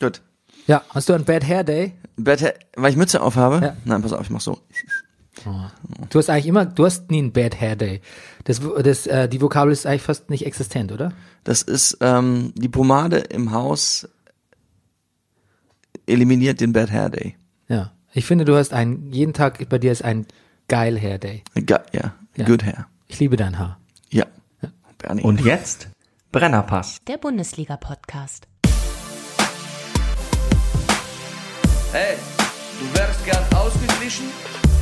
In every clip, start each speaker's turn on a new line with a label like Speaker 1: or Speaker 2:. Speaker 1: Gut.
Speaker 2: Ja, hast du einen Bad Hair Day?
Speaker 1: Bad Hair, weil ich Mütze auf habe?
Speaker 2: Ja.
Speaker 1: Nein, pass auf, ich mach so.
Speaker 2: Du hast eigentlich immer, du hast nie einen Bad Hair Day. Das, das, äh, die Vokabel ist eigentlich fast nicht existent, oder?
Speaker 1: Das ist, ähm, die Pomade im Haus eliminiert den Bad Hair Day.
Speaker 2: Ja. Ich finde, du hast einen, jeden Tag bei dir ist ein geil Hair Day.
Speaker 1: Ge ja.
Speaker 2: Ja.
Speaker 1: good hair.
Speaker 2: Ich liebe dein Haar.
Speaker 1: Ja. Bernie.
Speaker 3: Und jetzt Brennerpass.
Speaker 4: Der Bundesliga-Podcast.
Speaker 5: Hey, du wärst gern ausgeglichen?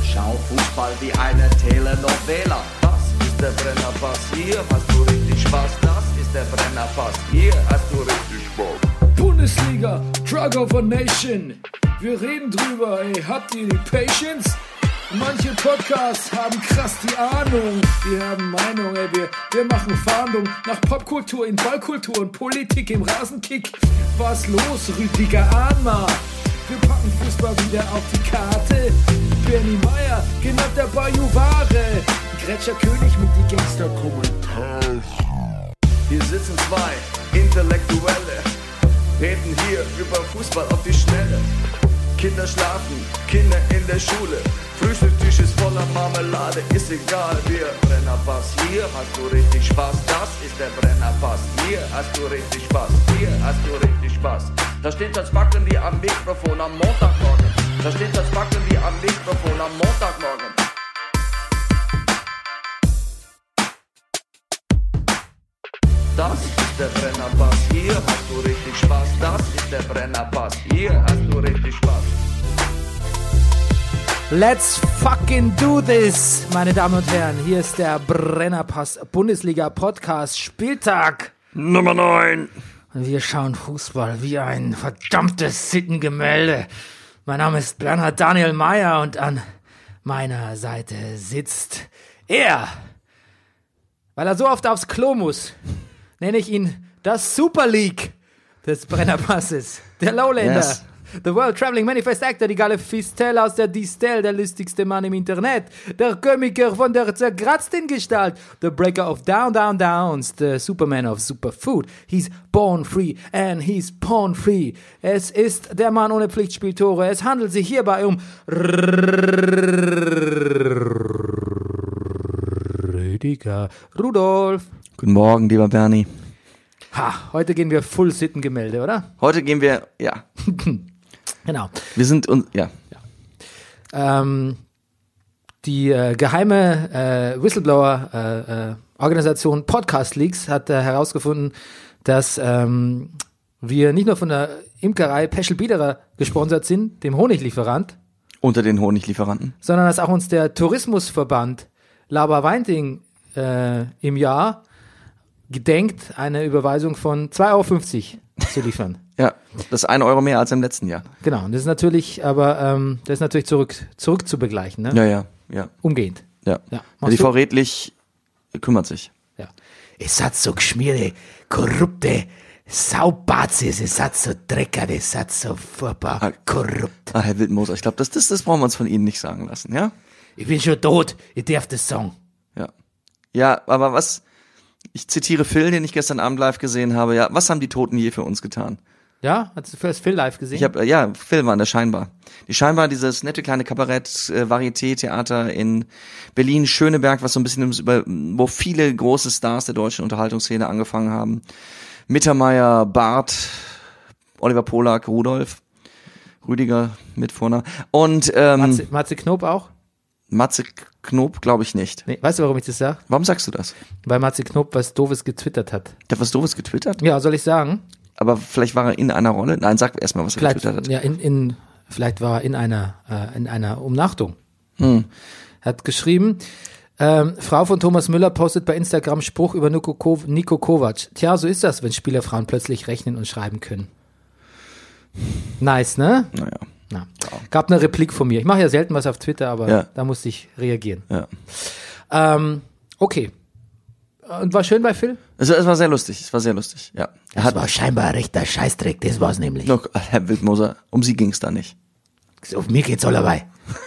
Speaker 5: Schau Fußball wie eine Telenovela. Das ist der Brennerpass, hier hast du richtig Spaß. Das ist der Brennerpass, hier hast du richtig Spaß.
Speaker 6: Bundesliga, Drug of a Nation. Wir reden drüber, ey, habt ihr die Patience? Manche Podcasts haben krass die Ahnung. Wir haben Meinung, ey, wir, wir machen Fahndung nach Popkultur in Ballkultur und Politik im Rasenkick. Was los, Rüdiger Ahnma? Wir packen Fußball wieder auf die Karte. Bernie Meyer, genannt der Bayou Ware. Gretscher König mit die Gangster-Kommentare.
Speaker 5: Hier sitzen zwei Intellektuelle, reden hier über Fußball auf die Schnelle. Kinder schlafen, Kinder in der Schule. Frühstückstisch ist voller Marmelade, ist egal, wir Brennerpass, hier hast du richtig Spaß. Das ist der Brennerpass, hier hast du richtig Spaß, hier hast du richtig Spaß. Da steht das Backen wie am Mikrofon am Montagmorgen. Da steht das Backen wie am Mikrofon am Montagmorgen. Das ist der Brennerpass, hier hast du richtig Spaß. Das ist der Brennerpass, hier hast du richtig Spaß.
Speaker 2: Let's fucking do this, meine Damen und Herren. Hier ist der Brennerpass Bundesliga Podcast Spieltag.
Speaker 1: Nummer 9.
Speaker 2: Und Wir schauen Fußball wie ein verdammtes Sittengemälde. Mein Name ist Bernhard Daniel Mayer und an meiner Seite sitzt er. Weil er so oft aufs Klo muss, nenne ich ihn das Super League des Brennerpasses. Der Lowlander.
Speaker 1: Yes.
Speaker 2: The World Traveling Manifest Actor, die geile Fistel aus der Distel, der lustigste Mann im Internet, der Komiker von der zerkratzten Gestalt, the Breaker of Down, Down, Downs, the Superman of Superfood. He's born free and he's porn free. Es ist der Mann ohne Pflichtspieltore. Es handelt sich hierbei um Rüdiger Rudolf.
Speaker 1: Guten Morgen, lieber Bernie.
Speaker 2: Ha, heute gehen wir Full Sittengemälde, oder?
Speaker 1: Heute gehen wir, ja,
Speaker 2: Genau.
Speaker 1: wir sind uns, ja.
Speaker 2: ähm, die äh, geheime äh, Whistleblower-Organisation Podcast Leaks hat äh, herausgefunden, dass ähm, wir nicht nur von der Imkerei Peschel Biederer gesponsert sind, dem Honiglieferant,
Speaker 1: Unter den Honiglieferanten.
Speaker 2: sondern dass auch uns der Tourismusverband Laber Weinting äh, im Jahr gedenkt, eine Überweisung von 2,50 Euro zu liefern.
Speaker 1: Ja, das ist ein Euro mehr als im letzten Jahr.
Speaker 2: genau, und das ist natürlich, aber ähm, das ist natürlich zurück, zurück zu begleichen, ne?
Speaker 1: Ja, ja, ja,
Speaker 2: umgehend.
Speaker 1: ja.
Speaker 2: Ja, machst
Speaker 1: die
Speaker 2: du?
Speaker 1: Frau Redlich kümmert sich.
Speaker 2: Ja. Es hat so Geschmiere, korrupte Saubazis, es hat so Drecker, es hat so furchtbar korrupt.
Speaker 1: Ah, Herr Wildmoser, ich glaube, das, das, das brauchen wir uns von Ihnen nicht sagen lassen, ja?
Speaker 2: Ich bin schon tot, ich darf das sagen.
Speaker 1: Ja. Ja, aber was, ich zitiere Phil, den ich gestern Abend live gesehen habe, ja, was haben die Toten je für uns getan?
Speaker 2: Ja, hast du das Phil live gesehen?
Speaker 1: Ich habe äh, ja, Phil war in der Scheinbar. Die Scheinbar, dieses nette kleine Kabarett, äh, Varieté-Theater in Berlin, Schöneberg, was so ein bisschen ums über, wo viele große Stars der deutschen Unterhaltungsszene angefangen haben. Mittermeier, Barth, Oliver Polak, Rudolf, Rüdiger mit Vornamen. Und ähm,
Speaker 2: Matze, Matze Knob auch?
Speaker 1: Matze Knob, glaube ich nicht.
Speaker 2: Nee, weißt du, warum ich das sage?
Speaker 1: Warum sagst du das?
Speaker 2: Weil Matze Knob was Doofes getwittert hat.
Speaker 1: Der hat was Doofes getwittert?
Speaker 2: Ja, soll ich sagen?
Speaker 1: Aber vielleicht war er in einer Rolle. Nein, sag erstmal, was er
Speaker 2: Vielleicht,
Speaker 1: getwittert hat.
Speaker 2: ja, in, in, vielleicht war er in einer, äh, in einer Umnachtung.
Speaker 1: Hm.
Speaker 2: Hat geschrieben, ähm, Frau von Thomas Müller postet bei Instagram Spruch über Nico, Ko Nico Kovac. Tja, so ist das, wenn Spielerfrauen plötzlich rechnen und schreiben können. Nice, ne?
Speaker 1: Naja.
Speaker 2: Na. Gab eine Replik von mir. Ich mache ja selten was auf Twitter, aber
Speaker 1: Ja.
Speaker 2: da musste ich reagieren.
Speaker 1: Ja.
Speaker 2: Ähm, okay. Und war schön bei Phil?
Speaker 1: Also, es war sehr lustig. Es war sehr lustig. Ja. Er hat,
Speaker 2: scheinbar rechter Scheißdreck, das war's nämlich.
Speaker 1: Noch, Herr Wildmoser, um Sie ging's da nicht.
Speaker 2: Auf mir geht's allerlei.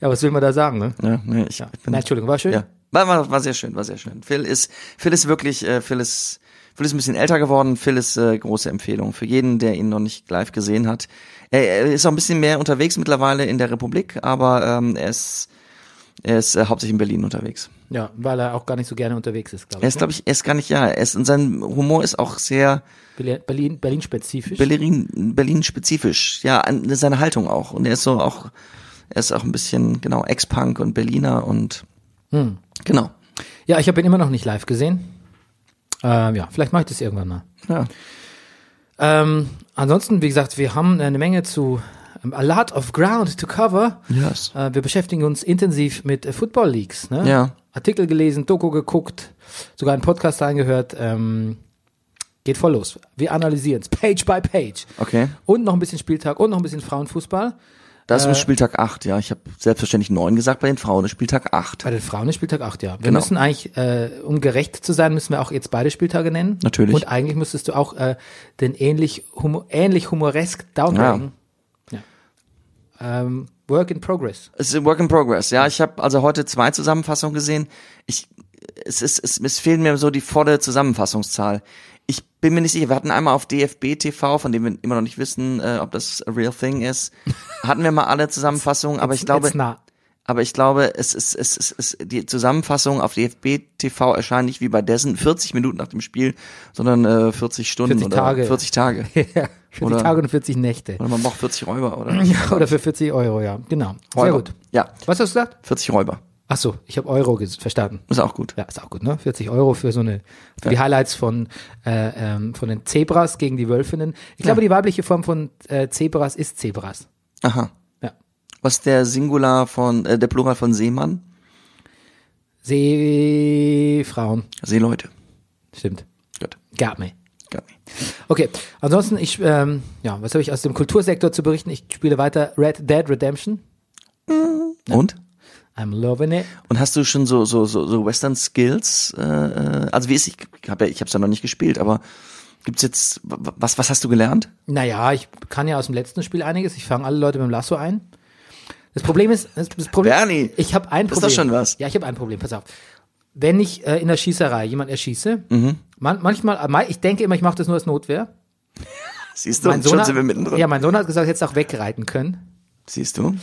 Speaker 2: Ja, was will man da sagen, ne?
Speaker 1: Ja, nee, ich, ich bin,
Speaker 2: Nein, Entschuldigung, war schön.
Speaker 1: ja. War, war, war sehr schön, war sehr schön. Phil ist, Phil ist wirklich, äh, Phil ist, Phil ist ein bisschen älter geworden. Phil ist äh, große Empfehlung für jeden, der ihn noch nicht live gesehen hat. Er, er ist auch ein bisschen mehr unterwegs mittlerweile in der Republik, aber ähm, er ist, er ist äh, hauptsächlich in Berlin unterwegs.
Speaker 2: Ja, weil er auch gar nicht so gerne unterwegs ist,
Speaker 1: Er
Speaker 2: glaube ich. ne?
Speaker 1: ist, glaube ich, er ist gar nicht, ja, er ist, und sein Humor ist auch sehr
Speaker 2: Berlin- Berlin, Berlin-spezifisch.
Speaker 1: Berlin, Berlin-spezifisch. Ja, an, seine Haltung auch. Und er ist so auch, er ist auch ein bisschen, genau, Ex-Punk und Berliner und, genau.
Speaker 2: ja, ich habe ihn immer noch nicht live gesehen. Ähm, ja, vielleicht mache ich das irgendwann mal.
Speaker 1: Ja.
Speaker 2: Ähm, ansonsten, wie gesagt, wir haben eine Menge zu, ähm, a lot of ground to cover.
Speaker 1: Yes.
Speaker 2: Äh, wir beschäftigen uns intensiv mit äh, Football Leagues. Ne?
Speaker 1: Ja.
Speaker 2: Artikel gelesen, Doku geguckt, sogar einen Podcast angehört. Ähm, geht voll los. Wir analysieren es, Page by Page.
Speaker 1: Okay.
Speaker 2: Und noch ein bisschen Spieltag und noch ein bisschen Frauenfußball.
Speaker 1: Das ist Spieltag 8, ja. Ich habe selbstverständlich 9 gesagt bei den Frauen, ist Spieltag 8.
Speaker 2: Bei den Frauen ist Spieltag 8, ja. Wir
Speaker 1: Genau.
Speaker 2: müssen eigentlich, äh, um gerecht zu sein, müssen wir auch jetzt beide Spieltage nennen.
Speaker 1: Natürlich.
Speaker 2: Und eigentlich müsstest du auch äh, den ähnlich, humo ähnlich humoresk downgraden. Ja. Ähm, work in progress.
Speaker 1: Es ist Work in Progress, ja. Ich habe also heute zwei Zusammenfassungen gesehen. Ich, es, ist, es, es fehlen mir so die volle Zusammenfassungszahl. Ich bin mir nicht sicher, wir hatten einmal auf DFB TV, von dem wir immer noch nicht wissen, äh, ob das a real thing ist, hatten wir mal alle Zusammenfassungen, aber ich glaube,
Speaker 2: Jetzt nah.
Speaker 1: aber ich glaube, es ist, es ist, es ist die Zusammenfassung auf DFB TV erscheint nicht wie bei dessen 40 Minuten nach dem Spiel, sondern äh, 40 Stunden
Speaker 2: 40
Speaker 1: oder
Speaker 2: Tage.
Speaker 1: 40 Tage.
Speaker 2: ja, 40
Speaker 1: Oder-
Speaker 2: Tage und 40 Nächte.
Speaker 1: Oder man braucht 40 Räuber, oder?
Speaker 2: Ja, oder für 40 Euro, ja. Genau. Sehr
Speaker 1: Räuber.
Speaker 2: gut.
Speaker 1: Ja,
Speaker 2: Was hast du gesagt?
Speaker 1: 40 Räuber.
Speaker 2: Ach so, ich habe Euro ges- verstanden.
Speaker 1: Ist auch gut.
Speaker 2: Ja, ist auch gut, ne? 40 Euro für so eine, für die Highlights von, äh, ähm, von den Zebras gegen die Wölfinnen. Ich glaube, die weibliche Form von äh, Zebras ist Zebras.
Speaker 1: Aha.
Speaker 2: Ja.
Speaker 1: Was ist der Singular von, äh, der Plural von Seemann?
Speaker 2: Seefrauen.
Speaker 1: Seeleute.
Speaker 2: Stimmt.
Speaker 1: Gut.
Speaker 2: Gab mir.
Speaker 1: Gar nicht.
Speaker 2: Okay, ansonsten, ich, ähm, ja, was habe ich aus dem Kultursektor zu berichten? Ich spiele weiter Red Dead Redemption.
Speaker 1: Und?
Speaker 2: I'm loving it.
Speaker 1: Und hast du schon so, so, so, so Western Skills? Äh, äh, also wie ist, ich habe ja, ich hab's ja noch nicht gespielt, aber gibt's jetzt, w- w- was, was hast du gelernt?
Speaker 2: Naja, ich kann ja aus dem letzten Spiel einiges. Ich fange alle Leute mit dem Lasso ein. Das Problem ist, das das Problem,
Speaker 1: Bernie,
Speaker 2: ich habe ein
Speaker 1: ist
Speaker 2: Problem.
Speaker 1: doch schon was.
Speaker 2: Ja, ich habe ein Problem. Pass auf. Wenn ich äh, in der Schießerei jemand erschieße,
Speaker 1: Mhm.
Speaker 2: man, manchmal, äh, ich denke immer, ich mache das nur als Notwehr.
Speaker 1: Siehst du, und schon
Speaker 2: hat-
Speaker 1: sind wir mittendrin.
Speaker 2: Ja, mein Sohn hat gesagt, hättest auch wegreiten können.
Speaker 1: Siehst du?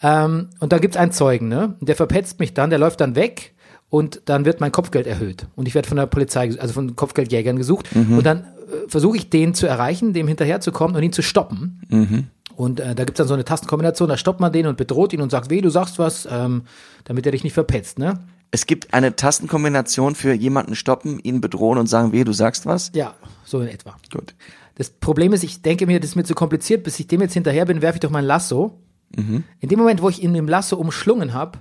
Speaker 2: Ähm, und da gibt's einen Zeugen, ne? Und Der verpetzt mich dann, der läuft dann weg und dann wird mein Kopfgeld erhöht. Und ich werde von der Polizei, ges- also von Kopfgeldjägern gesucht. Und dann äh, versuche ich den zu erreichen, dem hinterherzukommen und ihn zu stoppen. Und äh, da gibt's dann so eine Tastenkombination, da stoppt man den und bedroht ihn und sagt, weh, du sagst was, ähm, damit er dich nicht verpetzt, ne?
Speaker 1: Es gibt eine Tastenkombination für jemanden stoppen, ihn bedrohen und sagen, weh, du sagst was?
Speaker 2: Ja, so in etwa.
Speaker 1: Gut.
Speaker 2: Das Problem ist, ich denke mir, das ist mir zu kompliziert, bis ich dem jetzt hinterher bin, werfe ich doch mein Lasso.
Speaker 1: Mhm.
Speaker 2: In dem Moment, wo ich ihn mit dem Lasso umschlungen habe,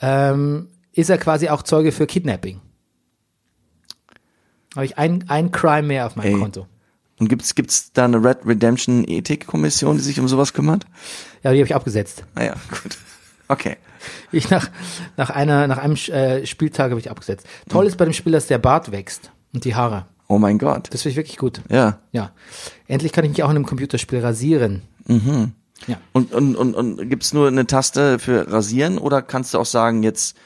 Speaker 2: ähm, ist er quasi auch Zeuge für Kidnapping. Habe ich ein, ein Crime mehr auf meinem
Speaker 1: Ey.
Speaker 2: Konto.
Speaker 1: Und gibt's, gibt's da eine Red Redemption Ethikkommission, die sich um sowas kümmert?
Speaker 2: Ja, die habe ich abgesetzt.
Speaker 1: Naja, gut. Okay.
Speaker 2: Ich nach, nach, einer, nach einem äh, Spieltag habe ich abgesetzt. Toll
Speaker 1: Mhm.
Speaker 2: ist bei dem Spiel, dass der Bart wächst und die Haare.
Speaker 1: Oh mein Gott.
Speaker 2: Das finde ich wirklich gut.
Speaker 1: Ja.
Speaker 2: Ja. Endlich kann ich mich auch in einem Computerspiel rasieren.
Speaker 1: Mhm.
Speaker 2: Ja.
Speaker 1: Und, und, und, und gibt's nur eine Taste für rasieren oder kannst du auch sagen, jetzt,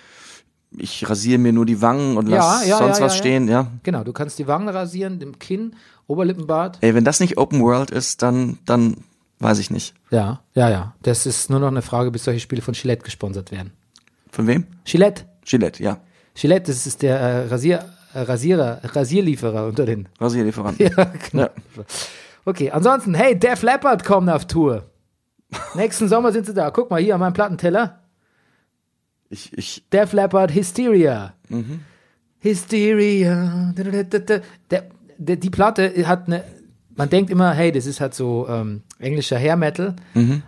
Speaker 1: ich rasiere mir nur die Wangen und lass
Speaker 2: Ja, ja,
Speaker 1: sonst
Speaker 2: ja,
Speaker 1: was
Speaker 2: ja, ja.
Speaker 1: stehen, ja?
Speaker 2: Genau, du kannst die Wangen rasieren, dem Kinn, Oberlippenbart.
Speaker 1: Ey, wenn das nicht Open World ist, dann, dann weiß ich nicht.
Speaker 2: Ja, ja, ja. Das ist nur noch eine Frage, bis solche Spiele von Gillette gesponsert werden.
Speaker 1: Von wem?
Speaker 2: Gillette.
Speaker 1: Gillette, ja.
Speaker 2: Gillette, das ist der äh, Rasier, äh, Rasierer, Rasierlieferer unter den.
Speaker 1: Rasierlieferant.
Speaker 2: Ja, genau. Okay, ansonsten, hey, Def Leppard kommt auf Tour. Nächsten Sommer sind sie da. Guck mal hier an meinem Plattenteller.
Speaker 1: Ich, ich,
Speaker 2: Def Leppard Hysteria.
Speaker 1: Mhm.
Speaker 2: Hysteria. Da, da, da, da. Der, der, die Platte hat eine. Man denkt immer, hey, das ist halt so ähm, englischer Hair Metal,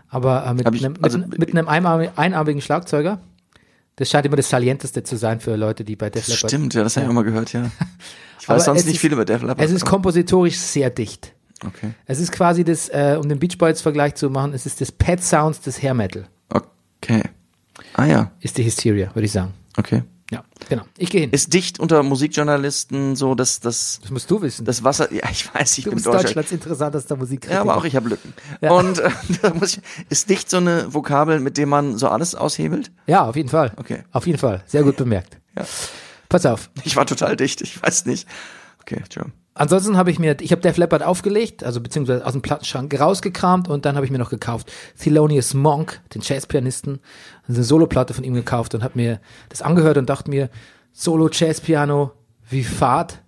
Speaker 2: aber äh, mit,
Speaker 1: Mhm. Hab ich-
Speaker 2: einem,
Speaker 1: also-
Speaker 2: mit, mit einem einarmi- einarmigen Schlagzeuger. Das scheint immer das Salienteste zu sein für Leute, die bei Def
Speaker 1: das
Speaker 2: Leppard.
Speaker 1: stimmt, ja, das habe ich auch mal gehört, ja. Ich
Speaker 2: Aber
Speaker 1: weiß sonst
Speaker 2: es
Speaker 1: nicht
Speaker 2: ist-
Speaker 1: viel über Def Leppard.
Speaker 2: Es ist
Speaker 1: aber-
Speaker 2: kompositorisch sehr dicht.
Speaker 1: Okay.
Speaker 2: Es ist quasi das, äh, um den Beach Boys Vergleich zu machen, es ist das Pet Sounds des Hair Metal.
Speaker 1: Okay. Ah, ja.
Speaker 2: Ist die Hysteria, würde ich sagen.
Speaker 1: Okay.
Speaker 2: Ja, genau. Ich gehe hin.
Speaker 1: Ist dicht unter Musikjournalisten so, dass, dass,
Speaker 2: das musst du wissen.
Speaker 1: das Wasser, ja, ich weiß, ich
Speaker 2: du
Speaker 1: bin
Speaker 2: bist
Speaker 1: Deutscher.
Speaker 2: Deutschlands interessantester Musikkritiker.
Speaker 1: Ja, aber auch ich habe Lücken. Und äh, da muss ich, ist dicht so eine Vokabel, mit der man so alles aushebelt?
Speaker 2: Ja, auf jeden Fall.
Speaker 1: Okay.
Speaker 2: Auf jeden Fall. Sehr gut bemerkt.
Speaker 1: Ja.
Speaker 2: Pass auf.
Speaker 1: Ich war total dicht, ich weiß nicht. Okay, Entschuldigung.
Speaker 2: Ansonsten habe ich mir, ich habe Def Leppard aufgelegt, also beziehungsweise aus dem Plattenschrank rausgekramt und dann habe ich mir noch gekauft Thelonious Monk, den Jazzpianisten, eine Soloplatte von ihm gekauft und habe mir das angehört und dachte mir, Solo Jazzpiano, wie fad,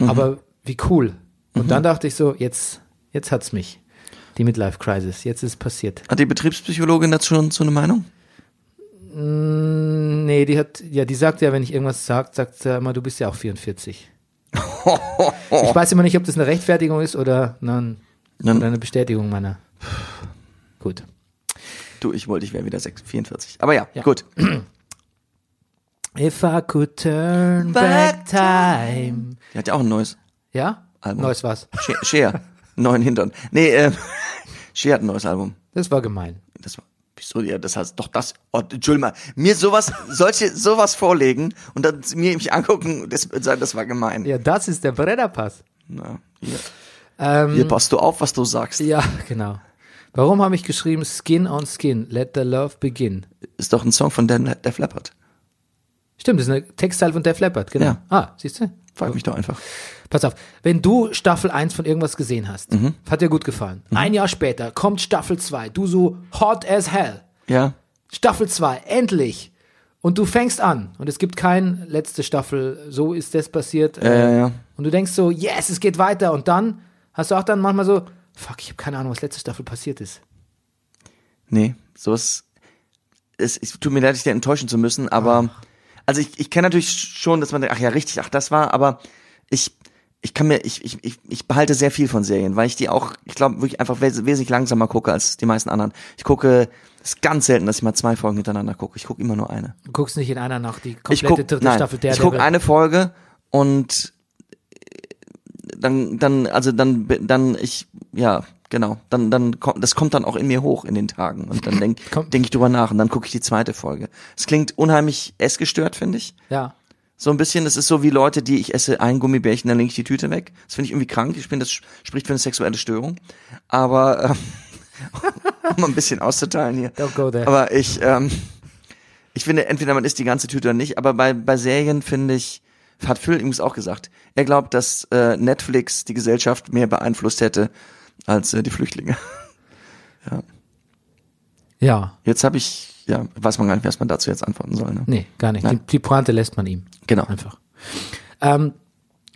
Speaker 1: Mhm.
Speaker 2: aber wie cool. Und dann dachte ich so, jetzt, jetzt hat's mich. Die Midlife Crisis, jetzt ist es passiert.
Speaker 1: Hat die Betriebspsychologin dazu schon so eine Meinung?
Speaker 2: Nee, die hat, ja, die sagt ja, wenn ich irgendwas sagt, sagt sie ja immer, du bist ja auch 44. Ich weiß immer nicht, ob das eine Rechtfertigung ist oder, nein,
Speaker 1: Nein.
Speaker 2: oder eine Bestätigung meiner. Gut.
Speaker 1: Du, ich wollte, ich wäre wieder 6, 44. Aber ja, gut.
Speaker 2: If I could turn back time.
Speaker 1: Die hat ja auch ein neues
Speaker 2: Ja?
Speaker 1: Album.
Speaker 2: Neues was.
Speaker 1: Cher, Cher neuen Hintern. Nee, äh, Cher hat ein neues Album.
Speaker 2: Das war gemein.
Speaker 1: Das war, wieso, ja, das heißt doch das, oh, Entschuldigung mal, mir sowas, solche, sowas vorlegen und dann mir mich angucken, das würde sagen, das war gemein.
Speaker 2: Ja, das ist der Brennerpass.
Speaker 1: Na, hier,
Speaker 2: Ähm,
Speaker 1: hier passt du auf, was du sagst.
Speaker 2: ja, genau. Warum habe ich geschrieben Skin on Skin? Let the love begin.
Speaker 1: Ist doch ein Song von Dan, Def Leppard.
Speaker 2: Stimmt, das ist ein Textteil von Def Leppard, genau.
Speaker 1: Ja.
Speaker 2: Ah, siehst du?
Speaker 1: Frag mich doch einfach.
Speaker 2: Pass auf, wenn du Staffel 1 von irgendwas gesehen hast,
Speaker 1: Mhm.
Speaker 2: hat dir gut gefallen. Ein Jahr später kommt Staffel 2, du so hot as hell.
Speaker 1: Ja,
Speaker 2: Staffel 2, endlich. Und du fängst an und es gibt kein letzte Staffel, so ist das passiert. ähm,
Speaker 1: ja, ja.
Speaker 2: Und du denkst so, yes, es geht weiter. Und dann hast du auch dann manchmal so, fuck, ich habe keine Ahnung, was letzte Staffel passiert ist.
Speaker 1: nee, sowas, es, es tut mir leid, dich da enttäuschen zu müssen, aber, also ich, ich kenne natürlich schon, dass man denkt, ach ja, richtig, ach, das war, aber ich, ich kann mir, ich, ich, ich, ich behalte sehr viel von Serien, weil ich die auch, ich glaube, wirklich einfach wes wesentlich langsamer gucke als die meisten anderen. Ich gucke, es ist ganz selten, dass ich mal zwei Folgen hintereinander gucke. Ich gucke immer nur eine.
Speaker 2: Du guckst nicht in einer Nacht die
Speaker 1: ich
Speaker 2: komplette
Speaker 1: guck,
Speaker 2: dritte
Speaker 1: nein,
Speaker 2: Staffel der
Speaker 1: ich guck eine Folge und dann dann also dann dann ich ja genau dann dann kommt das kommt dann auch in mir hoch in den Tagen und dann denk
Speaker 2: Kommt-
Speaker 1: denk ich drüber nach und dann gucke ich die zweite Folge. Es klingt unheimlich essgestört finde ich.
Speaker 2: Ja.
Speaker 1: So ein bisschen, das ist so wie Leute, die ich esse ein Gummibärchen, dann lege ich die Tüte weg. Das finde ich irgendwie krank. Ich finde, das spricht für eine sexuelle Störung. Aber ähm, um mal ein bisschen auszuteilen hier.
Speaker 2: Don't go there.
Speaker 1: Aber ich, ähm, ich finde, entweder man isst die ganze Tüte oder nicht. Aber bei, bei Serien finde ich, hat Phil übrigens auch gesagt, er glaubt, dass äh, Netflix die Gesellschaft mehr beeinflusst hätte als äh, die Flüchtlinge.
Speaker 2: Ja,
Speaker 1: Jetzt habe ich, ja, weiß man gar nicht, was man dazu jetzt antworten soll. Ne?
Speaker 2: nee, gar nicht. Die,
Speaker 1: Nein.
Speaker 2: die Pointe lässt man ihm.
Speaker 1: Genau.
Speaker 2: Einfach. Ähm,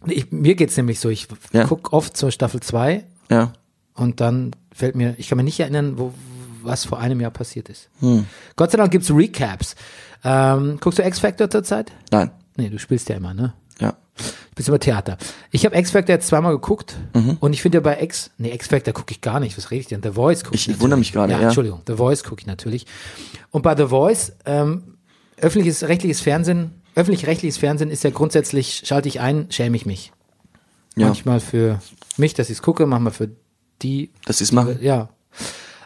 Speaker 2: ich, mir geht's nämlich so, ich
Speaker 1: Ja.
Speaker 2: guck oft zur Staffel 2
Speaker 1: Ja.
Speaker 2: Und dann fällt mir, ich kann mir nicht erinnern, wo, was vor einem Jahr passiert ist.
Speaker 1: Hm.
Speaker 2: Gott sei Dank gibt's Recaps. Ähm, guckst du X-Factor zurzeit?
Speaker 1: Nein.
Speaker 2: Nee, du spielst ja immer, ne?
Speaker 1: Ja.
Speaker 2: Du bist immer Theater. Ich habe X-Factor jetzt zweimal geguckt
Speaker 1: Mhm.
Speaker 2: und ich finde ja bei X, nee, X-Factor gucke ich gar nicht, was rede ich denn? The Voice gucke
Speaker 1: Ich-
Speaker 2: ich.
Speaker 1: ich
Speaker 2: natürlich.
Speaker 1: wundere mich gerade, ja.
Speaker 2: Entschuldigung, The Voice gucke ich natürlich. Und bei The Voice, ähm, öffentliches, rechtliches Fernsehen, öffentlich-rechtliches Fernsehen ist ja grundsätzlich, schalte ich ein, schäme ich mich.
Speaker 1: Ja.
Speaker 2: Manchmal für mich, dass ich's gucke, manchmal für die, äh,
Speaker 1: Das ist machen.
Speaker 2: ja.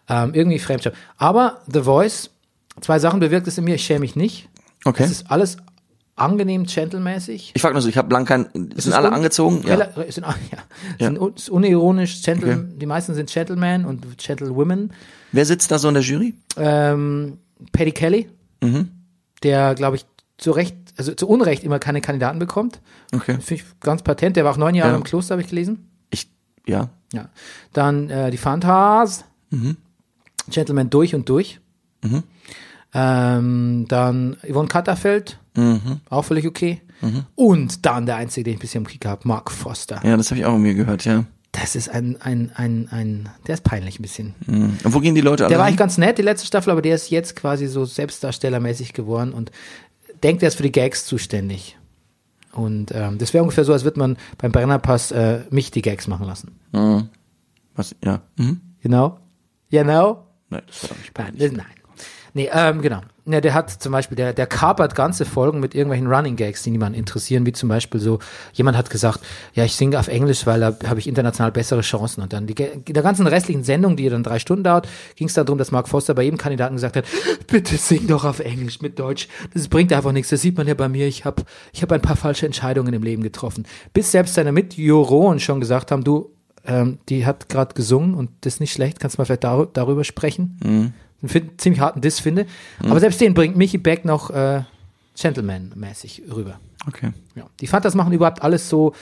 Speaker 2: Ähm, irgendwie Fremdscham. Aber The Voice, zwei Sachen bewirkt es in mir, ich schäme mich nicht.
Speaker 1: Okay.
Speaker 2: Es ist alles angenehm gentlemäßig.
Speaker 1: Ich frage nur so, ich habe lang kein. Sind alle angezogen?
Speaker 2: Ja.
Speaker 1: Ja.
Speaker 2: Sind, ja, Sind un, ist unironisch, gentle, die meisten sind Gentlemen und Gentlewomen.
Speaker 1: Wer sitzt da so in der Jury?
Speaker 2: Ähm, Paddy Kelly,
Speaker 1: Mhm.
Speaker 2: der, glaube ich, zu Recht, also zu Unrecht immer keine Kandidaten bekommt.
Speaker 1: Okay.
Speaker 2: Finde ich ganz patent. Der war auch neun Jahre
Speaker 1: Ja.
Speaker 2: im Kloster, habe ich gelesen.
Speaker 1: Ich, ja.
Speaker 2: Ja. Dann äh, die Fantas.
Speaker 1: Mhm.
Speaker 2: Gentleman durch und durch. Ähm, dann Yvonne Katterfeld.
Speaker 1: Mhm.
Speaker 2: Auch völlig okay. Und dann der einzige, den ich bisher im Krieg habe, Mark Foster.
Speaker 1: Ja, das habe ich auch irgendwie gehört, ja.
Speaker 2: Das ist ein, ein, ein, ein, der ist peinlich ein bisschen.
Speaker 1: Hm. Und wo gehen die Leute alle?
Speaker 2: Der war
Speaker 1: hin?
Speaker 2: eigentlich ganz nett, die letzte Staffel, aber der ist jetzt quasi so selbstdarstellermäßig geworden und denkt, er ist für die Gags zuständig. Und ähm, das wäre ungefähr so, als würde man beim Brennerpass äh, mich die Gags machen lassen.
Speaker 1: Hm. Was, ja. Mhm.
Speaker 2: Genau? Genau?
Speaker 1: Nein, das war doch nicht
Speaker 2: Nein, das- nein. Nee, ähm, genau. Ja, der hat zum Beispiel, der, der kapert ganze Folgen mit irgendwelchen Running Gags, die niemanden interessieren, wie zum Beispiel so, jemand hat gesagt, ja, ich singe auf Englisch, weil da habe ich international bessere Chancen. Und dann die, ge- in der ganzen restlichen Sendung, die dann drei Stunden dauert, ging es darum, dass Mark Foster bei jedem Kandidaten gesagt hat, bitte sing doch auf Englisch mit Deutsch. Das bringt einfach nichts. Das sieht man ja bei mir. Ich habe ich hab ein paar falsche Entscheidungen im Leben getroffen. Bis selbst seine Mitjuroren schon gesagt haben, du, ähm, die hat gerade gesungen und das ist nicht schlecht, kannst du mal vielleicht darü- darüber sprechen. Einen fin- ziemlich harten Diss finde. Aber selbst den bringt Michi Beck noch äh, Gentleman-mäßig rüber.
Speaker 1: Okay.
Speaker 2: Ja. Die Fantas machen überhaupt alles so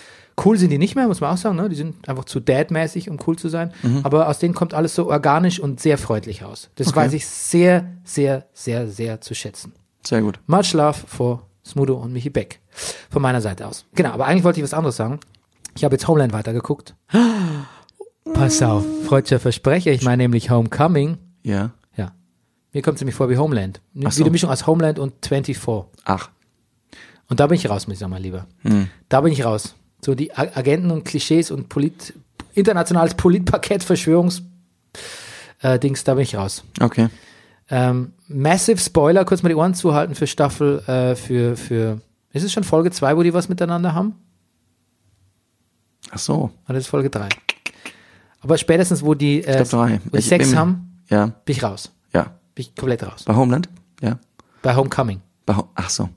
Speaker 2: Cool sind die nicht mehr, muss man auch sagen. Ne? Die sind einfach zu dad-mäßig, um cool zu sein. Aber aus denen kommt alles so organisch und sehr freundlich raus. Das weiß ich sehr, sehr, sehr, sehr zu schätzen.
Speaker 1: Sehr gut.
Speaker 2: Much Love for Smudo und Michi Beck. Von meiner Seite aus. Genau, aber eigentlich wollte ich was anderes sagen. Ich habe jetzt Homeland weitergeguckt. Pass auf, freudscher Versprecher. Ich meine nämlich Homecoming.
Speaker 1: Ja.
Speaker 2: Ja. Mir kommt es nämlich vor wie Homeland. Wie
Speaker 1: so.
Speaker 2: eine Mischung aus Homeland und 24.
Speaker 1: Ach.
Speaker 2: Und da bin ich raus, muss ich sagen, mein Lieber. Da bin ich raus. So die A Agenten und Klischees und Polit internationales Politparkett, Verschwörungs äh, Dings, da bin ich raus.
Speaker 1: Okay.
Speaker 2: Ähm, massive Spoiler, kurz mal die Ohren zuhalten für Staffel, äh, für, für, ist es schon Folge 2, wo die was miteinander haben?
Speaker 1: Ach so.
Speaker 2: Oder ist es Folge 3? Aber spätestens, wo die, äh,
Speaker 1: Ich glaube drei.
Speaker 2: Wo die
Speaker 1: Ich
Speaker 2: Sex
Speaker 1: bin mir-
Speaker 2: haben,
Speaker 1: Ja.
Speaker 2: bin ich raus.
Speaker 1: Ja.
Speaker 2: Bin ich komplett raus.
Speaker 1: Bei Homeland? Ja.
Speaker 2: Bei Homecoming.
Speaker 1: Bei Ho Ach so.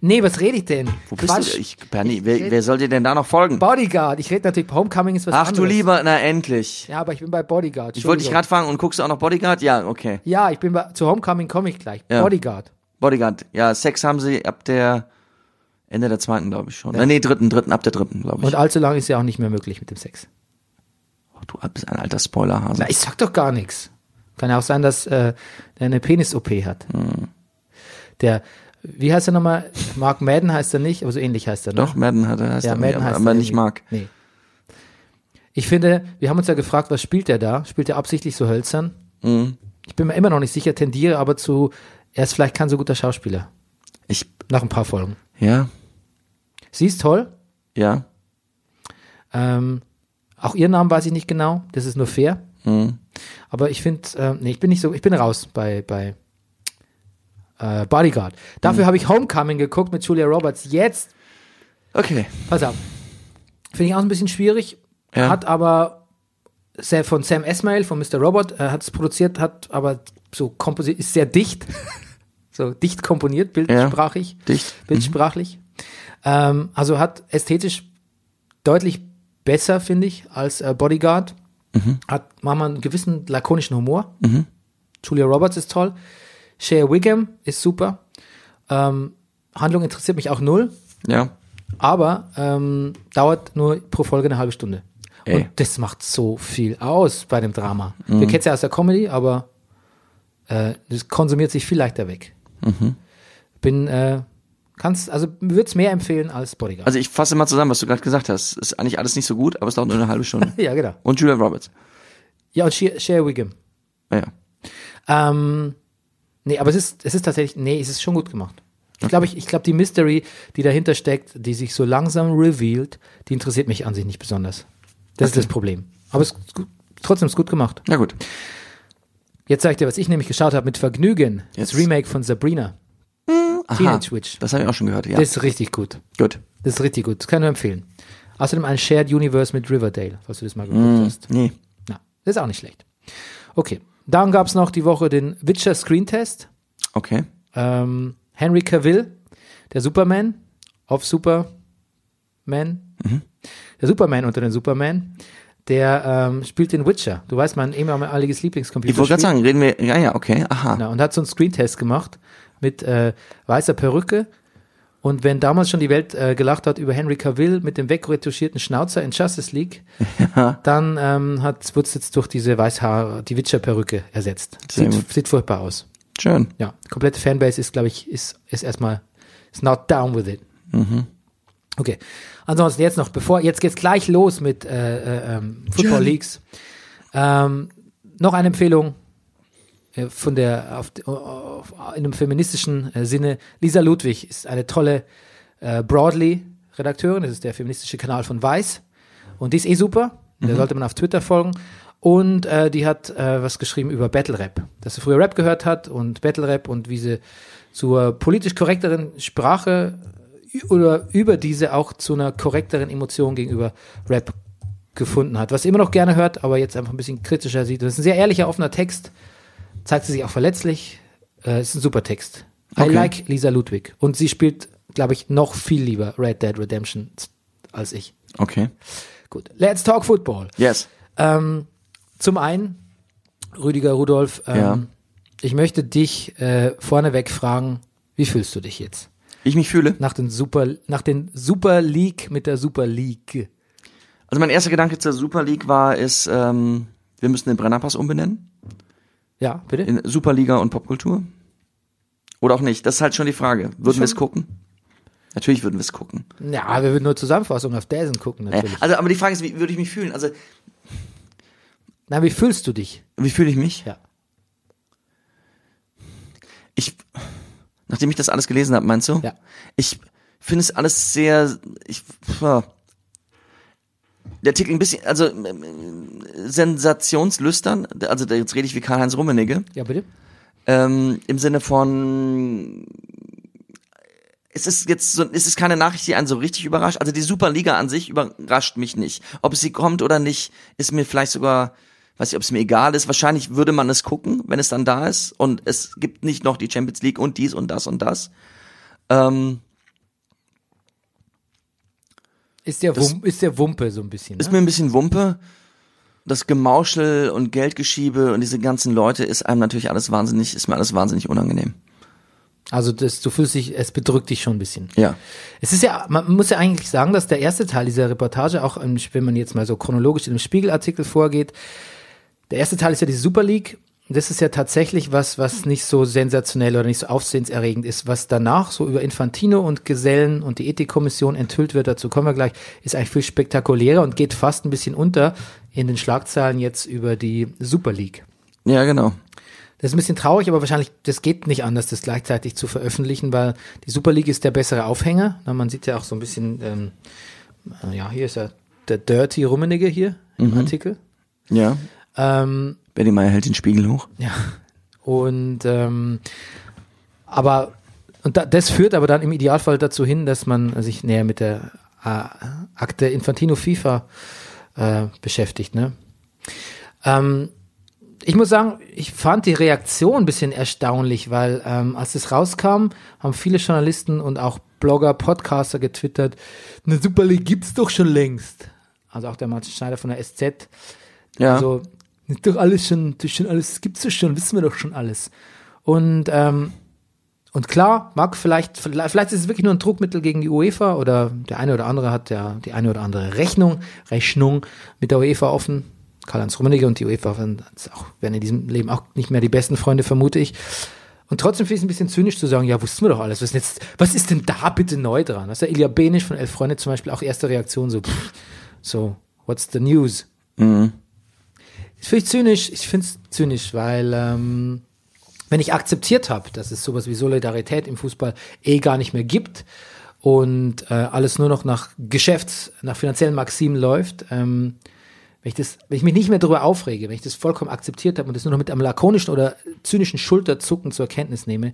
Speaker 2: Nee, was rede ich denn?
Speaker 1: Wo bist du? Ich, Bernie, wer, wer soll dir denn da noch folgen?
Speaker 2: Bodyguard. Ich rede natürlich, Homecoming ist was
Speaker 1: Ach
Speaker 2: anderes.
Speaker 1: du lieber, na endlich.
Speaker 2: Ja, aber ich bin bei Bodyguard.
Speaker 1: Ich wollte dich
Speaker 2: Entschuldigung.
Speaker 1: gerade fragen und guckst du auch noch Bodyguard? Ja, okay.
Speaker 2: Ja, ich bin bei, zu Homecoming komme ich gleich.
Speaker 1: Ja.
Speaker 2: Bodyguard.
Speaker 1: Bodyguard. Ja, Sex haben sie ab der Ende der zweiten, glaube ich schon. Ja. Nee, dritten, dritten, ab der dritten, glaube
Speaker 2: Und
Speaker 1: ich.
Speaker 2: allzu lang ist ja auch nicht mehr möglich mit dem Sex.
Speaker 1: Ach, du bist ein alter Spoilerhase.
Speaker 2: Na, ich sag doch gar nichts. Kann ja auch sein, dass äh, der eine Penis-OP hat.
Speaker 1: Hm.
Speaker 2: Der, wie heißt er nochmal? Mark Madden heißt er nicht, aber so ähnlich heißt er, ne?
Speaker 1: Doch, Madden hat er heißt
Speaker 2: Ja,
Speaker 1: er,
Speaker 2: Madden
Speaker 1: aber,
Speaker 2: heißt
Speaker 1: aber
Speaker 2: er
Speaker 1: nicht
Speaker 2: irgendwie.
Speaker 1: Mark.
Speaker 2: Nee. Ich finde, wir haben uns ja gefragt, was spielt er da? Spielt er absichtlich so hölzern?
Speaker 1: Mhm.
Speaker 2: Ich bin mir immer noch nicht sicher, tendiere aber zu, er ist vielleicht kein so guter Schauspieler.
Speaker 1: Ich,
Speaker 2: Nach ein paar Folgen.
Speaker 1: ja,
Speaker 2: Sie ist toll.
Speaker 1: ja,
Speaker 2: Ähm, auch ihren Namen weiß ich nicht genau, das ist nur fair. Aber ich finde, äh, nee, ich bin nicht so, ich bin raus bei, bei äh, Bodyguard. Dafür habe ich Homecoming geguckt mit Julia Roberts. Jetzt,
Speaker 1: okay.
Speaker 2: pass auf, finde ich auch ein bisschen schwierig,
Speaker 1: Ja.
Speaker 2: hat aber sehr von Sam Esmail, von Mr. Robot, äh, hat es produziert, hat aber so komposi- ist sehr dicht, so dicht komponiert, bildsprachig
Speaker 1: Dicht. Mhm.
Speaker 2: bildsprachlich. Ähm, also hat ästhetisch deutlich besser, finde ich, als äh, Bodyguard.
Speaker 1: Mhm.
Speaker 2: Hat manchmal einen gewissen lakonischen Humor. Julia Roberts ist toll. Shea Wiggum ist super. Ähm, Handlung interessiert mich auch null,
Speaker 1: Ja,
Speaker 2: aber ähm, dauert nur pro Folge eine halbe Stunde.
Speaker 1: Ey. Mhm.
Speaker 2: Und das macht so viel aus bei dem Drama. Wir kennen es ja aus der Comedy, aber äh, das konsumiert sich viel leichter weg.
Speaker 1: Mhm.
Speaker 2: Bin, äh, kannst, also würde es mehr empfehlen als Bodyguard.
Speaker 1: also ich fasse mal zusammen, was du gerade gesagt hast. Ist eigentlich alles nicht so gut, aber es dauert nur eine halbe Stunde.
Speaker 2: ja, genau.
Speaker 1: Und Julia Roberts. Ah,
Speaker 2: Ja, und Shea, Shea Wiggum.
Speaker 1: Naja,
Speaker 2: Ähm, nee, aber es ist, es ist tatsächlich, nee, es ist schon gut gemacht. Ich glaube, ich, ich glaube, die Mystery, die dahinter steckt, die sich so langsam revealed, die interessiert mich an sich nicht besonders. Das ist das Problem. Aber es ist gut, trotzdem ist gut gemacht.
Speaker 1: na gut.
Speaker 2: Jetzt sag ich dir, was ich nämlich geschaut habe mit Vergnügen.
Speaker 1: Jetzt.
Speaker 2: Das Remake von Sabrina. Teenage Witch.
Speaker 1: Das habe ich auch schon gehört, ja.
Speaker 2: Das ist richtig gut.
Speaker 1: gut.
Speaker 2: Das ist richtig gut. Das kann ich nur empfehlen. Außerdem ein Shared Universe mit Riverdale, falls du das mal
Speaker 1: Mhm.
Speaker 2: geguckt hast.
Speaker 1: Nee.
Speaker 2: Na, das ist auch nicht schlecht. Okay. Dann gab es noch die Woche den Witcher Screen Test.
Speaker 1: Okay.
Speaker 2: Ähm, Henry Cavill, der Superman, auf Superman,
Speaker 1: Mhm.
Speaker 2: der Superman unter den Superman, der ähm, spielt den Witcher. Du weißt, mein ehemaliges Lieblingscomputer.
Speaker 1: Ich wollte gerade sagen, reden wir, ja, ja, okay, aha.
Speaker 2: Na, und hat so einen Screentest gemacht mit äh, weißer Perücke. Und wenn damals schon die Welt äh, gelacht hat über Henry Cavill mit dem wegretuschierten Schnauzer in Justice League, dann ähm, hat wurde jetzt durch diese weißhaar die Witcher-Perücke ersetzt.
Speaker 1: Sehr
Speaker 2: Sieht,
Speaker 1: gut.
Speaker 2: sieht furchtbar aus.
Speaker 1: Schön.
Speaker 2: Ja, komplette Fanbase ist, glaube ich, ist, ist erstmal is not down with it. Okay. Ansonsten jetzt noch, bevor, jetzt geht's gleich los mit äh, äh, ähm, Football Leagues. Ähm, noch eine Empfehlung äh, von der auf, auf, in einem feministischen äh, Sinne. Lisa Ludwig ist eine tolle äh, Broadly-Redakteurin, das ist der feministische Kanal von Weiß. Und die ist eh super. Der sollte man auf Twitter folgen. Und äh, die hat äh, was geschrieben über Battle Rap. Dass sie früher Rap gehört hat und Battle Rap und wie sie zur politisch korrekteren Sprache ü- oder über diese auch zu einer korrekteren Emotion gegenüber Rap gefunden hat. Was sie immer noch gerne hört, aber jetzt einfach ein bisschen kritischer sieht. Das ist ein sehr ehrlicher, offener Text. Zeigt sie sich auch verletzlich. Äh, ist ein super Text. I
Speaker 1: Okay.
Speaker 2: like Lisa Ludwig. Und sie spielt, glaube ich, noch viel lieber Red Dead Redemption als ich.
Speaker 1: Okay.
Speaker 2: Gut, let's talk Football.
Speaker 1: Yes.
Speaker 2: Ähm, zum einen, Rüdiger Rudolf, ähm,
Speaker 1: Ja.
Speaker 2: ich möchte dich äh, vorneweg fragen, wie fühlst du dich jetzt?
Speaker 1: Wie ich mich fühle?
Speaker 2: Nach, den Super, nach den Super League mit der Super League.
Speaker 1: Also mein erster Gedanke zur Super League war, ist, ähm, wir müssen den Brennerpass umbenennen
Speaker 2: Ja, bitte?
Speaker 1: in Superliga und Popkultur. Oder auch nicht. Das ist halt schon die Frage. Würden wir es gucken? Natürlich würden wir es gucken.
Speaker 2: ja, wir würden nur Zusammenfassung auf Dazen gucken,
Speaker 1: Äh,
Speaker 2: natürlich.
Speaker 1: Also, aber die Frage ist, wie würde ich mich fühlen? Also,
Speaker 2: Na, wie fühlst du dich?
Speaker 1: wie fühle ich mich?
Speaker 2: Ja.
Speaker 1: Ich, nachdem ich das alles gelesen habe, meinst du?
Speaker 2: Ja.
Speaker 1: Ich finde es alles sehr, ich, pff, der Titel ein bisschen, also ähm, sensationslüstern, also da- jetzt rede ich wie Karl-Heinz Rummenigge,
Speaker 2: Ja, bitte?
Speaker 1: ähm, im Sinne von, es ist jetzt so, es ist keine Nachricht, die einen so richtig überrascht. Also die Superliga an sich überrascht mich nicht. Ob sie kommt oder nicht, ist mir vielleicht sogar, weiß ich, ob es mir egal ist. Wahrscheinlich würde man es gucken, wenn es dann da ist. Und es gibt nicht noch die Champions League und dies und das und das. Ähm,
Speaker 2: Ist der,
Speaker 1: Das-
Speaker 2: Wum ist der Wumpe so ein bisschen.
Speaker 1: ist
Speaker 2: ne?
Speaker 1: mir ein bisschen Wumpe. Das Gemauschel und Geldgeschiebe und diese ganzen Leute ist einem natürlich alles wahnsinnig, ist mir alles wahnsinnig unangenehm.
Speaker 2: Also das, du fühlst dich, es bedrückt dich schon ein bisschen.
Speaker 1: Ja.
Speaker 2: Es ist ja, man muss ja eigentlich sagen, dass der erste Teil dieser Reportage, auch im, wenn man jetzt mal so chronologisch in dem Spiegelartikel vorgeht, der erste Teil ist ja die Super League. Das ist ja tatsächlich was, was nicht so sensationell oder nicht so aufsehenserregend ist. Was danach so über Infantino und Gesellen und die Ethikkommission enthüllt wird, dazu kommen wir gleich, ist eigentlich viel spektakulärer und geht fast ein bisschen unter in den Schlagzeilen jetzt über die Super League.
Speaker 1: Ja, genau.
Speaker 2: Das ist ein bisschen traurig, aber wahrscheinlich, das geht nicht anders, das gleichzeitig zu veröffentlichen, weil die Super League ist der bessere Aufhänger. Na, man sieht ja auch so ein bisschen, ähm, äh, ja, hier ist ja der Dirty Rummenigge hier im Artikel.
Speaker 1: Ja.
Speaker 2: Ähm,
Speaker 1: Benny Meyer hält den Spiegel hoch.
Speaker 2: ja. Und ähm, aber und da, das führt aber dann im Idealfall dazu hin, dass man sich näher mit der äh, Akte Infantino FIFA äh, beschäftigt. Ne? Ähm, ich muss sagen, ich fand die Reaktion ein bisschen erstaunlich, weil ähm, als es rauskam, haben viele Journalisten und auch Blogger, Podcaster getwittert, eine Super League gibt's doch schon längst. Also auch der Martin Schneider von der SZ
Speaker 1: Ja.
Speaker 2: also, ist doch alles schon, das ist schon alles, das gibt's doch schon, wissen wir doch schon alles. Und, ähm, und klar, mag vielleicht, vielleicht vielleicht ist es wirklich nur ein Druckmittel gegen die UEFA oder der eine oder andere hat ja die eine oder andere Rechnung, Rechnung mit der UEFA offen. Karl-Heinz Rummenigge und die UEFA werden, jetzt auch, werden in diesem Leben auch nicht mehr die besten Freunde, vermute ich. Und trotzdem finde ich es ein bisschen zynisch zu sagen, ja, wussten wir doch alles. Was, ist jetzt, was ist denn da bitte neu dran? Was ist der Ilya Benisch von Elf Freunde zum Beispiel auch erste Reaktion so, pff, so, what's the news? Das finde ich zynisch. Ich finde es zynisch, weil ähm, wenn ich akzeptiert habe, dass es sowas wie Solidarität im Fußball eh gar nicht mehr gibt und äh, alles nur noch nach Geschäfts-, nach finanziellen Maximen läuft, ähm, wenn ich, das, wenn ich mich nicht mehr darüber aufrege, wenn ich das vollkommen akzeptiert habe und das nur noch mit einem lakonischen oder zynischen Schulterzucken zur Kenntnis nehme,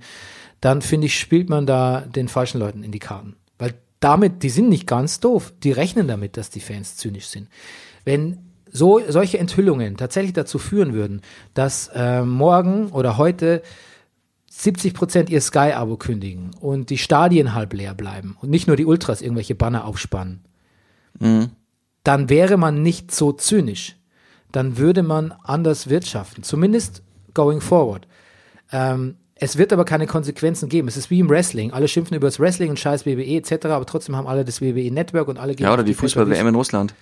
Speaker 2: dann finde ich, spielt man da den falschen Leuten in die Karten. Weil damit, die sind nicht ganz doof. Die rechnen damit, dass die Fans zynisch sind. Wenn so, solche Enthüllungen tatsächlich dazu führen würden, dass äh, morgen oder heute 70 Prozent ihr Sky-Abo kündigen und die Stadien halb leer bleiben und nicht nur die Ultras irgendwelche Banner aufspannen,
Speaker 1: Mhm.
Speaker 2: dann wäre man nicht so zynisch. Dann würde man anders wirtschaften, zumindest going forward. Ähm, es wird aber keine Konsequenzen geben. Es ist wie im Wrestling. Alle schimpfen über das Wrestling und scheiß WWE etc., aber trotzdem haben alle das WWE-Network und alle gehen
Speaker 1: Ja,
Speaker 2: auf
Speaker 1: oder die
Speaker 2: Pay-Per-Views.
Speaker 1: Fußball-WM in Russland.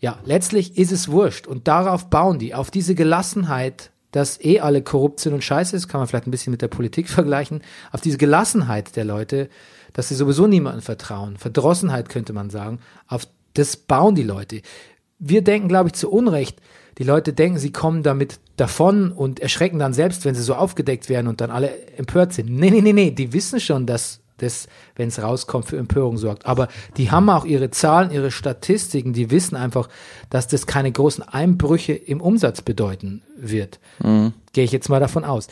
Speaker 2: Ja, letztlich ist es wurscht. Und darauf bauen die, auf diese Gelassenheit, dass eh alle korrupt sind und scheiße ist, kann man vielleicht ein bisschen mit der Politik vergleichen, auf diese Gelassenheit der Leute, dass sie sowieso niemandem vertrauen. Verdrossenheit könnte man sagen. Auf das bauen die Leute. Wir denken, glaube ich, zu Unrecht. Die Leute denken, sie kommen damit davon und erschrecken dann selbst, wenn sie so aufgedeckt werden und dann alle empört sind. Nee, nee, nee, nee, die wissen schon, dass das, wenn es rauskommt, für Empörung sorgt. Aber die haben auch ihre Zahlen, ihre Statistiken, die wissen einfach, dass das keine großen Einbrüche im Umsatz bedeuten wird. Gehe ich jetzt mal davon aus.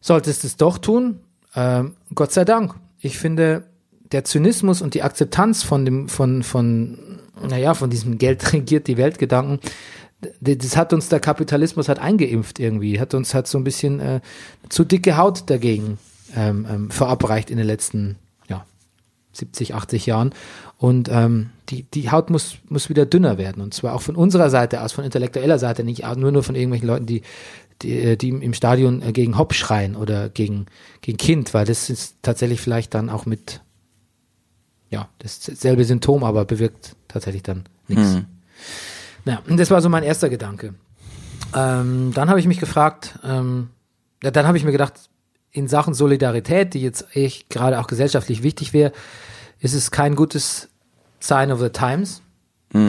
Speaker 2: Solltest es doch tun, ähm, Gott sei Dank. Ich finde, der Zynismus und die Akzeptanz von dem, von, von, naja, von diesem Geld regiert die Welt Gedanken, d- das hat uns der Kapitalismus hat eingeimpft irgendwie, hat uns hat so ein bisschen äh, zu dicke Haut dagegen ähm, ähm, verabreicht in den letzten ja, 70, 80 Jahren. Und ähm, die, die Haut muss, muss wieder dünner werden. Und zwar auch von unserer Seite aus, von intellektueller Seite, nicht auch nur, nur von irgendwelchen Leuten, die, die, äh, die im Stadion äh, gegen Hopp schreien oder gegen, gegen Kind, weil das ist tatsächlich vielleicht dann auch mit, ja, dasselbe Symptom, aber bewirkt tatsächlich dann nichts. Ja, und das war so mein erster Gedanke. Ähm, dann habe ich mich gefragt, ähm, ja, dann habe ich mir gedacht, in Sachen Solidarität, die jetzt echt gerade auch gesellschaftlich wichtig wäre, ist es kein gutes Sign of the Times.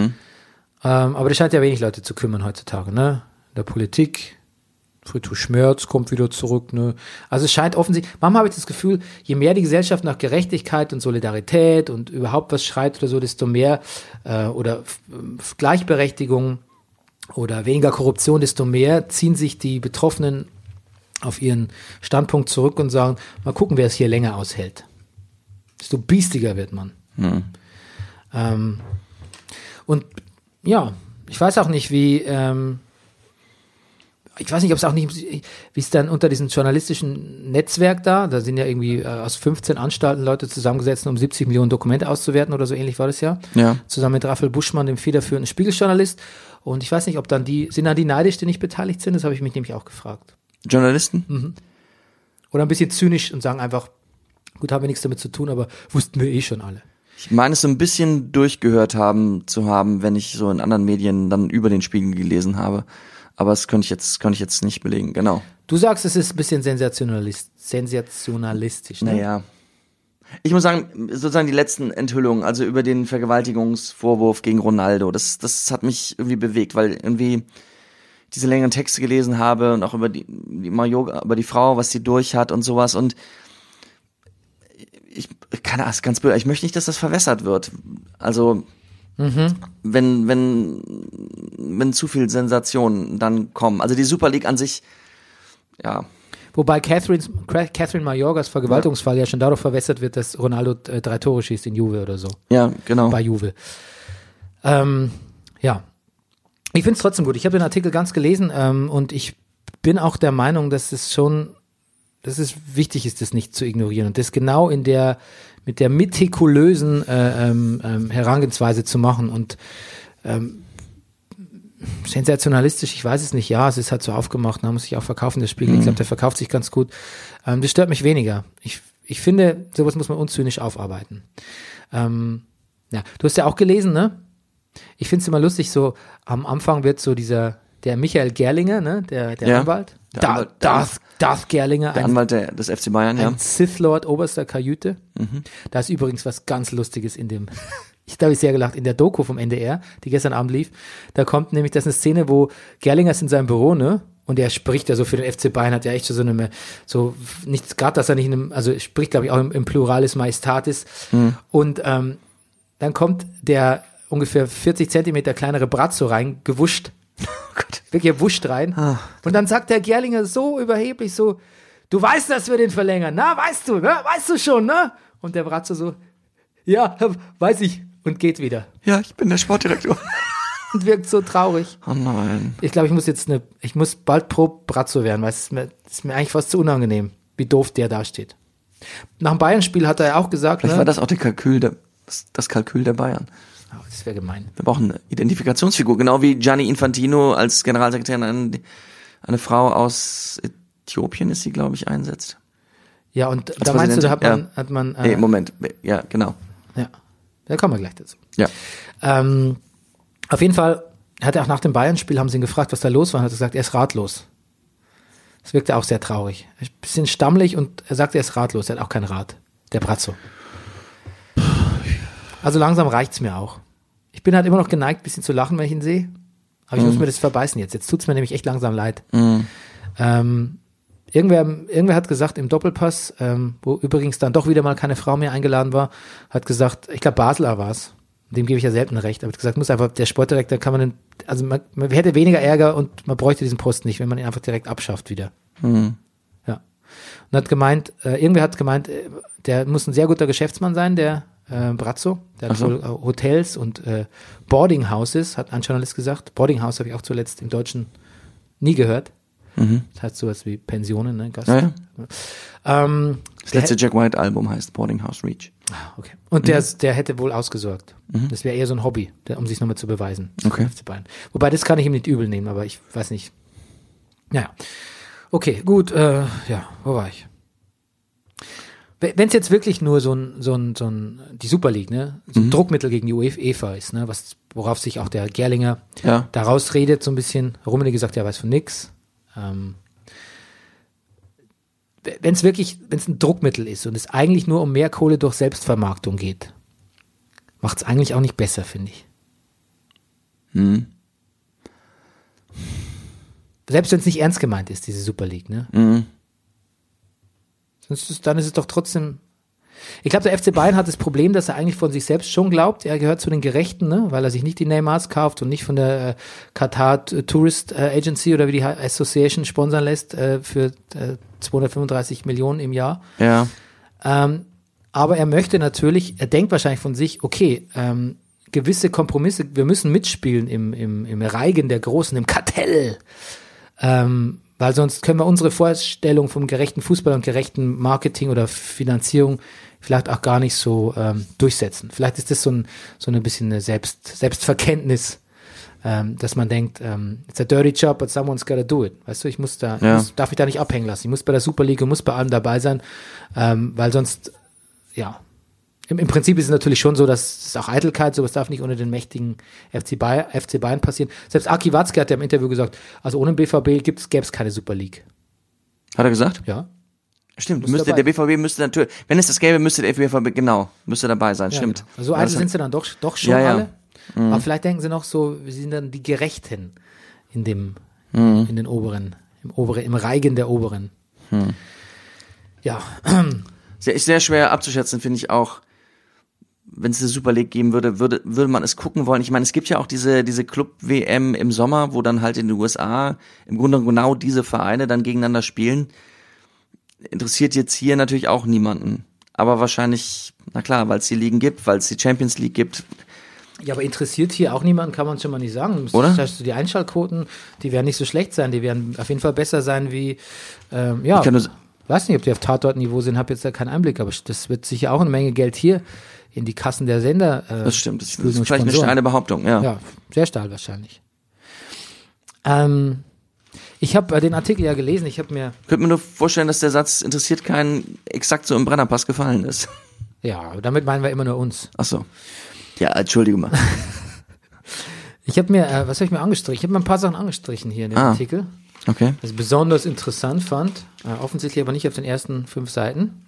Speaker 2: Ähm, aber das scheint ja wenig Leute zu kümmern heutzutage, ne? In der Politik, Friedhof Schmerz kommt wieder zurück, ne? Also es scheint offensichtlich, manchmal habe ich das Gefühl, je mehr die Gesellschaft nach Gerechtigkeit und Solidarität und überhaupt was schreit oder so, desto mehr äh, oder f- f- Gleichberechtigung oder weniger Korruption, desto mehr ziehen sich die Betroffenen auf ihren Standpunkt zurück und sagen, mal gucken, wer es hier länger aushält. Desto biestiger wird man. Ähm, und ja, ich weiß auch nicht, wie, ähm, ich weiß nicht, ob es auch nicht, wie es dann unter diesem journalistischen Netzwerk da, da sind ja irgendwie äh, aus 15 Anstalten Leute zusammengesetzt, um 70 Millionen Dokumente auszuwerten oder so ähnlich war das ja.
Speaker 1: Ja.
Speaker 2: Zusammen mit Raphael Buschmann, dem federführenden Spiegeljournalist. Und ich weiß nicht, ob dann die, sind dann die neidisch, die nicht beteiligt sind? Das habe ich mich nämlich auch gefragt.
Speaker 1: Journalisten?
Speaker 2: Oder ein bisschen zynisch und sagen einfach, gut, haben wir nichts damit zu tun, aber wussten wir eh schon alle.
Speaker 1: Ich meine es so ein bisschen durchgehört haben zu haben, wenn ich so in anderen Medien dann über den Spiegel gelesen habe. Aber das könnte ich jetzt, könnte ich jetzt nicht belegen, genau.
Speaker 2: Du sagst, es ist ein bisschen sensationalist, sensationalistisch. Ne?
Speaker 1: Naja. Ich muss sagen, sozusagen die letzten Enthüllungen, also über den Vergewaltigungsvorwurf gegen Ronaldo, das, das hat mich irgendwie bewegt, weil irgendwie diese längeren Texte gelesen habe und auch über die, die Mayoga, über die Frau, was sie durch hat und sowas und ich, keine Ahnung, ist ganz blöd, ich möchte nicht, dass das verwässert wird. Also,
Speaker 2: Mhm.
Speaker 1: wenn, wenn, wenn zu viel Sensationen dann kommen. Also die Super League an sich, ja,
Speaker 2: Wobei Catherine, Catherine Mayorgas Vergewaltigungsfall ja. schon dadurch verwässert wird, dass Ronaldo äh, drei Tore schießt in Juve oder so.
Speaker 1: ja, genau.
Speaker 2: Bei Juve. Ähm, ja. Ich finde es trotzdem gut. Ich habe den Artikel ganz gelesen ähm, und ich bin auch der Meinung, dass es schon, dass es wichtig ist, das nicht zu ignorieren und das genau in der, mit der metikulösen äh, ähm, ähm, Herangehensweise zu machen und sensationalistisch, ich weiß es nicht. Ja, es ist halt so aufgemacht, man muss sich auch verkaufen, das
Speaker 1: Mhm.
Speaker 2: Spiegel. Ich glaube, der verkauft sich ganz gut. Ähm, das stört mich weniger. Ich, ich finde, sowas muss man unzynisch aufarbeiten. Ähm, ja, du hast ja auch gelesen, ne? Ich finde es immer lustig, so am Anfang wird so dieser, der Michael Gerlinger, ne? Der, der
Speaker 1: Ja,
Speaker 2: Anwalt.
Speaker 1: der
Speaker 2: Da,
Speaker 1: Anwalt, der
Speaker 2: Darth, Darth Gerlinger,
Speaker 1: Der
Speaker 2: ein
Speaker 1: Anwalt der, des FC Bayern, ja.
Speaker 2: ein Sith Lord oberster Kajüte. Da ist übrigens was ganz Lustiges in dem. Ich da habe ich sehr gelacht in der Doku vom NDR, die gestern Abend lief. Da kommt nämlich das ist eine Szene, wo Gerlinger ist in seinem Büro, ne? Und er spricht ja so für den FC Bayern, hat ja echt so so eine, so nichts gerade, dass er nicht in einem, also er spricht glaube ich auch im, im Pluralis Majestatis. Und ähm, dann kommt der ungefähr 40 Zentimeter kleinere Brazzo rein, gewuscht. Wirklich gewuscht rein.
Speaker 1: Ah.
Speaker 2: Und dann sagt der Gerlinger so überheblich so, du weißt, dass wir den verlängern, na, weißt du, ne? weißt du schon, ne? Und der Brazzo so, ja, weiß ich. Und geht wieder.
Speaker 1: Ja, ich bin der Sportdirektor.
Speaker 2: Und wirkt so traurig.
Speaker 1: Oh nein.
Speaker 2: Ich glaube, ich muss jetzt eine, ich muss bald pro Brazzo werden, weil es ist mir, ist mir eigentlich fast zu unangenehm, wie doof der dasteht. Nach dem Bayern-Spiel hat er ja auch gesagt,
Speaker 1: Vielleicht
Speaker 2: ne?
Speaker 1: war das auch der Kalkül der, das, das Kalkül der Bayern.
Speaker 2: Oh, das wäre gemein.
Speaker 1: Wir brauchen eine Identifikationsfigur, genau wie Gianni Infantino als Generalsekretär eine, eine Frau aus Äthiopien ist sie, glaube ich, einsetzt.
Speaker 2: Ja, und
Speaker 1: Als
Speaker 2: da meinst du, da hat man,
Speaker 1: Präsidentin, ja.
Speaker 2: hat man,
Speaker 1: Nee,
Speaker 2: äh,
Speaker 1: Moment. Ja, genau.
Speaker 2: ja, da kommen wir gleich dazu.
Speaker 1: Ja.
Speaker 2: Ähm, auf jeden Fall hat er auch nach dem Bayern-Spiel, haben sie ihn gefragt, was da los war, und hat er gesagt, er ist ratlos. Das wirkte auch sehr traurig. Ein bisschen stammlich und er sagte, er ist ratlos, er hat auch kein Rat. Der Brazzo. Also langsam reicht's mir auch. Ich bin halt immer noch geneigt, ein bisschen zu lachen, wenn ich ihn sehe. Aber ich muss mir das verbeißen jetzt. Jetzt tut's mir nämlich echt langsam leid. Ähm, Irgendwer, irgendwer hat gesagt, im Doppelpass, ähm, wo übrigens dann doch wieder mal keine Frau mehr eingeladen war, hat gesagt, ich glaube Basler war es, dem gebe ich ja selten recht, aber hat gesagt, muss einfach, der Sportdirektor kann man, den, also man, man hätte weniger Ärger und man bräuchte diesen Posten nicht, wenn man ihn einfach direkt abschafft wieder. Ja. Und hat gemeint, äh, irgendwer hat gemeint, äh, der muss ein sehr guter Geschäftsmann sein, der äh, Brazzo. Der hat wohl äh, Hotels und äh, Boarding Houses, hat ein Journalist gesagt. Boarding House habe ich auch zuletzt im Deutschen nie gehört. Das heißt sowas wie Pensionen, ne? Gast.
Speaker 1: Mhm. Ja, ja.
Speaker 2: Ähm, ah,
Speaker 1: Das letzte Mhm. Jack White Album heißt Boarding House Reach.
Speaker 2: okay. Und der, der hätte wohl ausgesorgt. Das wäre eher so ein Hobby, der, um sich nochmal zu beweisen. zum
Speaker 1: Mhm. Okay.
Speaker 2: FC Bayern. Wobei, das kann ich ihm nicht übel nehmen, aber ich weiß nicht. Naja. Okay, gut, äh, ja, wo war ich? Wenn es jetzt wirklich nur so ein, so ein, so ein, die Super League, ne? So ein Druckmittel gegen die UEFA ist, ne? Was, worauf sich auch der Gerlinger
Speaker 1: Ja.
Speaker 2: da rausredet, so ein bisschen. Rummenigge sagt, er weiß von nix. Ähm, wenn es wirklich, wenn es ein Druckmittel ist und es eigentlich nur um mehr Kohle durch Selbstvermarktung geht, macht es eigentlich auch nicht besser, finde ich. Selbst wenn es nicht ernst gemeint ist, diese Super League, ne? Sonst ist, dann ist es doch trotzdem. Ich glaube, der FC Bayern hat das Problem, dass er eigentlich von sich selbst schon glaubt, er gehört zu den Gerechten, ne? weil er sich nicht die Neymars kauft und nicht von der äh, Qatar T- Tourist äh, Agency oder wie die he- Association sponsern lässt äh, für äh, 235 Millionen im Jahr.
Speaker 1: Ja.
Speaker 2: Ähm, aber er möchte natürlich, er denkt wahrscheinlich von sich, okay, ähm, gewisse Kompromisse, wir müssen mitspielen im, im, im Reigen der Großen, im Kartell. Ähm, weil sonst können wir unsere Vorstellung vom gerechten Fußball und gerechten Marketing oder Finanzierung vielleicht auch gar nicht so ähm, durchsetzen. Vielleicht ist das so ein, so ein bisschen eine Selbst, Selbstverkenntnis, ähm, dass man denkt, ähm, it's a dirty job, but someone's gotta do it. Weißt du, ich muss da,
Speaker 1: Ja.
Speaker 2: ich muss, darf mich da nicht abhängen lassen. Ich muss bei der Super League, ich muss bei allem dabei sein, ähm, weil sonst, ja. Im, Im Prinzip ist es natürlich schon so, dass es ist auch Eitelkeit, sowas darf nicht ohne den mächtigen FC, Bay, FC Bayern passieren. Selbst Aki Watzke hat ja im Interview gesagt, also ohne BVB gibt's, gäbe es keine Super League.
Speaker 1: Hat er gesagt?
Speaker 2: Ja.
Speaker 1: Stimmt,
Speaker 2: Muss
Speaker 1: müsste,
Speaker 2: dabei-
Speaker 1: der BVB müsste natürlich, wenn es das gäbe, müsste der BVB, genau, müsste dabei sein,
Speaker 2: Ja,
Speaker 1: stimmt.
Speaker 2: Genau. Also
Speaker 1: Ja,
Speaker 2: eitel
Speaker 1: das
Speaker 2: sind sie dann doch, doch schon
Speaker 1: Ja, Mhm. ja.
Speaker 2: alle. Aber vielleicht denken sie noch so, wir sind dann die Gerechten in dem,
Speaker 1: Mhm.
Speaker 2: in den oberen, im oberen, im Reigen der oberen.
Speaker 1: Mhm.
Speaker 2: Ja,
Speaker 1: sehr, ist sehr schwer abzuschätzen, finde ich auch. Wenn es eine Super League geben würde, würde, würde man es gucken wollen. Ich meine, es gibt ja auch diese, diese Club-WM im Sommer, wo dann halt in den USA im Grunde genau diese Vereine dann gegeneinander spielen. Interessiert jetzt hier natürlich auch niemanden. Aber wahrscheinlich, na klar, weil es die Ligen gibt, weil es die Champions League gibt.
Speaker 2: ja, aber interessiert hier auch niemanden, kann man schon mal nicht sagen. Das
Speaker 1: Oder?
Speaker 2: heißt, die Einschaltquoten, die werden nicht so schlecht sein, die werden auf jeden Fall besser sein wie, ähm, ja.
Speaker 1: Ich kann nur s-
Speaker 2: weiß nicht, ob die auf Tatort-Niveau sind, habe jetzt da keinen Einblick, aber das wird sicher auch eine Menge Geld hier in die Kassen der Sender. Äh,
Speaker 1: Das stimmt, das ist
Speaker 2: spülen und
Speaker 1: vielleicht eine
Speaker 2: Sponsoren.
Speaker 1: steile Behauptung, ja.
Speaker 2: Ja, sehr steil wahrscheinlich. Ähm, ich habe äh, den Artikel ja gelesen, ich habe mir,
Speaker 1: Könnte mir nur vorstellen, dass der Satz interessiert keinen exakt so im Brennerpass gefallen ist.
Speaker 2: ja, damit meinen wir immer nur uns.
Speaker 1: Ach so. Ja, entschuldige mal.
Speaker 2: Ich habe mir, äh, was habe ich mir angestrichen? Ich habe mir ein paar Sachen angestrichen hier in dem
Speaker 1: Ah.
Speaker 2: Artikel,
Speaker 1: Okay.
Speaker 2: was ich besonders interessant fand, äh, offensichtlich aber nicht auf den ersten fünf Seiten.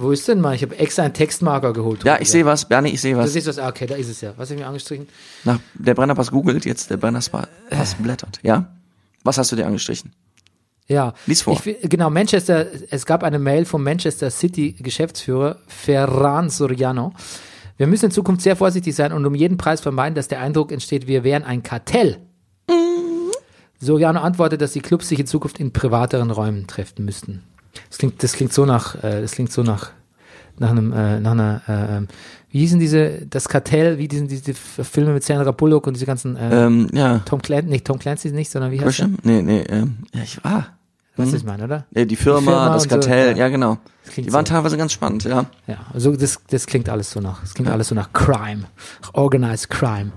Speaker 2: Wo ist denn mal? Ich habe extra einen Textmarker geholt.
Speaker 1: Ja,
Speaker 2: heute
Speaker 1: ich
Speaker 2: wieder.
Speaker 1: sehe was, Bernie, ich sehe
Speaker 2: Du
Speaker 1: was.
Speaker 2: siehst was, ah, okay, da ist es ja. Was habe ich mir angestrichen?
Speaker 1: Nach der Brennerpass googelt, jetzt der Brennerpass
Speaker 2: Äh.
Speaker 1: blättert, ja? Was hast du dir angestrichen?
Speaker 2: Ja.
Speaker 1: Lies vor.
Speaker 2: Ich, will- genau, Manchester, es gab eine Mail vom Manchester City Geschäftsführer Ferran Soriano. Wir müssen in Zukunft sehr vorsichtig sein und um jeden Preis vermeiden, dass der Eindruck entsteht, wir wären ein Kartell. Soriano antwortet, dass die Clubs sich in Zukunft in privateren Räumen treffen müssten. Das klingt, das klingt so nach, äh, das klingt so nach, nach einem, äh, nach einer, äh, ähm, wie hießen diese, das Kartell, wie hießen diese F- Filme mit Sandra Bullock und diese ganzen, äh,
Speaker 1: Ähm, ja.
Speaker 2: Tom Clancy, nicht Tom Clancy nicht, sondern wie heißt der?
Speaker 1: Grisham? Nee, nee, ähm, ja, ich, ah,
Speaker 2: Weißt du, was ich meine, oder?
Speaker 1: nee, die Firma,
Speaker 2: Firma
Speaker 1: das
Speaker 2: und so,
Speaker 1: Kartell,
Speaker 2: ja.
Speaker 1: ja, genau.
Speaker 2: klingt
Speaker 1: Die waren
Speaker 2: so.
Speaker 1: teilweise ganz spannend, ja.
Speaker 2: Ja, also das, das klingt alles so nach, das klingt alles so nach Crime, nach Organized Crime.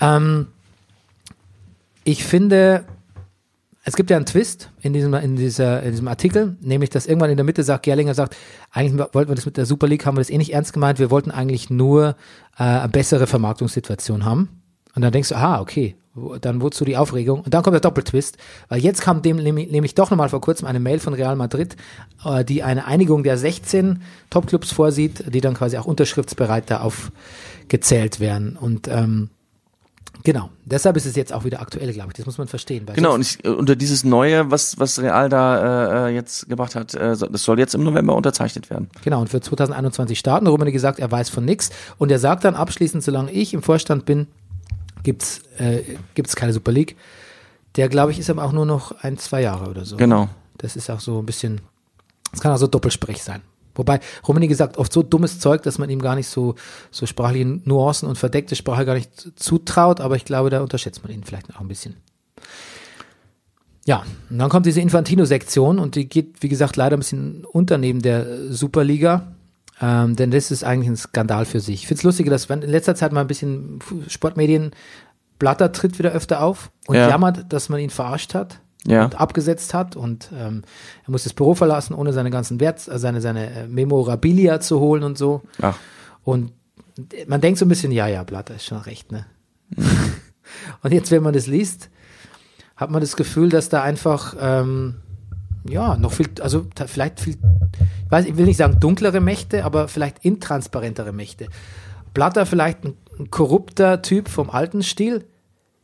Speaker 2: Ähm, ich finde, es gibt ja einen Twist in diesem, in, dieser, in diesem Artikel, nämlich, dass irgendwann in der Mitte sagt, Gerlinger sagt, eigentlich wollten wir das mit der Super League, haben wir das eh nicht ernst gemeint, wir wollten eigentlich nur äh, eine bessere Vermarktungssituation haben. Und dann denkst du, aha, okay, wo- dann wozu die Aufregung? Und dann kommt der Doppeltwist, weil jetzt kam dem nämlich nämlich doch nochmal vor kurzem eine Mail von Real Madrid, äh, die eine Einigung der 16 Topclubs vorsieht, die dann quasi auch unterschriftsbereit da aufgezählt werden. Und ähm, genau, deshalb ist es jetzt auch wieder aktuell, glaube ich, das muss man verstehen. weil
Speaker 1: Genau,
Speaker 2: sonst-
Speaker 1: und ich, äh, unter dieses Neue, was, was Real da äh, äh, jetzt gebracht hat, äh, so- das soll jetzt im November unterzeichnet werden.
Speaker 2: Genau, und für 2021 starten. Rummenigge sagt, er weiß von nichts. Und er sagt dann abschließend, solange ich im Vorstand bin, gibt's äh, gibt's keine Super League. Der, glaube ich, ist aber auch nur noch ein, zwei Jahre oder so.
Speaker 1: Genau.
Speaker 2: Das ist auch so ein bisschen, das kann auch so Doppelsprech sein. Wobei Rummenigge sagt oft so dummes Zeug, dass man ihm gar nicht so, so sprachliche Nuancen und verdeckte Sprache gar nicht zutraut, aber ich glaube, da unterschätzt man ihn vielleicht auch ein bisschen. Ja, und dann kommt diese Infantino-Sektion und die geht, wie gesagt, leider ein bisschen unter neben der äh, Superliga. Ähm, denn das ist eigentlich ein Skandal für sich. Ich finde es lustig, dass wenn in letzter Zeit mal ein bisschen Fu- Sportmedien Blatter tritt wieder öfter auf und
Speaker 1: Ja.
Speaker 2: jammert, dass man ihn verarscht hat.
Speaker 1: Ja.
Speaker 2: und abgesetzt hat und ähm, er muss das Büro verlassen, ohne seine ganzen Wert, äh, seine, seine äh, Memorabilia zu holen und so.
Speaker 1: Ach,
Speaker 2: Und man denkt so ein bisschen, ja, ja, Blatter ist schon recht, ne? und jetzt, wenn man das liest, hat man das Gefühl, dass da einfach, ähm, ja, noch viel, also ta- vielleicht viel, ich weiß, ich will nicht sagen dunklere Mächte, aber vielleicht intransparentere Mächte. Blatter vielleicht ein, ein korrupter Typ vom alten Stil.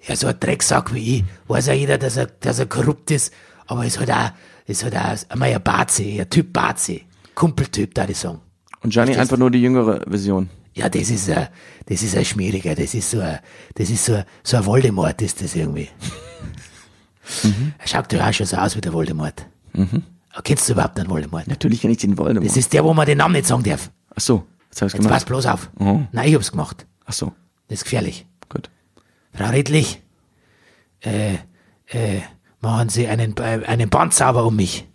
Speaker 2: Ja, so ein Drecksack wie ich. Weiß ja jeder, dass er, dass er korrupt ist. Aber ist halt auch, ist halt auch einmal ein Bazi, ein Typ Bazi. Kumpeltyp, da die sagen.
Speaker 1: und Gianni einfach nur die jüngere Version.
Speaker 2: Ja, das ist ein, das ist ein schmieriger, das ist so ein, das ist so ein, so ein Voldemort ist das irgendwie. Er schaut ja auch schon so aus wie der Voldemort. Kennst du überhaupt den Voldemort?
Speaker 1: Natürlich kenne ich den Voldemort.
Speaker 2: Das ist der, wo man den Namen nicht sagen darf.
Speaker 1: Ach so, jetzt habe ich
Speaker 2: Jetzt
Speaker 1: gemacht.
Speaker 2: pass bloß auf. Nein, ich hab's gemacht.
Speaker 1: Ach so,
Speaker 2: Das ist gefährlich.
Speaker 1: gut.
Speaker 2: Frau Riedlich, äh, äh, machen Sie einen, äh, einen Bandzauber um mich.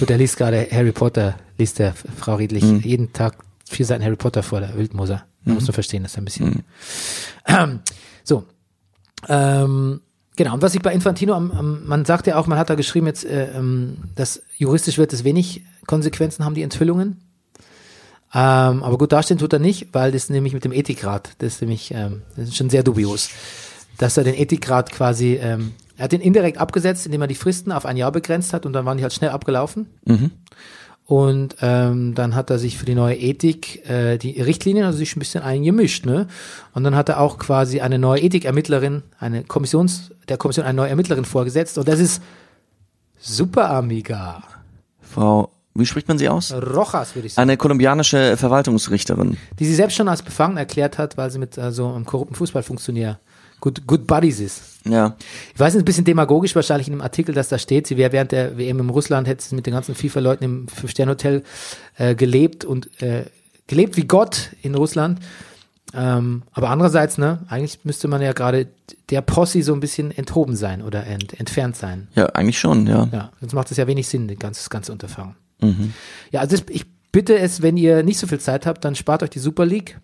Speaker 2: Gut, er liest gerade Harry Potter, liest der F- Frau Riedlich jeden Tag vier Seiten Harry Potter vor, der Wildmoser. Da musst du verstehen, das ist ein bisschen. So. Ähm, genau, und was ich bei Infantino, am, am, man sagt ja auch, man hat da geschrieben jetzt, äh, ähm, dass juristisch wird es wenig Konsequenzen haben, die Enthüllungen. Ähm, aber gut dastehen tut er nicht, weil das nämlich mit dem Ethikrat, das ist nämlich ähm, das ist schon sehr dubios, dass er den Ethikrat quasi, ähm, er hat den indirekt abgesetzt, indem er die Fristen auf ein Jahr begrenzt hat und dann waren die halt schnell abgelaufen. Und ähm, dann hat er sich für die neue Ethik äh, die Richtlinien, also sich ein bisschen eingemischt, ne? Und dann hat er auch quasi eine neue Ethikermittlerin, eine Kommissions, der Kommission eine neue Ermittlerin vorgesetzt. Und das ist Super Amiga.
Speaker 1: Frau, wie spricht man sie aus?
Speaker 2: Rojas, würde ich sagen.
Speaker 1: Eine kolumbianische Verwaltungsrichterin.
Speaker 2: Die sie selbst schon als befangen erklärt hat, weil sie mit äh, so einem korrupten Fußballfunktionär good, good buddies ist.
Speaker 1: Ja.
Speaker 2: Ich weiß nicht, ein bisschen demagogisch wahrscheinlich in dem Artikel, dass da steht, sie wäre während der WM in Russland, hätte sie mit den ganzen FIFA-Leuten im Fünf-Sterne-Hotel äh, gelebt und äh, gelebt wie Gott in Russland. Ähm, aber andererseits, ne, eigentlich müsste man ja gerade der Posse so ein bisschen enthoben sein oder ent, entfernt sein.
Speaker 1: Ja, eigentlich schon, ja.
Speaker 2: Ja, sonst macht es ja wenig Sinn, das ganze, das ganze Unterfangen.
Speaker 1: Mhm.
Speaker 2: Ja, also das, ich bitte es, wenn ihr nicht so viel Zeit habt, dann spart euch die Super League,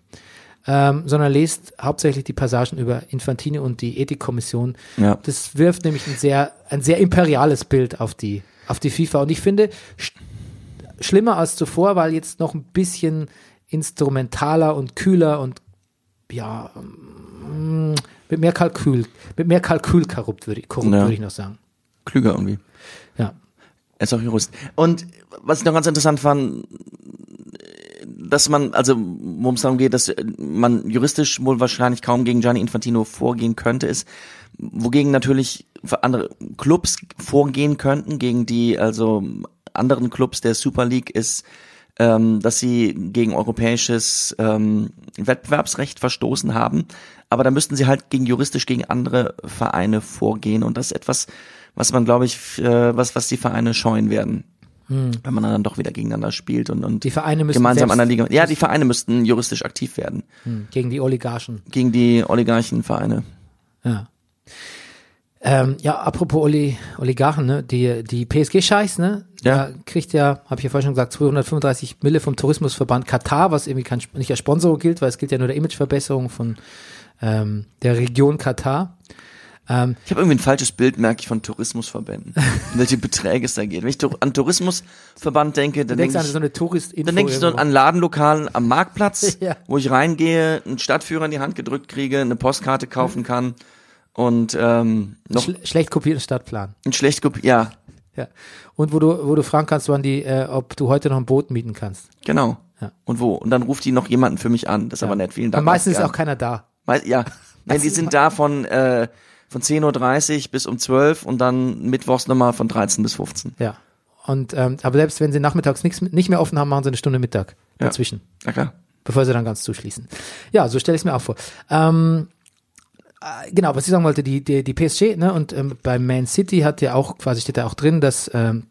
Speaker 2: ähm, sondern lest hauptsächlich die Passagen über Infantine und die Ethikkommission.
Speaker 1: Ja.
Speaker 2: Das wirft nämlich ein sehr, ein sehr imperiales Bild auf die, auf die FIFA. Und ich finde, sch schlimmer als zuvor, weil jetzt noch ein bisschen instrumentaler und kühler und ja, mm, mit mehr Kalkül, mit mehr Kalkül korrupt, würde ich, korrupt,
Speaker 1: Ja.
Speaker 2: würde ich noch sagen.
Speaker 1: Klüger irgendwie.
Speaker 2: Ja.
Speaker 1: Er ist auch Jurist. Und was ich noch ganz interessant fand, dass man, also worum es darum geht, dass man juristisch wohl wahrscheinlich kaum gegen Gianni Infantino vorgehen könnte, ist, wogegen natürlich für andere Clubs vorgehen könnten, gegen die also anderen Clubs der Super League ist, ähm, dass sie gegen europäisches ähm, Wettbewerbsrecht verstoßen haben. Aber da müssten sie halt gegen juristisch gegen andere Vereine vorgehen. Und das ist etwas, was man, glaube ich, f- äh, was, was die Vereine scheuen werden. Wenn man dann doch wieder gegeneinander spielt und, und
Speaker 2: Hm. Die Vereine müssen
Speaker 1: gemeinsam an der
Speaker 2: selbst-
Speaker 1: Liga. Ja, die Vereine müssten juristisch aktiv werden.
Speaker 2: Gegen die Oligarchen.
Speaker 1: Gegen die Oligarchenvereine.
Speaker 2: Ja. Ähm, ja, apropos Oli, Oligarchen, ne? die, die PSG-Scheiß, ne?
Speaker 1: Ja.
Speaker 2: Da kriegt ja, habe ich ja vorhin schon gesagt, 235 Mille vom Tourismusverband Katar, was irgendwie kein, nicht als Sponsor gilt, weil es gilt ja nur der Imageverbesserung von ähm, der Region Katar.
Speaker 1: Ich habe irgendwie ein falsches Bild, merke ich, von Tourismusverbänden. um welche Beträge es da geht. Wenn ich to- an Tourismusverband denke, dann
Speaker 2: Du denkst
Speaker 1: denke
Speaker 2: an
Speaker 1: ich,
Speaker 2: so eine Tourist-Info.
Speaker 1: dann denke ich so
Speaker 2: irgendwo.
Speaker 1: an Ladenlokalen am Marktplatz,
Speaker 2: Ja.
Speaker 1: wo ich reingehe, einen Stadtführer in die Hand gedrückt kriege, eine Postkarte kaufen kann und ähm, noch
Speaker 2: Schle schlecht kopierten Stadtplan.
Speaker 1: ein schlecht kopi- Ja,
Speaker 2: Ja. Und wo du, wo du fragen kannst, wann die, äh, ob du heute noch ein Boot mieten kannst.
Speaker 1: genau.
Speaker 2: Ja.
Speaker 1: Und wo? Und dann ruft die noch jemanden für mich an. Das ist aber nett. Vielen Dank.
Speaker 2: Und meistens ist
Speaker 1: Gern.
Speaker 2: auch keiner da.
Speaker 1: Mei- Ja, Nein, die sind da von, äh, von 10.30 Uhr bis um 12 Uhr und dann mittwochs nochmal von 13 bis 15.
Speaker 2: Ja. Und ähm, aber selbst wenn sie nachmittags nichts nicht mehr offen haben, machen sie eine Stunde Mittag
Speaker 1: Ja.
Speaker 2: dazwischen,
Speaker 1: Na klar.
Speaker 2: bevor sie dann ganz zuschließen. Ja, so stelle ich es mir auch vor. Ähm, äh, genau, was ich sagen wollte, die die, die PSG ne und ähm, bei Man City hat ja auch quasi steht da auch drin, dass ähm,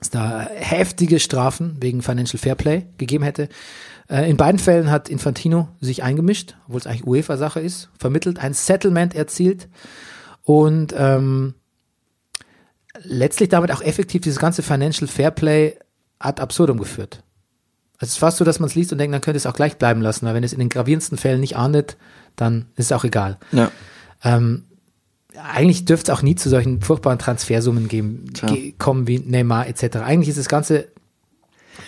Speaker 2: es da heftige Strafen wegen Financial Fairplay gegeben hätte. Äh, in beiden Fällen hat Infantino sich eingemischt, obwohl es eigentlich UEFA-Sache ist, vermittelt, ein Settlement erzielt und ähm, letztlich damit auch effektiv dieses ganze Financial Fairplay ad absurdum geführt. Also es ist fast so, dass man es liest und denkt, dann könnte es auch gleich bleiben lassen, weil wenn es in den gravierendsten Fällen nicht ahndet, dann ist es auch egal.
Speaker 1: Ja.
Speaker 2: Ähm, eigentlich dürfte es auch nie zu solchen furchtbaren Transfersummen geben,
Speaker 1: Tja.
Speaker 2: ge- kommen wie Neymar etc. Eigentlich ist das Ganze,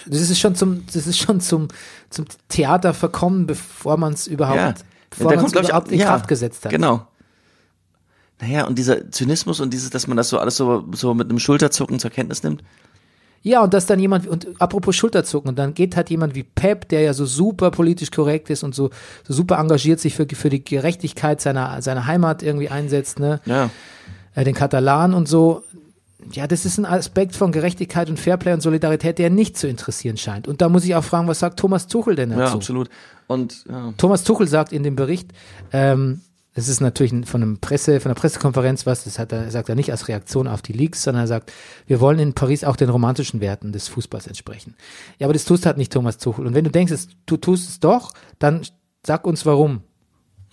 Speaker 2: das ist schon zum, das ist schon zum, zum Theater verkommen, bevor man es überhaupt,
Speaker 1: Ja.
Speaker 2: bevor man es
Speaker 1: glaub
Speaker 2: überhaupt in
Speaker 1: ja,
Speaker 2: Kraft gesetzt hat.
Speaker 1: Genau. Naja, und dieser Zynismus und dieses, dass man das so alles so, so mit einem Schulterzucken zur Kenntnis nimmt.
Speaker 2: Ja, und dass dann jemand, und apropos Schulterzucken, und dann geht halt jemand wie Pep, der ja so super politisch korrekt ist und so, so super engagiert sich für, für die Gerechtigkeit seiner, seiner Heimat irgendwie einsetzt, ne?
Speaker 1: Ja.
Speaker 2: äh, den Katalanen und so. Ja, das ist ein Aspekt von Gerechtigkeit und Fairplay und Solidarität, der nicht zu interessieren scheint. Und da muss ich auch fragen, was sagt Thomas Tuchel denn
Speaker 1: Ja,
Speaker 2: dazu?
Speaker 1: absolut. Und ja.
Speaker 2: Thomas Tuchel sagt in dem Bericht, ähm, es ist natürlich ein- von, einem Presse, von einer Pressekonferenz was, das hat er, sagt er nicht als Reaktion auf die Leaks, sondern er sagt, wir wollen in Paris auch den romantischen Werten des Fußballs entsprechen. Ja, aber das tust halt nicht Thomas Tuchel. Und wenn du denkst, es, du tust es doch, dann sag uns warum.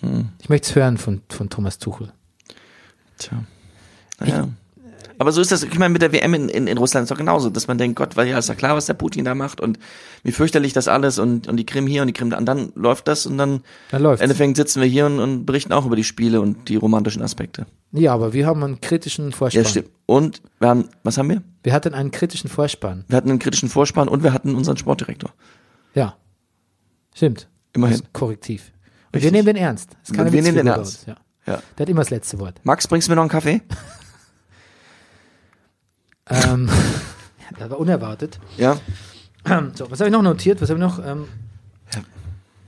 Speaker 1: Hm.
Speaker 2: Ich möchte es hören von, von Thomas Tuchel.
Speaker 1: Tja. Naja. Aber so ist das, ich meine, mit der WM in, in, in Russland ist doch genauso, dass man denkt, Gott, weil ja ist ja klar, was der Putin da macht und wie fürchterlich das alles und, und die Krim hier und die Krim da. Und dann läuft das und dann
Speaker 2: Dann läuft's.
Speaker 1: Endeffekt sitzen wir hier und, und berichten auch über die Spiele und die romantischen Aspekte.
Speaker 2: Ja, aber wir haben einen kritischen Vorspann.
Speaker 1: Ja, stimmt. Und wir haben, was haben wir?
Speaker 2: Wir hatten einen kritischen Vorspann.
Speaker 1: Wir hatten einen kritischen Vorspann und wir hatten unseren Sportdirektor.
Speaker 2: Ja. Stimmt.
Speaker 1: Immerhin.
Speaker 2: Das ist korrektiv. Und
Speaker 1: Richtig.
Speaker 2: wir nehmen den ernst. Das
Speaker 1: Und
Speaker 2: kann
Speaker 1: wir nehmen den ernst.
Speaker 2: Ja.
Speaker 1: Ja.
Speaker 2: Der hat immer das letzte Wort.
Speaker 1: Max, bringst du mir noch einen Kaffee?
Speaker 2: Ähm, das war unerwartet.
Speaker 1: Ja.
Speaker 2: So, was habe ich noch notiert? Was habe ich noch? Ähm,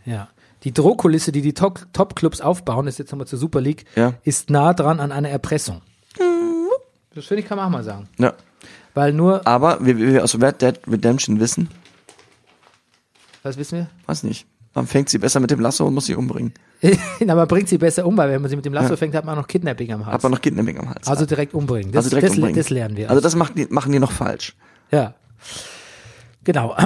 Speaker 2: ja. Die Drohkulisse, die die Top- Top-Clubs aufbauen, ist jetzt nochmal zur Super League,
Speaker 1: Ja.
Speaker 2: ist nah dran an einer Erpressung. Das finde ich, kann man auch mal sagen.
Speaker 1: Ja.
Speaker 2: Weil nur,
Speaker 1: Aber wir, wir aus Red Dead Redemption wissen,
Speaker 2: was wissen
Speaker 1: weiß nicht, man fängt sie besser mit dem Lasso und muss sie umbringen.
Speaker 2: wir? Na, man bringt sie besser um, weil wenn man sie mit dem Lasso
Speaker 1: Ja.
Speaker 2: fängt, hat man auch noch Kidnapping am Hals.
Speaker 1: Hat man noch Kidnapping am Hals.
Speaker 2: Also direkt umbringen. Das,
Speaker 1: also direkt
Speaker 2: das,
Speaker 1: umbringen.
Speaker 2: das lernen wir.
Speaker 1: Also das machen die, machen die noch falsch.
Speaker 2: ja. Genau.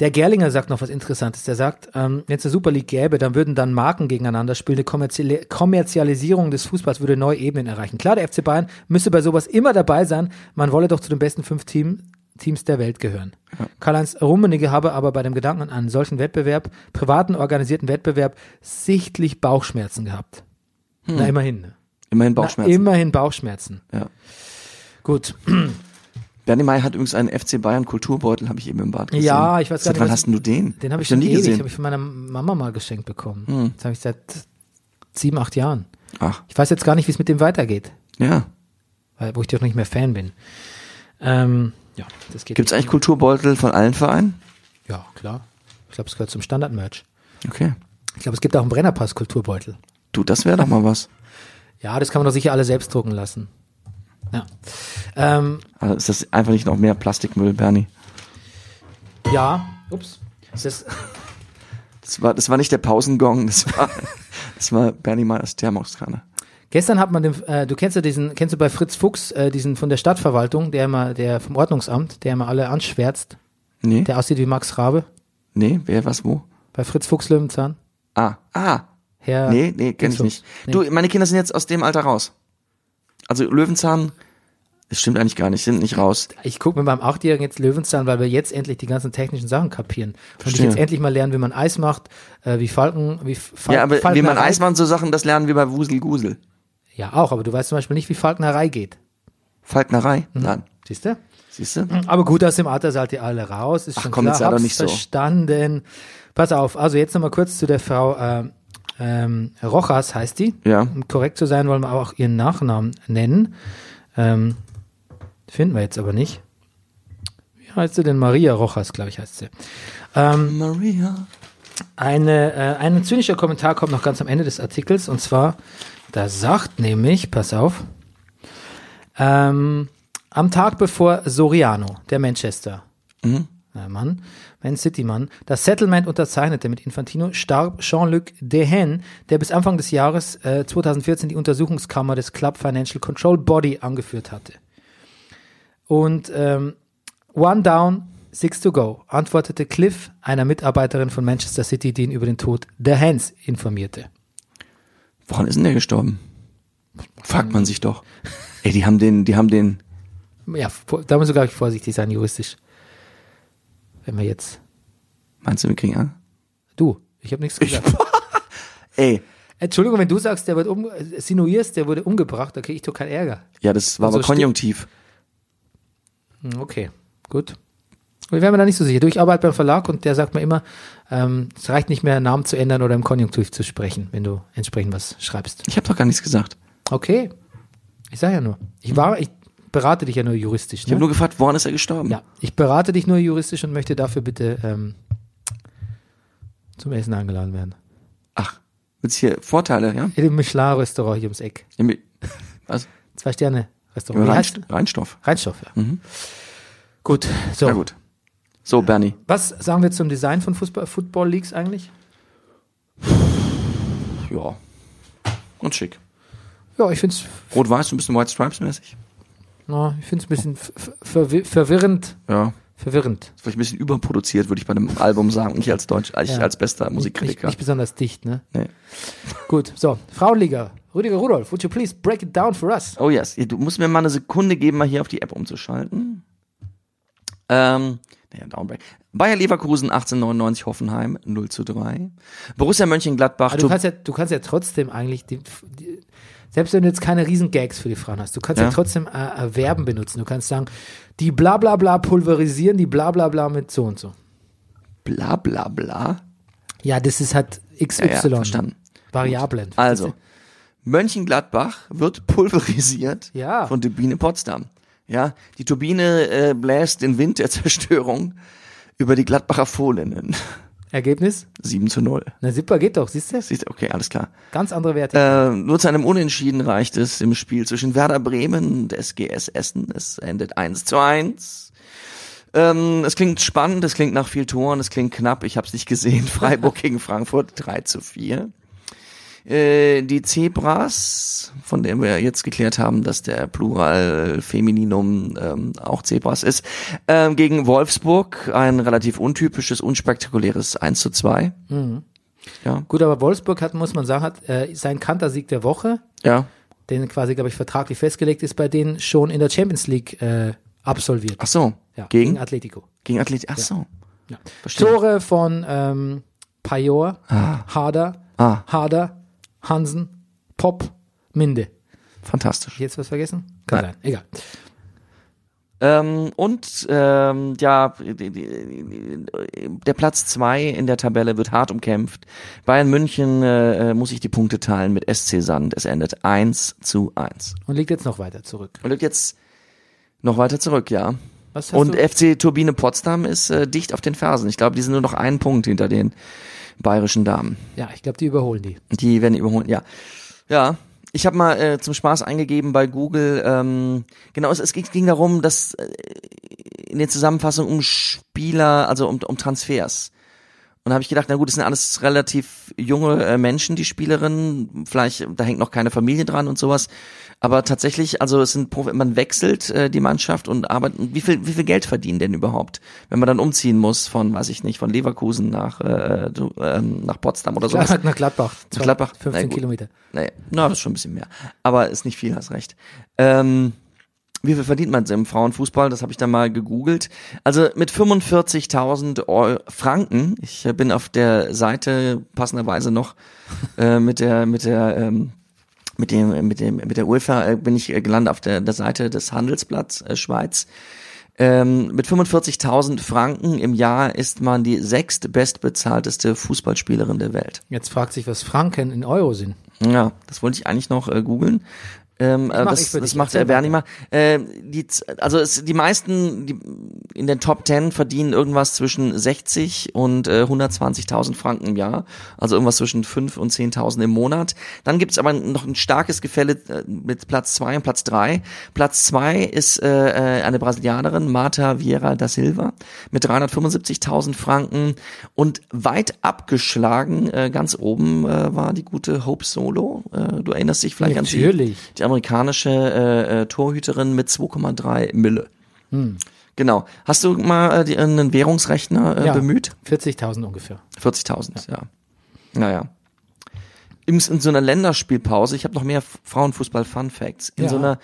Speaker 2: Der Gerlinger sagt noch was Interessantes. Der sagt, ähm, wenn es eine Super League gäbe, dann würden dann Marken gegeneinander spielen. Die Kommerziali Kommerzialisierung des Fußballs würde neue Ebenen erreichen. Klar, der FC Bayern müsste bei sowas immer dabei sein. Man wolle doch zu den besten fünf Team, Teams der Welt gehören. Karl-Heinz Rummenigge habe aber bei dem Gedanken an einen solchen Wettbewerb, privaten organisierten Wettbewerb, sichtlich Bauchschmerzen gehabt. Na, immerhin. ne?
Speaker 1: Immerhin
Speaker 2: Na,
Speaker 1: Bauchschmerzen.
Speaker 2: immerhin Bauchschmerzen.
Speaker 1: Ja.
Speaker 2: Gut.
Speaker 1: Bernie May hat übrigens einen FC Bayern Kulturbeutel, habe ich eben im Bad gesehen.
Speaker 2: Ja, ich weiß gar
Speaker 1: Seit
Speaker 2: nicht,
Speaker 1: Wann
Speaker 2: was-
Speaker 1: hast denn du den?
Speaker 2: Den habe ich
Speaker 1: noch Hm.
Speaker 2: schon ewig, habe ich von meiner Mama mal geschenkt bekommen. Das habe ich seit sieben, acht Jahren.
Speaker 1: Ach,
Speaker 2: Ich weiß jetzt gar nicht, wie es mit dem weitergeht,
Speaker 1: ja.
Speaker 2: weil, wo ich doch nicht mehr Fan bin. Ähm, ja, das geht.
Speaker 1: Gibt's
Speaker 2: nicht.
Speaker 1: eigentlich Kulturbeutel von allen Vereinen?
Speaker 2: Ja, klar. Ich glaube, es gehört zum Standard-Merch.
Speaker 1: Okay.
Speaker 2: Ich glaube, es gibt auch einen Brennerpass-Kulturbeutel.
Speaker 1: Du, das wäre doch mal was.
Speaker 2: Ja, das kann man doch sicher alle selbst drucken lassen. Ja. Ähm,
Speaker 1: Also ist das einfach nicht noch mehr Plastikmüll, Bernie?
Speaker 2: ja. Ups. Das ist,
Speaker 1: Das war, das war nicht der Pausengong, das war, das war Bernie Meyers Thermoskanne.
Speaker 2: Gestern hat man den, äh, du kennst ja diesen, kennst du bei Fritz Fuchs, äh, diesen von der Stadtverwaltung, der immer, der vom Ordnungsamt, der immer alle anschwärzt,
Speaker 1: Nee,
Speaker 2: der aussieht wie Max Rabe,
Speaker 1: nee, wer, was, wo?
Speaker 2: bei Fritz Fuchs Löwenzahn.
Speaker 1: Ah, ah,
Speaker 2: Herr
Speaker 1: nee, nee, kenne ich
Speaker 2: Fuchs.
Speaker 1: nicht.
Speaker 2: Nee.
Speaker 1: Du, meine Kinder sind jetzt aus dem Alter raus. Also Löwenzahn, das stimmt eigentlich gar nicht, sind nicht raus.
Speaker 2: Ich gucke mit meinem Achtjährigen jetzt Löwenzahn, weil wir jetzt endlich die ganzen technischen Sachen kapieren. Und ich
Speaker 1: Verstehe.
Speaker 2: jetzt endlich mal lernen, wie man Eis macht, äh, wie Falken, wie Falken.
Speaker 1: Ja, aber wie man Eis macht, so Sachen, das lernen wir bei Wuselgusel.
Speaker 2: Ja, auch, aber du weißt zum Beispiel nicht, wie Falknerei geht.
Speaker 1: Falknerei?
Speaker 2: Mhm.
Speaker 1: Nein.
Speaker 2: Siehst du?
Speaker 1: Siehst du?
Speaker 2: Aber gut, aus dem Alter seid ihr alle raus. Ist
Speaker 1: Mhm. Ach
Speaker 2: schon
Speaker 1: komm,
Speaker 2: klar.
Speaker 1: jetzt sei doch
Speaker 2: Hab's
Speaker 1: nicht so.
Speaker 2: verstanden. Pass auf, also jetzt nochmal kurz zu der Frau ähm, ähm, Rochas, heißt die.
Speaker 1: Ja.
Speaker 2: Um korrekt zu sein, wollen wir auch ihren Nachnamen nennen. Ähm, finden wir jetzt aber nicht. Wie heißt sie denn? Maria Rochas, glaube ich, heißt sie. Mhm.
Speaker 1: Maria.
Speaker 2: Eine, äh, ein zynischer Kommentar kommt noch ganz am Ende des Artikels und zwar, da sagt nämlich, pass auf, ähm, am Tag bevor Soriano, der Manchester, äh, Mann, Man City Mann, das Settlement unterzeichnete mit Infantino, starb Jean-Luc Dehaene, der bis Anfang des Jahres äh, 2014 die Untersuchungskammer des Club Financial Control Body angeführt hatte. Und ähm, One down, six to go, antwortete Cliff, einer Mitarbeiterin von Manchester City, die ihn über den Tod der Hans informierte.
Speaker 1: Woran ist denn der gestorben? Fragt man sich doch. Ey, die haben den, die haben den,
Speaker 2: Ja, vor- da muss man, glaube ich, vorsichtig sein, juristisch. Wenn wir jetzt.
Speaker 1: ah? meinst du, wir kriegen an?
Speaker 2: Du, ich habe nichts gesagt.
Speaker 1: Ey,
Speaker 2: Entschuldigung, wenn du sagst, der wird um, sinuierst, der wurde umgebracht, da kriege ich doch keinen Ärger.
Speaker 1: Ja, das war
Speaker 2: Also
Speaker 1: aber
Speaker 2: stimmt-
Speaker 1: konjunktiv.
Speaker 2: Hm, Okay, gut. Ich wäre mir da nicht so sicher. Du, ich arbeite beim Verlag und der sagt mir immer, ähm, es reicht nicht mehr, Namen zu ändern oder im Konjunktiv zu sprechen, wenn du entsprechend was schreibst.
Speaker 1: Ich habe doch gar nichts gesagt.
Speaker 2: Okay. Ich sage ja nur. Ich war, ich berate dich ja nur juristisch.
Speaker 1: Ich habe
Speaker 2: Ne?
Speaker 1: nur gefragt, woran ist er gestorben?
Speaker 2: ja, ich berate dich nur juristisch und möchte dafür bitte ähm, zum Essen eingeladen werden.
Speaker 1: Ach, jetzt hier Vorteile, ja?
Speaker 2: Im Michelin-Restaurant hier ums Eck.
Speaker 1: Im, was?
Speaker 2: Zwei Sterne
Speaker 1: Im
Speaker 2: Restaurant. Wie heißt-
Speaker 1: Reinst Reinstoff.
Speaker 2: Reinstoff, ja. Gut, so.
Speaker 1: Na Mhm. gut. So, Bernie.
Speaker 2: Was sagen wir zum Design von Fußball, Football Leagues eigentlich?
Speaker 1: Ja. Und schick.
Speaker 2: Ja, ich finde es
Speaker 1: Rot-Weiß, so ein bisschen White Stripes-mäßig.
Speaker 2: ich find's ein bisschen f- f- verwir verwirrend.
Speaker 1: Ja.
Speaker 2: Verwirrend.
Speaker 1: Ist vielleicht ein bisschen überproduziert, würde ich bei einem Album sagen. Ich als Deutsch, ich
Speaker 2: Ja.
Speaker 1: als bester
Speaker 2: Nicht,
Speaker 1: Musikkritiker.
Speaker 2: nicht besonders dicht, ne?
Speaker 1: Nee.
Speaker 2: Gut, so. Frauenliga. Rüdiger Rudolf, would you please break it down for us?
Speaker 1: Oh yes, du musst mir mal eine Sekunde geben, mal hier auf die App umzuschalten. Ähm, naja, Downbreak. Bayer Leverkusen 1899, Hoffenheim 0 zu 3. Borussia Mönchengladbach.
Speaker 2: Aber Ah, du
Speaker 1: Du,
Speaker 2: kannst ja, du kannst ja trotzdem eigentlich, die, die, selbst wenn du jetzt keine riesen Gags für die Frauen hast, du kannst ja,
Speaker 1: Ja.
Speaker 2: trotzdem äh, äh, Verben benutzen. Du kannst sagen, die bla bla bla pulverisieren, die bla bla bla mit so und so.
Speaker 1: bla bla bla.
Speaker 2: Ja, das ist halt XY.
Speaker 1: Ja, ja, verstanden.
Speaker 2: Variablen.
Speaker 1: Also, Mönchengladbach wird pulverisiert
Speaker 2: Ja.
Speaker 1: von Turbine Potsdam. Ja, die Turbine äh, bläst den Wind der Zerstörung über die Gladbacher Fohlen.
Speaker 2: Ergebnis? 7
Speaker 1: zu 0.
Speaker 2: Na super, geht doch, siehst du?
Speaker 1: Siehst du? Okay, alles klar.
Speaker 2: Ganz andere Werte.
Speaker 1: Äh, nur zu einem Unentschieden reicht es im Spiel zwischen Werder Bremen und SGS Essen. Es endet 1 zu 1. Ähm, es klingt spannend, es klingt nach viel Toren, es klingt knapp, ich habe es nicht gesehen. Freiburg gegen Frankfurt 3 zu 4. Äh, die Zebras, von dem wir jetzt geklärt haben, dass der Plural Femininum ähm, auch Zebras ist, ähm, gegen Wolfsburg ein relativ untypisches, unspektakuläres 1 zu 2. Ja,
Speaker 2: Gut, aber Wolfsburg hat, muss man sagen, hat äh, seinen Kantersieg der Woche,
Speaker 1: ja.
Speaker 2: den quasi, glaube ich, vertraglich festgelegt ist, bei denen schon in der Champions League äh, absolviert.
Speaker 1: Ach so,
Speaker 2: Ja,
Speaker 1: gegen?
Speaker 2: Atletico.
Speaker 1: Gegen Athlet, ach so.
Speaker 2: Ja.
Speaker 1: Verstehe.
Speaker 2: Tore von ähm, Pajor, Harder,
Speaker 1: Ah.
Speaker 2: Harder, Hansen, Pop, Minde. Hab ich
Speaker 1: Fantastisch.
Speaker 2: jetzt was vergessen? Kann
Speaker 1: Nein.
Speaker 2: sein. Egal.
Speaker 1: Ähm, und ähm, ja, die- die- die- der Platz zwei in der Tabelle wird hart umkämpft. Bayern München äh, äh, muss sich die Punkte teilen mit SC Sand. Es endet 1 zu 1.
Speaker 2: Und liegt jetzt noch weiter zurück.
Speaker 1: Und liegt jetzt noch weiter zurück, ja.
Speaker 2: Was hast
Speaker 1: Und
Speaker 2: du?
Speaker 1: FC Turbine Potsdam ist äh, dicht auf den Fersen. Ich glaube, die sind nur noch einen Punkt hinter den bayerischen Damen.
Speaker 2: Ja, ich glaube, die überholen die.
Speaker 1: Die werden überholen, ja. Ja. Ich habe mal äh, zum Spaß eingegeben bei Google, ähm, genau, es, es ging ging darum, dass äh, in der Zusammenfassung um Spieler, also um, um Transfers. Und da habe ich gedacht, na gut, das sind alles relativ junge äh, Menschen, die Spielerinnen, vielleicht, äh, da hängt noch keine Familie dran und sowas. Aber tatsächlich, also es sind Profi man wechselt äh, die Mannschaft und arbeitet. und Wie viel, wie viel Geld verdienen denn überhaupt, wenn man dann umziehen muss von, weiß ich nicht, von Leverkusen nach, äh, du- ähm, nach Potsdam oder sowas?
Speaker 2: Klar, nach Gladbach. Zwei-
Speaker 1: Gladbach. Na
Speaker 2: 15
Speaker 1: gut.
Speaker 2: Kilometer.
Speaker 1: Nee, na, das ist schon ein bisschen mehr. Aber ist nicht viel, hast recht. Ähm, wie viel verdient man im Frauenfußball? Das habe ich dann mal gegoogelt. Also mit 45.000 Eu- Franken, ich äh, bin auf der Seite passenderweise noch äh, mit der, mit der, ähm, mit dem, mit dem, mit der UEFA äh, bin ich äh, gelandet auf der, der Seite des Handelsblatts äh, Schweiz. Ähm, mit 45.000 Franken im Jahr ist man die sechstbestbezahlteste Fußballspielerin der Welt.
Speaker 2: Jetzt fragt sich, was Franken in Euro sind.
Speaker 1: Ja, das wollte ich eigentlich noch äh, googeln. Ähm, äh,
Speaker 2: mach ich
Speaker 1: das,
Speaker 2: für
Speaker 1: das
Speaker 2: dich,
Speaker 1: macht
Speaker 2: erzähl
Speaker 1: der Bernima. Äh, die, Z- also es, die meisten die in den Top 10 verdienen irgendwas zwischen 60 und äh, 120.000 Franken im Jahr. Also irgendwas zwischen 5 und 10.000 im Monat. Dann gibt's aber noch ein starkes Gefälle äh, mit Platz 2 und Platz 3. Platz 2 ist äh, äh, eine Brasilianerin, Marta Vieira da Silva, mit 375.000 Franken. Und weit abgeschlagen, äh, ganz oben äh, war die gute Hope Solo. Äh, du erinnerst dich vielleicht an sie
Speaker 2: Natürlich.
Speaker 1: die amerikanische äh, äh, Torhüterin mit 2,3 Mille. Genau. Hast du mal äh, die, einen Währungsrechner äh,
Speaker 2: Ja.
Speaker 1: bemüht?
Speaker 2: 40.000 ungefähr.
Speaker 1: 40.000, ja. Naja. In, in so einer Länderspielpause, ich habe noch mehr Frauenfußball-Fun-Facts, in
Speaker 2: Ja.
Speaker 1: so einer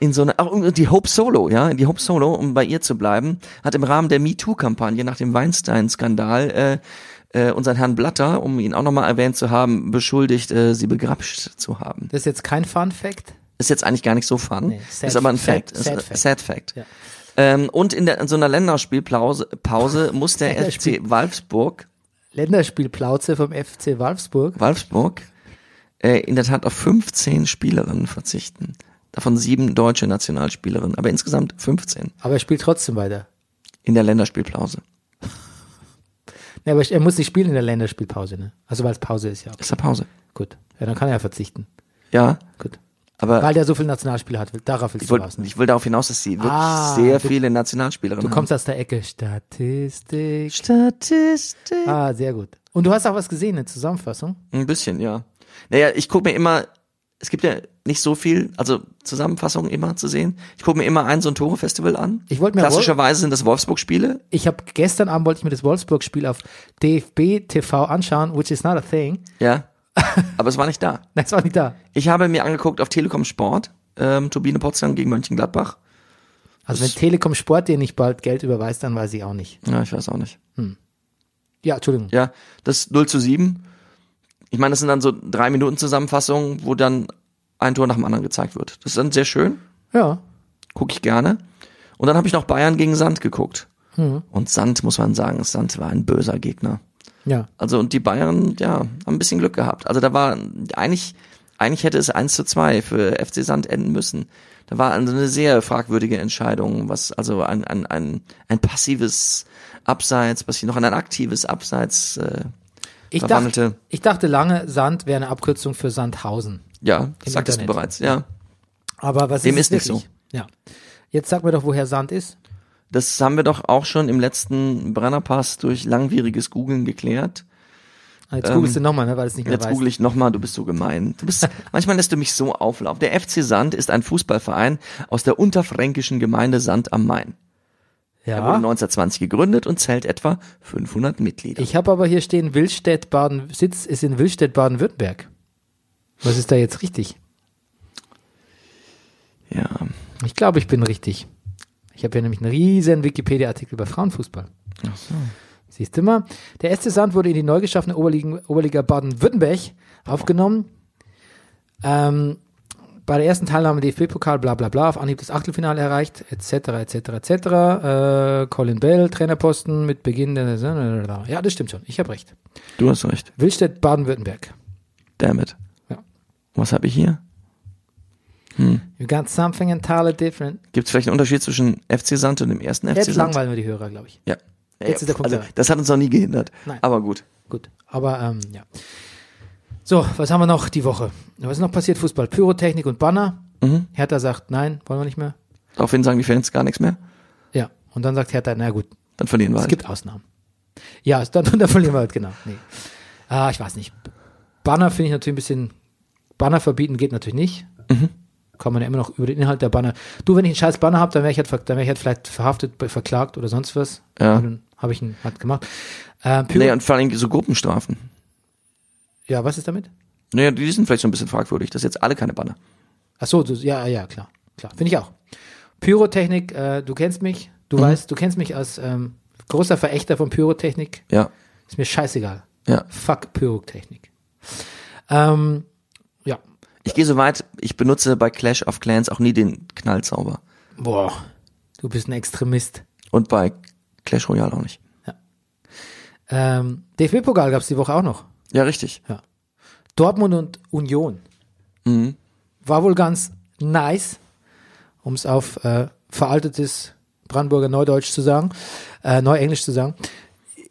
Speaker 1: in so einer, ach, und die Hope Solo, ja, die Hope Solo, um bei ihr zu bleiben, hat im Rahmen der MeToo-Kampagne nach dem Weinstein-Skandal äh, äh, unseren Herrn Blatter, um ihn auch nochmal erwähnt zu haben, beschuldigt, äh, sie begrapscht zu haben.
Speaker 2: Das ist jetzt kein Fun Fact.
Speaker 1: Ist jetzt eigentlich gar nicht so fun,
Speaker 2: Nee, sad
Speaker 1: ist aber ein
Speaker 2: fact,
Speaker 1: Fact, ist
Speaker 2: sad
Speaker 1: ein
Speaker 2: fact.
Speaker 1: sad fact.
Speaker 2: Ja.
Speaker 1: Ähm, und in, der, in so einer Länderspielpause Pause muss der FC
Speaker 2: Länderspiel-
Speaker 1: Wolfsburg,
Speaker 2: Länderspielplauze vom FC Wolfsburg.
Speaker 1: Wolfsburg äh, in der Tat auf 15 Spielerinnen verzichten. Davon sieben deutsche Nationalspielerinnen, aber insgesamt 15
Speaker 2: Aber er spielt trotzdem weiter.
Speaker 1: in der Länderspielpause.
Speaker 2: Nee, aber er muss nicht spielen in der Länderspielpause, ne? Also weil es Pause ist, ja.
Speaker 1: Ist da Pause?
Speaker 2: Gut. Ja, dann kann er ja verzichten.
Speaker 1: Ja,
Speaker 2: Gut.
Speaker 1: aber
Speaker 2: Weil der so viel Nationalspiele hat, will- darauf willst
Speaker 1: ich
Speaker 2: du
Speaker 1: wollte
Speaker 2: raus. Ne?
Speaker 1: ich will darauf hinaus, dass sie wirklich
Speaker 2: Ah,
Speaker 1: sehr
Speaker 2: du-
Speaker 1: viele Nationalspielerinnen
Speaker 2: Du kommst aus der Ecke. Statistik.
Speaker 1: Statistik.
Speaker 2: Ah, sehr gut. Und du hast auch was gesehen, eine Zusammenfassung.
Speaker 1: Ein bisschen, ja. Naja, ich gucke mir immer, es gibt ja nicht so viel, also Zusammenfassungen immer zu sehen. Ich gucke mir immer ein so ein Tore-Festival an.
Speaker 2: Ich wollte mir
Speaker 1: Klassischerweise sind das Wolfsburg-Spiele.
Speaker 2: Ich habe gestern Abend wollte ich mir das Wolfsburg-Spiel auf DFB TV anschauen, which is not a thing.
Speaker 1: Ja. Aber es war nicht da.
Speaker 2: Nein, es war nicht da.
Speaker 1: Ich habe mir angeguckt auf Telekom Sport, ähm, Turbine Potsdam gegen Mönchengladbach.
Speaker 2: Also wenn Telekom Sport dir nicht bald Geld überweist, dann weiß ich auch nicht.
Speaker 1: Ja, ich weiß auch nicht.
Speaker 2: Ja, Entschuldigung.
Speaker 1: Ja, das 0 zu 7. Ich meine, das sind dann so drei Minuten Zusammenfassungen, wo dann ein Tor nach dem anderen gezeigt wird. Das ist dann sehr schön.
Speaker 2: Ja.
Speaker 1: gucke ich gerne. Und dann habe ich noch Bayern gegen Sand geguckt. Und Sand, muss man sagen, Sand war ein böser Gegner.
Speaker 2: Ja.
Speaker 1: Also und die Bayern, ja, haben ein bisschen Glück gehabt. Also da war eigentlich, eigentlich hätte es 1 zu 2 für FC Sand enden müssen. Da war also eine sehr fragwürdige Entscheidung, was also ein, ein, ein, ein passives Abseits, was sich noch in ein aktives Abseits, äh,
Speaker 2: Ich dachte,
Speaker 1: Verwandelte.
Speaker 2: ich dachte lange, Sand wäre eine Abkürzung für Sandhausen.
Speaker 1: ja, sagtest du
Speaker 2: Internet.
Speaker 1: bereits, ja.
Speaker 2: Aber was
Speaker 1: Dem
Speaker 2: ist,
Speaker 1: ist nicht
Speaker 2: es wirklich? Ja. Jetzt sag mir doch, woher Sand ist.
Speaker 1: Das haben wir doch auch schon im letzten Brennerpass durch langwieriges Googeln geklärt.
Speaker 2: Ah, Jetzt googelst du nochmal, ne, weil es nicht mehr
Speaker 1: Ähm, Jetzt
Speaker 2: weiß.
Speaker 1: google ich nochmal, du bist so gemein. Du bist, manchmal lässt du mich so auflaufen. Der FC Sand ist ein Fußballverein aus der unterfränkischen Gemeinde Sand am Main. Er wurde
Speaker 2: Ja.
Speaker 1: 1920 gegründet und zählt etwa 500 Mitglieder.
Speaker 2: Ich habe aber hier stehen, Willstedt, Baden, Sitz ist in Willstedt, Baden-Württemberg. Was ist da jetzt richtig?
Speaker 1: ja,
Speaker 2: Ich glaube, ich bin richtig. Ich habe hier nämlich einen riesen Wikipedia-Artikel über Frauenfußball. Ach so. Siehst du mal, der SC Sand wurde in die neu geschaffene Oberliga, Oberliga Baden-Württemberg aufgenommen. Ähm, bei der ersten Teilnahme DFB-Pokal, bla bla bla, auf Anhieb das Achtelfinale erreicht, etc., etc., etc. Äh, Colin Bell, Trainerposten mit Beginn der... Ja, das stimmt schon, ich habe recht.
Speaker 1: du hast recht.
Speaker 2: Willstedt, Baden-Württemberg.
Speaker 1: Damn it.
Speaker 2: Ja.
Speaker 1: Was habe ich hier?
Speaker 2: You got something entirely different.
Speaker 1: Gibt es vielleicht einen Unterschied zwischen FC Sand und dem ersten FC
Speaker 2: Jetzt
Speaker 1: Sand?
Speaker 2: langweilen wir die Hörer, glaube ich.
Speaker 1: Ja.
Speaker 2: Jetzt ist der Punkt
Speaker 1: also,
Speaker 2: da.
Speaker 1: das hat uns noch nie gehindert.
Speaker 2: Nein.
Speaker 1: Aber gut.
Speaker 2: Gut, aber ähm, ja. So, was haben wir noch die Woche? Was ist noch passiert? Fußball, Pyrotechnik und Banner.
Speaker 1: Mhm.
Speaker 2: Hertha sagt, nein, wollen wir nicht mehr.
Speaker 1: Daraufhin sagen die Fans gar nichts mehr.
Speaker 2: Ja, und dann sagt Hertha, na gut,
Speaker 1: Dann verlieren wir
Speaker 2: es
Speaker 1: halt.
Speaker 2: gibt Ausnahmen. Ja, es- dann, dann verlieren wir halt, genau. Nee. Ah, ich weiß nicht. Banner finde ich natürlich ein bisschen, Banner verbieten geht natürlich nicht.
Speaker 1: Mhm.
Speaker 2: Kann man ja immer noch über den Inhalt der Banner. Du, wenn ich einen scheiß Banner habe, dann wäre ich, halt, ver- dann wär ich halt vielleicht verhaftet, be- verklagt oder sonst was.
Speaker 1: Ja.
Speaker 2: Und Dann habe ich ihn halt gemacht. Äh, Pyro,
Speaker 1: Nee, und vor allem so Gruppenstrafen.
Speaker 2: ja, was ist damit?
Speaker 1: Naja, die sind vielleicht so ein bisschen fragwürdig, dass jetzt alle keine Banner.
Speaker 2: Ach so, du, ja, ah, ja, klar, klar, finde ich auch. Pyrotechnik, äh, du kennst mich, du weißt, du kennst mich als ähm, großer Verächter von Pyrotechnik.
Speaker 1: Ja.
Speaker 2: Ist mir scheißegal.
Speaker 1: Ja.
Speaker 2: Fuck Pyrotechnik. Ähm, ja,
Speaker 1: Ich gehe so weit, ich benutze bei Clash of Clans auch nie den Knallzauber.
Speaker 2: boah, du bist ein Extremist.
Speaker 1: Und bei Clash Royale auch nicht.
Speaker 2: Ähm, DFB-Pokal gab es die Woche auch noch.
Speaker 1: Ja, richtig.
Speaker 2: Dortmund und Union. War wohl ganz nice, um es auf äh, veraltetes Brandenburger Neudeutsch zu sagen, äh, Neuenglisch zu sagen.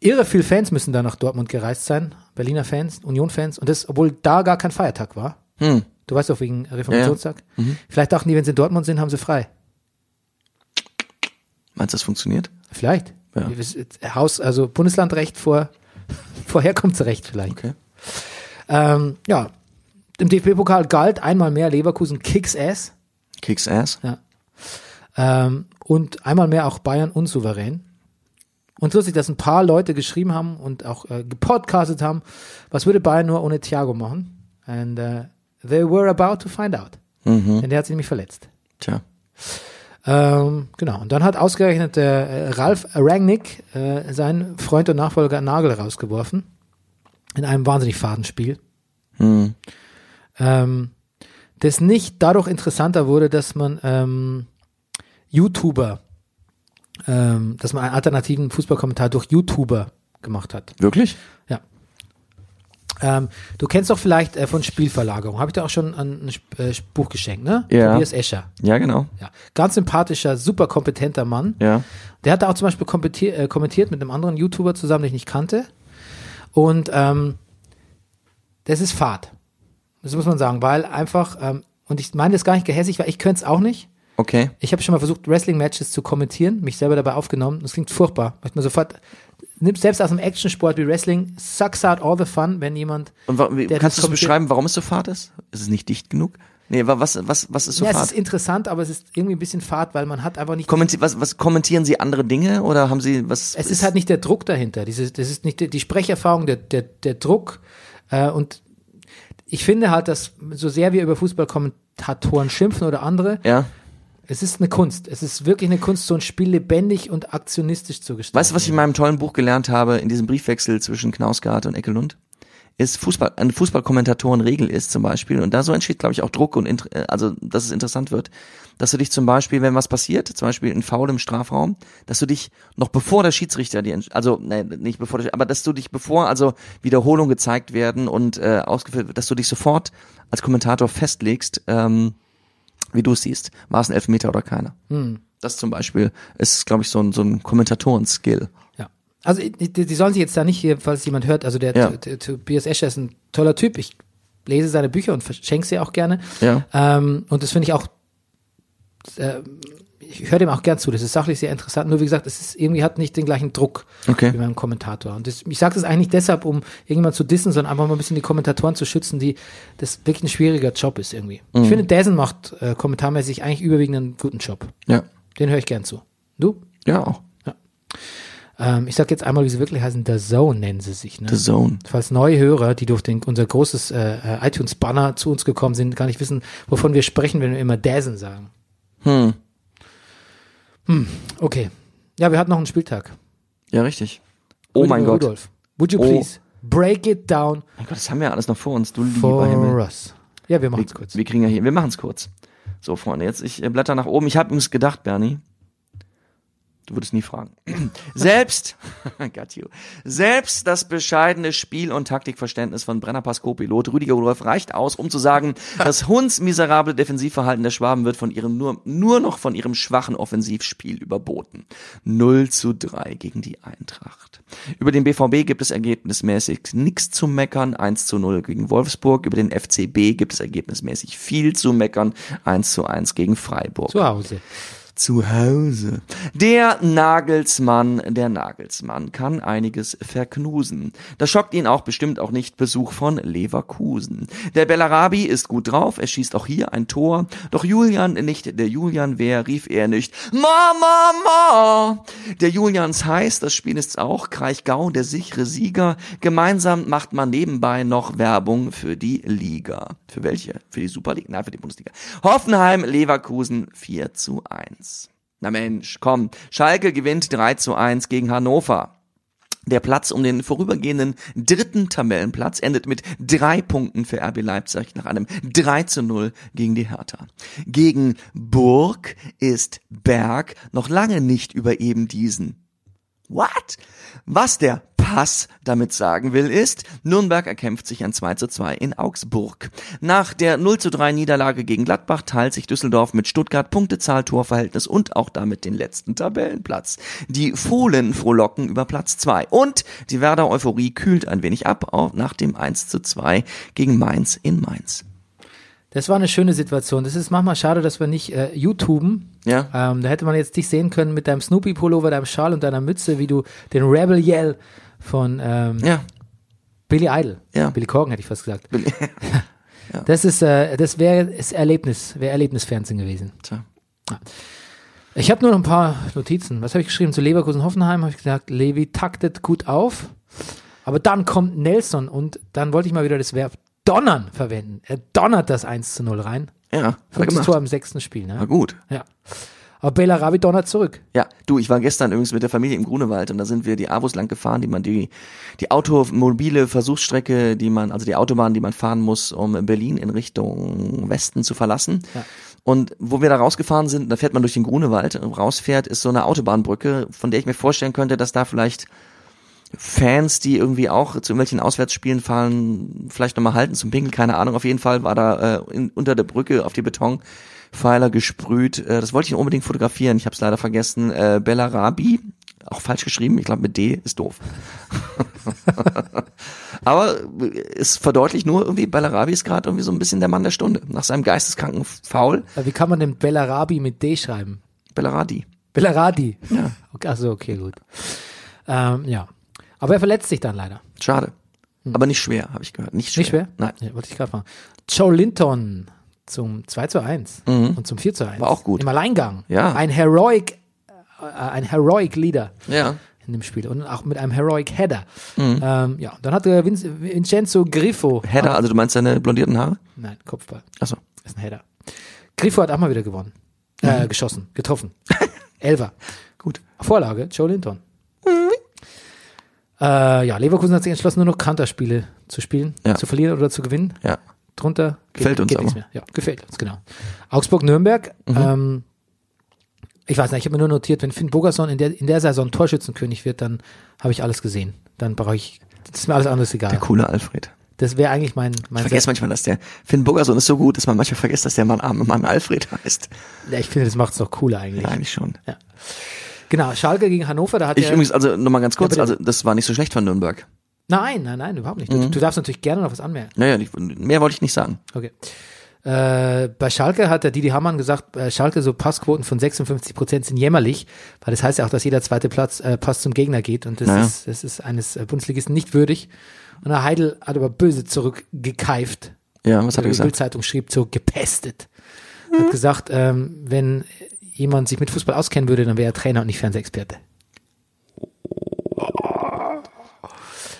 Speaker 2: Irre viel Fans müssen da nach Dortmund gereist sein, Berliner Fans, Union-Fans, und das, obwohl da gar kein Feiertag war. Du weißt doch, wegen Reformationstag. Vielleicht dachten die, wenn sie in Dortmund sind, haben sie frei.
Speaker 1: Meinst du, das funktioniert?
Speaker 2: Vielleicht.
Speaker 1: Ja.
Speaker 2: Wir wissen- Haus, also Bundeslandrecht vor, vor Herkunftsrecht vielleicht.
Speaker 1: Okay.
Speaker 2: Ähm, ja. Im DFB-Pokal galt einmal mehr Leverkusen Kicks Ass.
Speaker 1: Kicks Ass?
Speaker 2: Ähm, und einmal mehr auch Bayern unsouverän. Und lustig, dass ein paar Leute geschrieben haben und auch äh, gepodcastet haben, was würde Bayern nur ohne Thiago machen?
Speaker 1: Mhm.
Speaker 2: And äh, they were about to find out. Denn der hat sich nämlich verletzt.
Speaker 1: Tja.
Speaker 2: Ähm, genau. Und dann hat ausgerechnet der äh, Ralf Rangnick äh, seinen Freund und Nachfolger Nagel rausgeworfen. In einem wahnsinnig faden Spiel. Ähm, das nicht dadurch interessanter wurde, dass man ähm, YouTuber, ähm, dass man einen alternativen Fußballkommentar durch YouTuber gemacht hat.
Speaker 1: Wirklich?
Speaker 2: Ja. Ähm, du kennst doch vielleicht äh, von Spielverlagerung. Habe ich dir auch schon ein, ein Sp- äh, Buch geschenkt, ne?
Speaker 1: Ja.
Speaker 2: Tobias Escher.
Speaker 1: Ja, genau.
Speaker 2: Ja. Ganz sympathischer, super kompetenter Mann.
Speaker 1: Ja.
Speaker 2: Der hat da auch zum Beispiel kompeti- äh, kommentiert mit einem anderen YouTuber zusammen, den ich nicht kannte. Und ähm, das ist Fahrt. Das muss man sagen, weil einfach, ähm, und ich meine das gar nicht gehässig, weil ich könnte es auch nicht.
Speaker 1: Okay.
Speaker 2: Ich habe schon mal versucht, Wrestling-Matches zu kommentieren, mich selber dabei aufgenommen. Das klingt furchtbar. Möchte man sofort, nimm selbst aus einem Actionsport wie Wrestling, sucks out all the fun, wenn jemand.
Speaker 1: Und wa- wie,
Speaker 2: Der
Speaker 1: kannst du es
Speaker 2: das kommentiert-
Speaker 1: beschreiben, warum es so fad ist? Ist es nicht dicht genug? Nee, wa- was, was, was ist so
Speaker 2: ja, es
Speaker 1: fad?
Speaker 2: ist interessant, aber es ist irgendwie ein bisschen fad, weil man hat einfach nicht.
Speaker 1: Kommenti was, was kommentieren Sie andere Dinge oder haben Sie was?
Speaker 2: es ist halt nicht der Druck dahinter. Diese, das ist nicht die, die Sprecherfahrung, der, der, der Druck. Äh, und ich finde halt, dass so sehr wir über Fußballkommentatoren schimpfen oder andere,
Speaker 1: Ja.
Speaker 2: es ist eine Kunst. Es ist wirklich eine Kunst, so ein Spiel lebendig und aktionistisch zu gestalten.
Speaker 1: Weißt du, was ich in meinem tollen Buch gelernt habe, in diesem Briefwechsel zwischen Knausgard und Eckelund? Ist Fußball, eine Fußballkommentatorenregel ist zum Beispiel, und da so entsteht, glaube ich, auch Druck und, Inter- äh, also, dass es interessant wird, dass du dich zum Beispiel, wenn was passiert, zum Beispiel ein Foul im Strafraum, dass du dich noch bevor der Schiedsrichter die, Entsch- also, nein, nicht bevor der, Sch- aber dass du dich bevor, also, Wiederholung gezeigt werden und, äh, ausgeführt wird, dass du dich sofort als Kommentator festlegst, ähm, wie du es siehst, war es ein Elfmeter oder keiner. Das zum Beispiel ist, glaube ich, so ein, so ein Kommentatoren-Skill.
Speaker 2: Ja. Also ich- ich- die, die sollen sich jetzt da nicht hier, falls jemand hört, also der
Speaker 1: Ja.
Speaker 2: T- T- Tobias Escher ist ein toller Typ. Ich lese seine Bücher und verschenke sie auch gerne.
Speaker 1: Ja.
Speaker 2: Ähm, und das finde ich auch, äh, ich höre dem auch gern zu. Das ist sachlich sehr interessant. Nur wie gesagt, es ist irgendwie hat nicht den gleichen Druck
Speaker 1: Okay.
Speaker 2: wie beim Kommentator. Und das, ich sage das eigentlich nicht deshalb, um irgendjemand zu dissen, sondern einfach mal ein bisschen die Kommentatoren zu schützen, die das wirklich ein schwieriger Job ist irgendwie.
Speaker 1: Mhm.
Speaker 2: Ich finde, Dazen macht äh, kommentarmäßig eigentlich überwiegend einen guten Job.
Speaker 1: Ja.
Speaker 2: Den höre ich gern zu. Du?
Speaker 1: Ja, auch.
Speaker 2: Ähm, ich sag jetzt einmal, wie sie wirklich heißen. The Zone nennen sie sich. Ne?
Speaker 1: The Zone.
Speaker 2: Falls neue Hörer, die durch den, unser großes äh, iTunes-Banner zu uns gekommen sind, gar nicht wissen, wovon wir sprechen, wenn wir immer Dazen sagen.
Speaker 1: Hm.
Speaker 2: Hm, okay. Ja, wir hatten noch einen Spieltag.
Speaker 1: Ja, richtig. Oh mein
Speaker 2: Oliver
Speaker 1: Gott.
Speaker 2: Rudolph, would you
Speaker 1: Oh.
Speaker 2: please break it down
Speaker 1: Mein Gott, das haben wir ja alles noch vor uns, du lieber
Speaker 2: for
Speaker 1: Himmel.
Speaker 2: us? Ja, wir machen's kurz.
Speaker 1: Wir kriegen ja hier, wir machen's kurz. So, Freunde, jetzt ich äh, blätter nach oben. Ich habe übrigens gedacht, Bernie, du würdest nie fragen. Selbst, got you. Selbst das bescheidene Spiel- und Taktikverständnis von Brennerpass Co-Pilot Rüdiger Rudolf reicht aus, um zu sagen, das hundsmiserable Defensivverhalten der Schwaben wird von ihrem nur, nur noch von ihrem schwachen Offensivspiel überboten. 0 zu 3 gegen die Eintracht. Über den BVB gibt es ergebnismäßig nichts zu meckern, 1 zu 0 gegen Wolfsburg. Über den FCB gibt es ergebnismäßig viel zu meckern, 1 zu 1 gegen Freiburg
Speaker 2: Zu Hause.
Speaker 1: zu Hause. Der Nagelsmann, der Nagelsmann kann einiges verknusen. Das schockt ihn auch bestimmt auch nicht Besuch von Leverkusen. Der Bellarabi ist gut drauf, er schießt auch hier ein Tor. Doch Julian nicht, der Julian wer, rief er nicht. Ma, ma, ma! Der Julians heißt, das Spiel ist auch, Kraichgau, der sichere Sieger. Gemeinsam macht man nebenbei noch Werbung für die Liga. Für welche? Für die Super League? Nein, für die Bundesliga. Hoffenheim, Leverkusen 4 zu 1. Na Mensch, komm. Schalke gewinnt 3 zu 1 gegen Hannover. Der Platz um den vorübergehenden dritten Tabellenplatz endet mit drei Punkten für RB Leipzig nach einem 3 zu 0 gegen die Hertha. Gegen Burg ist Berg noch lange nicht über eben diesen. What? Was der Pass damit sagen will ist, Nürnberg erkämpft sich ein 2 zu 2 in Augsburg. Nach der 0 zu 3 Niederlage gegen Gladbach teilt sich Düsseldorf mit Stuttgart Punktezahl, Torverhältnis und auch damit den letzten Tabellenplatz. Die Fohlen frohlocken über Platz 2 und die Werder Euphorie kühlt ein wenig ab auch nach dem 1 zu 2 gegen Mainz in Mainz.
Speaker 2: Das war eine schöne Situation. Das ist manchmal schade, dass wir nicht äh, YouTuben.
Speaker 1: Ja.
Speaker 2: Ähm, da hätte man jetzt dich sehen können mit deinem Snoopy-Pullover, deinem Schal und deiner Mütze, wie du den Rebel Yell von ähm,
Speaker 1: Ja,
Speaker 2: Billy Idol.
Speaker 1: Ja.
Speaker 2: Billy Corgan hätte ich fast gesagt. Das ist, äh, das wäre das Erlebnis, wäre Erlebnisfernsehen gewesen.
Speaker 1: tja.
Speaker 2: Ich habe nur noch ein paar Notizen. Was habe ich geschrieben zu Leverkusen Hoffenheim? Habe ich gesagt, Levi taktet gut auf. Aber dann kommt Nelson und dann wollte ich mal wieder das Verb donnern verwenden. Er donnert das 1 zu 0 rein.
Speaker 1: Ja, hat er
Speaker 2: Fünftes
Speaker 1: gemacht.
Speaker 2: Tor im sechsten Spiel,
Speaker 1: War
Speaker 2: ne?
Speaker 1: gut.
Speaker 2: Ja. Aber Bela Ravi donnert zurück.
Speaker 1: Ja, du, ich war gestern übrigens mit der Familie im Grunewald und da sind wir die Avus lang gefahren, die man die die automobile Versuchsstrecke, die man also die Autobahn, die man fahren muss, um Berlin in Richtung Westen zu verlassen. Und wo wir da rausgefahren sind, da fährt man durch den Grunewald und rausfährt ist so eine Autobahnbrücke, von der ich mir vorstellen könnte, dass da vielleicht Fans, die irgendwie auch zu irgendwelchen Auswärtsspielen fahren, vielleicht nochmal halten zum Pinkeln, keine Ahnung. Auf jeden Fall war da äh, in, unter der Brücke auf die Betonpfeiler gesprüht. Äh, das wollte ich unbedingt fotografieren. Ich habe es leider vergessen. Äh, Bella Rabi, auch falsch geschrieben. Ich glaube mit D ist doof. Aber äh, es verdeutlicht nur irgendwie, Bella Rabi ist gerade irgendwie so ein bisschen der Mann der Stunde. Nach seinem geisteskranken Foul,
Speaker 2: Wie kann man denn Bela Rabi mit D schreiben?
Speaker 1: Bella Radi.
Speaker 2: Bela Radi. Ja. Okay, achso, okay, gut. Ähm, ja. Aber er verletzt sich dann leider.
Speaker 1: Schade. Aber nicht schwer, habe ich gehört. Nicht schwer.
Speaker 2: Nicht schwer?
Speaker 1: Nein.
Speaker 2: Ja, wollte ich gerade fragen. Joe Linton zum 2 zu 1 und zum 4 zu 1.
Speaker 1: Mhm. War auch gut.
Speaker 2: Im Alleingang.
Speaker 1: Ja.
Speaker 2: Ein heroic, äh, ein heroic Leader
Speaker 1: Ja.
Speaker 2: in dem Spiel und auch mit einem heroic Header.
Speaker 1: Mhm.
Speaker 2: Ähm, ja, dann hat äh, Vince- Vincenzo Griffo.
Speaker 1: Header, also du meinst seine blondierten Haare?
Speaker 2: Nein, Kopfball.
Speaker 1: Achso.
Speaker 2: Ist ein Header. Griffo hat auch mal wieder gewonnen. Äh, geschossen, getroffen. Elfer.
Speaker 1: Mhm. Gut.
Speaker 2: Vorlage, Joe Linton. Äh, ja, Leverkusen hat sich entschlossen, nur noch Kanterspiele zu spielen,
Speaker 1: Ja.
Speaker 2: zu verlieren oder zu gewinnen.
Speaker 1: Ja.
Speaker 2: Drunter geht,
Speaker 1: Gefällt uns
Speaker 2: geht nichts
Speaker 1: aber. Mhm.
Speaker 2: mehr. Ja, gefällt uns, genau. Augsburg-Nürnberg, ähm, ich weiß nicht, ich habe mir nur notiert, wenn Finn Bogerson in der, in der Saison Torschützenkönig wird, dann habe ich alles gesehen. Dann brauche ich, das ist mir alles anderes egal.
Speaker 1: Der coole Alfred.
Speaker 2: Das wäre eigentlich mein,
Speaker 1: Ich
Speaker 2: mein
Speaker 1: vergesse manchmal, dass der Finn Burgerson ist so gut, dass man manchmal vergisst, dass der Mann arme Mann Alfred heißt.
Speaker 2: Ja, ich finde, das macht es noch cooler eigentlich.
Speaker 1: Ja, eigentlich schon.
Speaker 2: Genau, Schalke gegen Hannover, da hat
Speaker 1: Ich
Speaker 2: er.
Speaker 1: übrigens, also nochmal ganz kurz,
Speaker 2: Ja, bitte.
Speaker 1: also das war nicht so schlecht von Nürnberg.
Speaker 2: Nein, nein, nein, überhaupt nicht. Du,
Speaker 1: Mhm.
Speaker 2: du darfst natürlich gerne noch was anmerken.
Speaker 1: Naja, nicht, mehr wollte ich nicht sagen.
Speaker 2: Okay. Äh, bei Schalke hat der Didi Hamann gesagt, äh, Schalke so Passquoten von 56 Prozent sind jämmerlich, weil das heißt ja auch, dass jeder zweite Platz äh, Pass zum Gegner geht und das,
Speaker 1: Naja.
Speaker 2: ist, das ist eines äh, Bundesligisten nicht würdig. Und der Heidel hat aber böse zurückgekeift.
Speaker 1: Ja, was hat er
Speaker 2: Die
Speaker 1: gesagt? Hm.
Speaker 2: Bildzeitung schrieb so gepestet. Hat gesagt, ähm, wenn jemand sich mit Fußball auskennen würde, dann wäre er Trainer und nicht Fernsehexperte.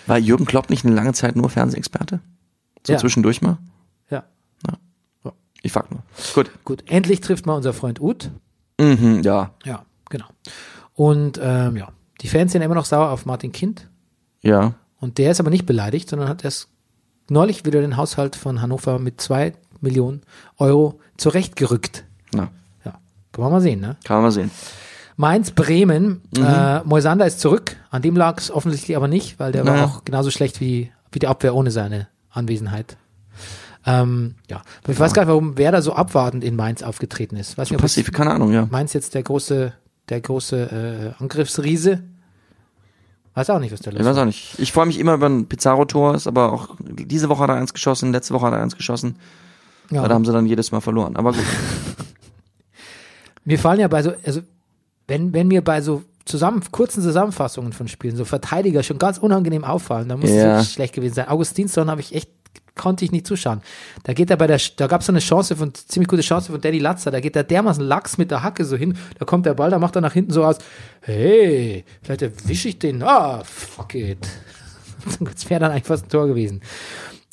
Speaker 1: War Jürgen Klopp nicht eine lange Zeit nur Fernsehexperte? So
Speaker 2: Ja.
Speaker 1: zwischendurch mal?
Speaker 2: Ja,
Speaker 1: Ich frag nur. Gut.
Speaker 2: gut. Endlich trifft mal unser Freund Uth.
Speaker 1: Mhm, ja.
Speaker 2: Ja, genau. Und ähm, ja, die Fans sind immer noch sauer auf Martin Kind.
Speaker 1: Ja.
Speaker 2: Und der ist aber nicht beleidigt, sondern hat erst neulich wieder den Haushalt von Hannover mit zwei Millionen Euro zurechtgerückt.
Speaker 1: Na,
Speaker 2: Ja, kann man mal sehen, ne?
Speaker 1: kann man mal sehen.
Speaker 2: Mainz, Bremen, äh, Moisander ist zurück. An dem lag es offensichtlich aber nicht, weil der war
Speaker 1: Naja.
Speaker 2: auch genauso schlecht wie, wie die Abwehr ohne seine Anwesenheit. Ähm, ja, aber ich weiß gar nicht, warum Werder so abwartend in Mainz aufgetreten ist. Weiß nicht, ob es-
Speaker 1: Passiv, keine Ahnung, ja.
Speaker 2: Mainz jetzt der große, der große äh, Angriffsriese? Weiß auch nicht, was da los
Speaker 1: Ich weiß
Speaker 2: ist.
Speaker 1: auch nicht. Ich freue mich immer über ein Pizarro-Tor, ist aber auch diese Woche hat er eins geschossen, letzte Woche hat er eins geschossen.
Speaker 2: Ja.
Speaker 1: Da haben sie dann jedes Mal verloren. Aber gut.
Speaker 2: Mir fallen ja bei so, also wenn, wenn mir bei so zusammen, kurzen Zusammenfassungen von Spielen so Verteidiger schon ganz unangenehm auffallen, dann muss es
Speaker 1: Ja.
Speaker 2: wirklich schlecht gewesen sein. Augustinsson habe ich echt konnte ich nicht zuschauen. Da geht er bei der, da gab es so eine Chance von, ziemlich gute Chance von Danny Latzer, da geht er dermaßen Lachs mit der Hacke so hin, da kommt der Ball, da macht er nach hinten so aus, hey, vielleicht erwische ich den, ah, fuck it. Das wäre dann eigentlich fast ein Tor gewesen.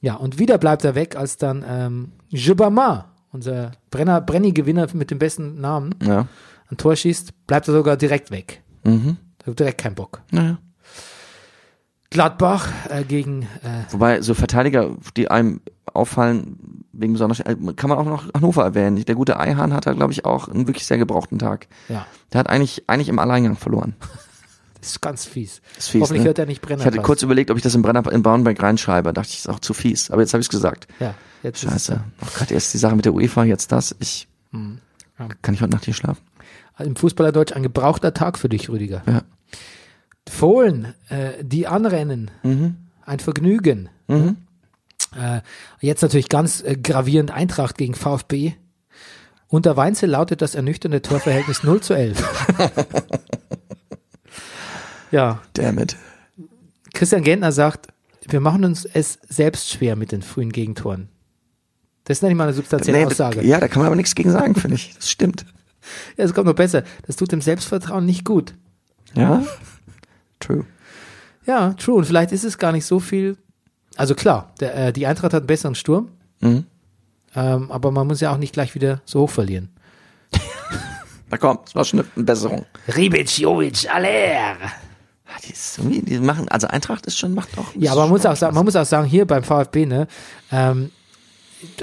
Speaker 2: Ja, und wieder bleibt er weg, als dann ähm, Jibama, unser Brenner, Brenny-Gewinner mit dem besten Namen,
Speaker 1: Ja.
Speaker 2: ein Tor schießt, bleibt er sogar direkt weg.
Speaker 1: Mhm.
Speaker 2: Da hat direkt keinen Bock.
Speaker 1: Naja.
Speaker 2: Gladbach äh, gegen äh,
Speaker 1: Wobei so Verteidiger, die einem auffallen, wegen besonders, äh, kann man auch noch Hannover erwähnen. Der gute Eihahn hat da, glaube ich, auch einen wirklich sehr gebrauchten Tag.
Speaker 2: ja,
Speaker 1: Der hat eigentlich, eigentlich im Alleingang verloren.
Speaker 2: das ist ganz fies.
Speaker 1: Ist fies,
Speaker 2: Hoffentlich
Speaker 1: ne?
Speaker 2: hört er nicht Brenner.
Speaker 1: Ich hatte kurz überlegt, ob ich das im Brenner in Braunberg reinschreibe. Dachte ich, ist auch zu fies. Aber jetzt habe ich es gesagt.
Speaker 2: Ja, jetzt Ist,
Speaker 1: Scheiße. Oh Gott, erst die Sache mit der UEFA, jetzt das. Ich
Speaker 2: Ja.
Speaker 1: kann ich heute Nacht hier schlafen.
Speaker 2: also Im Fußballerdeutsch ein gebrauchter Tag für dich, Rüdiger.
Speaker 1: Ja.
Speaker 2: Fohlen, äh, die anrennen,
Speaker 1: Mhm.
Speaker 2: ein Vergnügen. Äh, jetzt natürlich ganz äh, gravierend Eintracht gegen VfB. Unter Weinzel lautet das ernüchternde Torverhältnis 0 zu 11. ja,
Speaker 1: Damn it.
Speaker 2: Christian Gentner sagt, wir machen uns es selbst schwer mit den frühen Gegentoren. Das nenne ich mal eine substanzielle
Speaker 1: Nee,
Speaker 2: Aussage.
Speaker 1: ja, da kann man aber nichts gegen sagen, finde ich. Das stimmt.
Speaker 2: Ja, es kommt noch besser. Das tut dem Selbstvertrauen nicht gut.
Speaker 1: Ja? True.
Speaker 2: Ja, true. Und vielleicht ist es gar nicht so viel. Also klar, der, äh, die Eintracht hat einen besseren Sturm.
Speaker 1: Mhm.
Speaker 2: Ähm, aber man muss ja auch nicht gleich wieder so hoch verlieren.
Speaker 1: Da kommt, es war schon eine Besserung.
Speaker 2: Ribic, Jovic, Aller.
Speaker 1: Ah, Die, ist irgendwie, die machen, also Eintracht ist schon, macht auch.
Speaker 2: Ja, aber man muss auch sagen, man muss auch sagen, hier beim VfB, ne, ähm,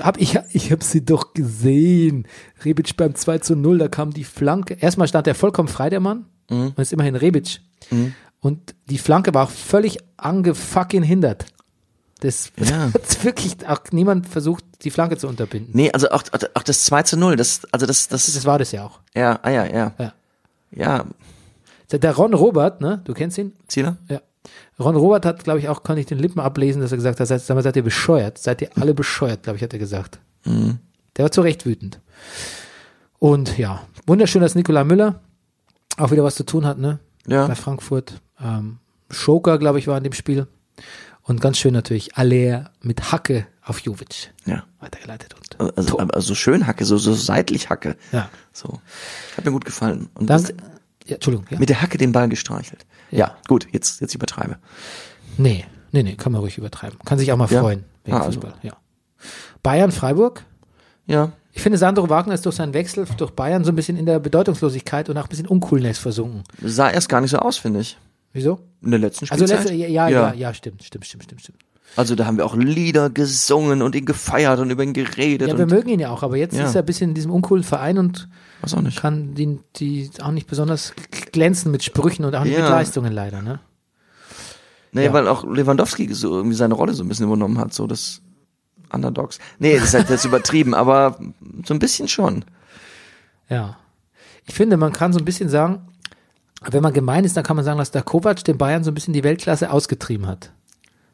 Speaker 2: hab ich, ich hab sie doch gesehen. Rebic beim 2 zu 0, da kam die Flanke. Erstmal stand der vollkommen frei, der Mann.
Speaker 1: Mhm.
Speaker 2: Und ist immerhin Rebic. Und die Flanke war auch völlig angefucking hindert. Das
Speaker 1: Ja.
Speaker 2: hat wirklich auch niemand versucht, die Flanke zu unterbinden.
Speaker 1: Nee, also auch, auch- auch das 2 zu 0, das, also das, das,
Speaker 2: Das war das ja auch.
Speaker 1: ja, ah ja, ja.
Speaker 2: Ja.
Speaker 1: Ja,
Speaker 2: Der Ron Robert, ne, du kennst ihn,
Speaker 1: Zieler?
Speaker 2: Ja. Ron Robert hat, glaube ich, auch, kann ich den Lippen ablesen, dass er gesagt hat, seid, sag mal, seid ihr bescheuert? Seid ihr alle bescheuert, glaube ich, hat er gesagt.
Speaker 1: Mhm.
Speaker 2: Der war zu Recht wütend. Und ja, wunderschön, dass Nikola Müller auch wieder was zu tun hat, ne?
Speaker 1: Ja.
Speaker 2: Bei Frankfurt. Ähm, Schoker, glaube ich, war in dem Spiel. Und ganz schön natürlich, Aller mit Hacke auf Jovic
Speaker 1: Ja.
Speaker 2: weitergeleitet. Und
Speaker 1: Also, aber so schön Hacke, so, so seitlich Hacke.
Speaker 2: Ja.
Speaker 1: So. Hat mir gut gefallen. Und
Speaker 2: dann, ja, Entschuldigung, ja?
Speaker 1: Äh. mit der Hacke den Ball gestreichelt.
Speaker 2: Ja.
Speaker 1: Ja, gut, jetzt, jetzt übertreibe.
Speaker 2: Nee, nee, nee, kann man ruhig übertreiben. Kann sich auch mal
Speaker 1: Ja.
Speaker 2: freuen, wegen
Speaker 1: Ah, also.
Speaker 2: Fußball, ja. Bayern, Freiburg,
Speaker 1: Ja.
Speaker 2: Ich finde, Sandro Wagner ist durch seinen Wechsel durch Bayern so ein bisschen in der Bedeutungslosigkeit und auch ein bisschen Uncoolness versunken.
Speaker 1: Sah erst gar nicht so aus, finde ich.
Speaker 2: Wieso?
Speaker 1: In der letzten
Speaker 2: Also
Speaker 1: Spielzeit.
Speaker 2: letzte, ja, ja, ja, ja, stimmt, stimmt, stimmt, stimmt, stimmt.
Speaker 1: Also da haben wir auch Lieder gesungen und ihn gefeiert und über ihn geredet
Speaker 2: Ja, wir
Speaker 1: und
Speaker 2: mögen ihn ja auch, aber jetzt
Speaker 1: Ja.
Speaker 2: ist er ein bisschen in diesem uncoolen Verein und
Speaker 1: was auch nicht.
Speaker 2: kann die, die auch nicht besonders glänzen mit Sprüchen und auch nicht mit
Speaker 1: Ja.
Speaker 2: Leistungen leider, ne?
Speaker 1: Nee,
Speaker 2: ja.
Speaker 1: weil auch Lewandowski so irgendwie seine Rolle so ein bisschen übernommen hat, so das Underdogs. Nee, das ist halt jetzt übertrieben, aber so ein bisschen schon.
Speaker 2: Ja. Ich finde, man kann so ein bisschen sagen, wenn man gemein ist, dann kann man sagen, dass der Kovac den Bayern so ein bisschen die Weltklasse ausgetrieben hat.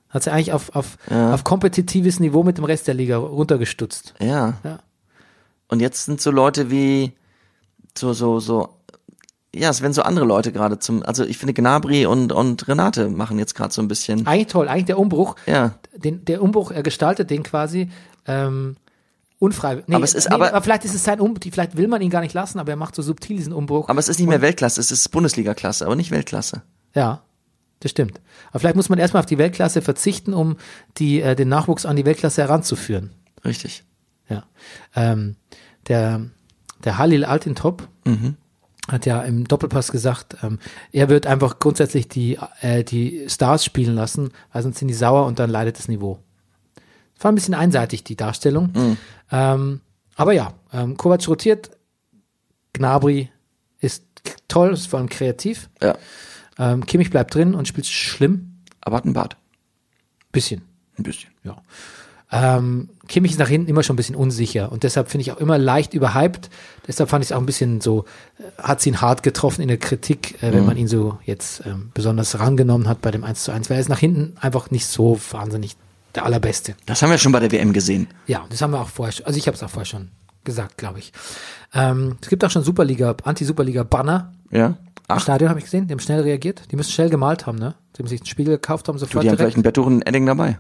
Speaker 2: Hat sie eigentlich auf, auf, auf kompetitives Niveau mit dem Rest der Liga runtergestutzt.
Speaker 1: Ja.
Speaker 2: Ja.
Speaker 1: Und jetzt sind so Leute wie so so so ja, es werden so andere Leute gerade zum also ich finde Gnabry und und Renate machen jetzt gerade so ein bisschen
Speaker 2: Eigentlich toll, eigentlich der Umbruch.
Speaker 1: ja.
Speaker 2: den, der Umbruch, er gestaltet den quasi ähm, unfreiwillig. Nee,
Speaker 1: Aber es ist-
Speaker 2: nee,
Speaker 1: aber-
Speaker 2: vielleicht ist es sein Umbruch, vielleicht will man ihn gar nicht lassen, aber er macht so subtil diesen Umbruch.
Speaker 1: Aber es ist nicht mehr Weltklasse, es ist Bundesliga-Klasse, aber nicht Weltklasse.
Speaker 2: ja, das stimmt. Aber vielleicht muss man erstmal auf die Weltklasse verzichten, um die, äh, den Nachwuchs an die Weltklasse heranzuführen.
Speaker 1: Richtig.
Speaker 2: Ja. Ähm, der, der Halil Altintop hat ja im Doppelpass gesagt, ähm, er wird einfach grundsätzlich die, äh, die Stars spielen lassen, weil sonst sind die sauer und dann leidet das Niveau. War ein bisschen einseitig, die Darstellung. Ähm, aber ja, ähm, Kovac rotiert, Gnabry ist k- toll, ist vor allem kreativ.
Speaker 1: Ja.
Speaker 2: Ähm, Kimmich bleibt drin und spielt schlimm.
Speaker 1: Aber hat einen Bart.
Speaker 2: Bisschen.
Speaker 1: Ein bisschen.
Speaker 2: Ja. Ähm, Kimmich ist nach hinten immer schon ein bisschen unsicher und deshalb finde ich auch immer leicht überhyped. Deshalb fand ich es auch ein bisschen so, äh, hat sie ihn hart getroffen in der Kritik, äh, wenn
Speaker 1: Mhm.
Speaker 2: man ihn so jetzt ähm, besonders rangenommen hat bei dem 1 zu 1, weil er ist nach hinten einfach nicht so wahnsinnig der Allerbeste.
Speaker 1: Das haben wir schon bei der WM gesehen.
Speaker 2: Ja, das haben wir auch vorher schon, also ich habe es auch vorher schon gesagt, glaube ich. Ähm, es gibt auch schon Superliga, Anti-Superliga-Banner.
Speaker 1: Ja.
Speaker 2: Im
Speaker 1: Ach,
Speaker 2: Stadion habe ich gesehen, die haben schnell reagiert. Die müssen schnell gemalt haben, ne? Die haben sich einen Spiegel gekauft, haben
Speaker 1: du,
Speaker 2: sofort
Speaker 1: die haben
Speaker 2: direkt.
Speaker 1: vielleicht ein Betttuch und ein Edding dabei.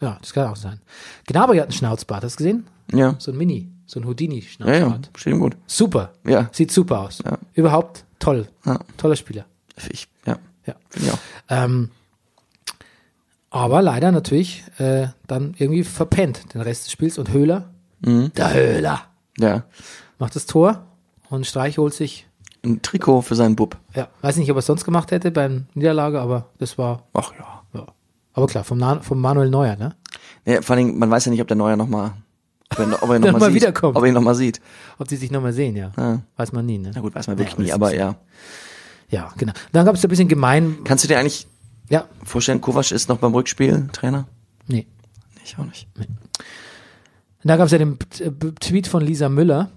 Speaker 2: Ja, das kann auch sein. Gnabry hat einen Schnauzbart, hast du gesehen?
Speaker 1: Ja.
Speaker 2: So ein Mini, so ein
Speaker 1: Ja, ja,
Speaker 2: Houdini-Schnauzbart.
Speaker 1: steht ihm gut.
Speaker 2: Super.
Speaker 1: Ja.
Speaker 2: Sieht super aus. Überhaupt toll.
Speaker 1: Ja.
Speaker 2: Toller Spieler.
Speaker 1: Ich, ja.
Speaker 2: Ja.
Speaker 1: Finde ich auch.
Speaker 2: Ähm, aber leider natürlich äh, dann irgendwie verpennt den Rest des Spiels und Höhler.
Speaker 1: Mhm.
Speaker 2: Der Höhler
Speaker 1: Ja.
Speaker 2: macht das Tor und Streich holt sich.
Speaker 1: Ein Trikot für seinen Bub.
Speaker 2: Ja, weiß nicht, ob er es sonst gemacht hätte beim Niederlage, aber das war.
Speaker 1: Ach ja.
Speaker 2: Ja. Aber klar, vom, Na vom Manuel Neuer, ne?
Speaker 1: Ja, vor allem, man weiß ja nicht, ob der Neuer nochmal, ob er, ob er noch mal
Speaker 2: Noch mal
Speaker 1: sieht.
Speaker 2: wiederkommt.
Speaker 1: Ob er ihn nochmal sieht.
Speaker 2: Ob die sich nochmal sehen, ja. Weiß man nie, ne?
Speaker 1: Na gut, weiß man wirklich
Speaker 2: Ja,
Speaker 1: nie, aber ja.
Speaker 2: Ja, genau. Dann gab es ein bisschen gemein.
Speaker 1: Kannst du dir eigentlich
Speaker 2: Ja,
Speaker 1: vorstellen, Kovac ist noch beim Rückspiel Trainer?
Speaker 2: nee.
Speaker 1: Nee, Ich auch nicht.
Speaker 2: Da gab es ja den äh, Tweet von Lisa Müller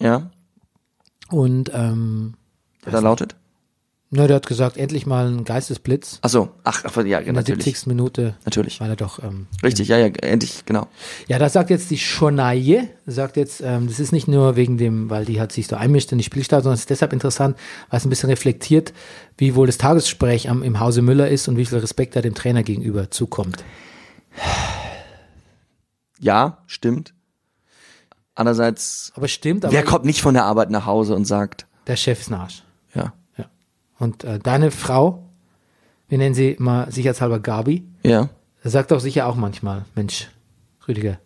Speaker 1: Ja?
Speaker 2: und ähm,
Speaker 1: Wer da lautet?
Speaker 2: na, der hat gesagt, endlich mal ein Geistesblitz
Speaker 1: Ach so. Ach, ach, ja,
Speaker 2: in der
Speaker 1: natürlich.
Speaker 2: 70. Minute,
Speaker 1: Natürlich.
Speaker 2: weil er doch ähm,
Speaker 1: Richtig, ja, ja, endlich, genau.
Speaker 2: Ja, das sagt jetzt die Schonaille, sagt jetzt, ähm, das ist nicht nur wegen dem, weil die hat sich so einmischt in die Spielstart, sondern es ist deshalb interessant, weil es ein bisschen reflektiert, wie wohl das Tagesgespräch am, im Hause Müller ist und wie viel Respekt da dem Trainer gegenüber zukommt.
Speaker 1: Ja, stimmt. Andererseits,
Speaker 2: Aber stimmt, aber
Speaker 1: wer kommt nicht von der Arbeit nach Hause und sagt,
Speaker 2: der Chef ist ein Arsch.
Speaker 1: ja,
Speaker 2: Ja. Und äh, deine Frau, wir nennen sie mal sicherheitshalber Gabi,
Speaker 1: ja,
Speaker 2: Er sagt doch sicher auch manchmal, Mensch, Rüdiger,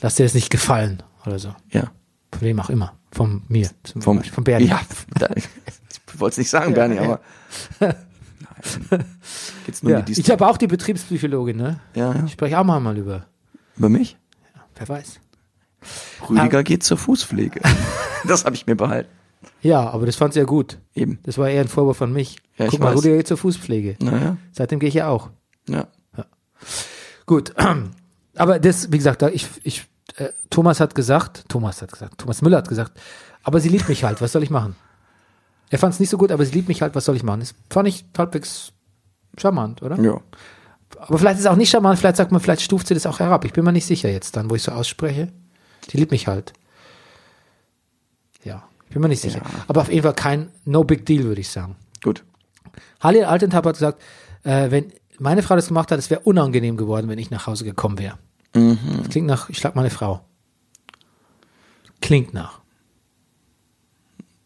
Speaker 2: lass dir das nicht gefallen oder so.
Speaker 1: ja.
Speaker 2: Von wem auch immer. Von mir. Zum
Speaker 1: Vom,
Speaker 2: Beispiel. Von Bernie.
Speaker 1: Ja, da, ich wollte es nicht sagen, Bernie, aber. Nein. Geht's nur
Speaker 2: Ja.
Speaker 1: um die
Speaker 2: Ich habe auch die Betriebspsychologin, ne?
Speaker 1: Ja, ja.
Speaker 2: Ich spreche auch mal, mal über.
Speaker 1: Über mich?
Speaker 2: Wer weiß. Ah.
Speaker 1: Rüdiger geht zur Fußpflege. das habe ich mir behalten.
Speaker 2: Ja, aber das fand sie ja gut.
Speaker 1: Eben.
Speaker 2: Das war eher ein Vorwurf von mich.
Speaker 1: Ja, ich
Speaker 2: Guck mal,
Speaker 1: weiß.
Speaker 2: Rudi geht zur Fußpflege.
Speaker 1: Naja.
Speaker 2: Seitdem gehe ich ja auch.
Speaker 1: Ja.
Speaker 2: Gut. Aber das, wie gesagt, da ich, ich, äh, Thomas hat gesagt, Thomas hat gesagt, Thomas Müller hat gesagt, aber sie liebt mich halt, was soll ich machen? Er fand es nicht so gut, aber sie liebt mich halt, was soll ich machen? Das fand ich halbwegs charmant, oder?
Speaker 1: ja.
Speaker 2: Aber vielleicht ist es auch nicht charmant, vielleicht sagt man, vielleicht stuft sie das auch herab. Ich bin mir nicht sicher jetzt dann, wo ich so ausspreche. Die liebt mich halt. Ja, ich bin mir nicht sicher. Aber auf jeden Fall kein No Big Deal, würde ich sagen.
Speaker 1: Gut.
Speaker 2: Halil Altentab hat gesagt, äh, wenn meine Frau das gemacht hat, es wäre unangenehm geworden, wenn ich nach Hause gekommen wäre. Das klingt nach, ich schlag meine Frau. Klingt nach.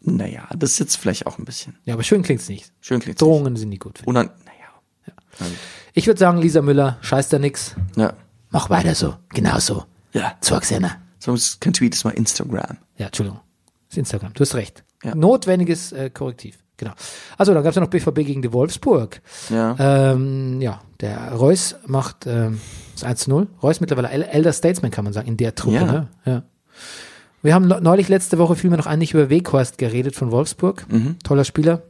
Speaker 1: Naja, das sitzt vielleicht auch ein bisschen.
Speaker 2: Ja, aber schön klingt's nicht.
Speaker 1: Schön klingt
Speaker 2: Drohungen sind nie gut. Für
Speaker 1: Unan naja.
Speaker 2: ich würde sagen, Lisa Müller, scheiß da nix.
Speaker 1: Ja.
Speaker 2: Mach weiter so. Genau so.
Speaker 1: Ja.
Speaker 2: Zwangsänner.
Speaker 1: Sonst kein Tweet, ist mal Instagram.
Speaker 2: Ja, Entschuldigung. Das ist Instagram. Du hast recht.
Speaker 1: Ja.
Speaker 2: Notwendiges äh, Korrektiv. Genau. Also, dann gab es ja noch BVB gegen die Wolfsburg.
Speaker 1: Ja.
Speaker 2: Ähm, ja, der Reus macht ähm, das 1-0. Reus mittlerweile El Elder Statesman, kann man sagen, in der Truppe.
Speaker 1: Ja.
Speaker 2: Ne? ja. Wir haben le- neulich letzte Woche fiel mir noch ein, nicht über Weghorst geredet von Wolfsburg.
Speaker 1: Mhm.
Speaker 2: Toller Spieler.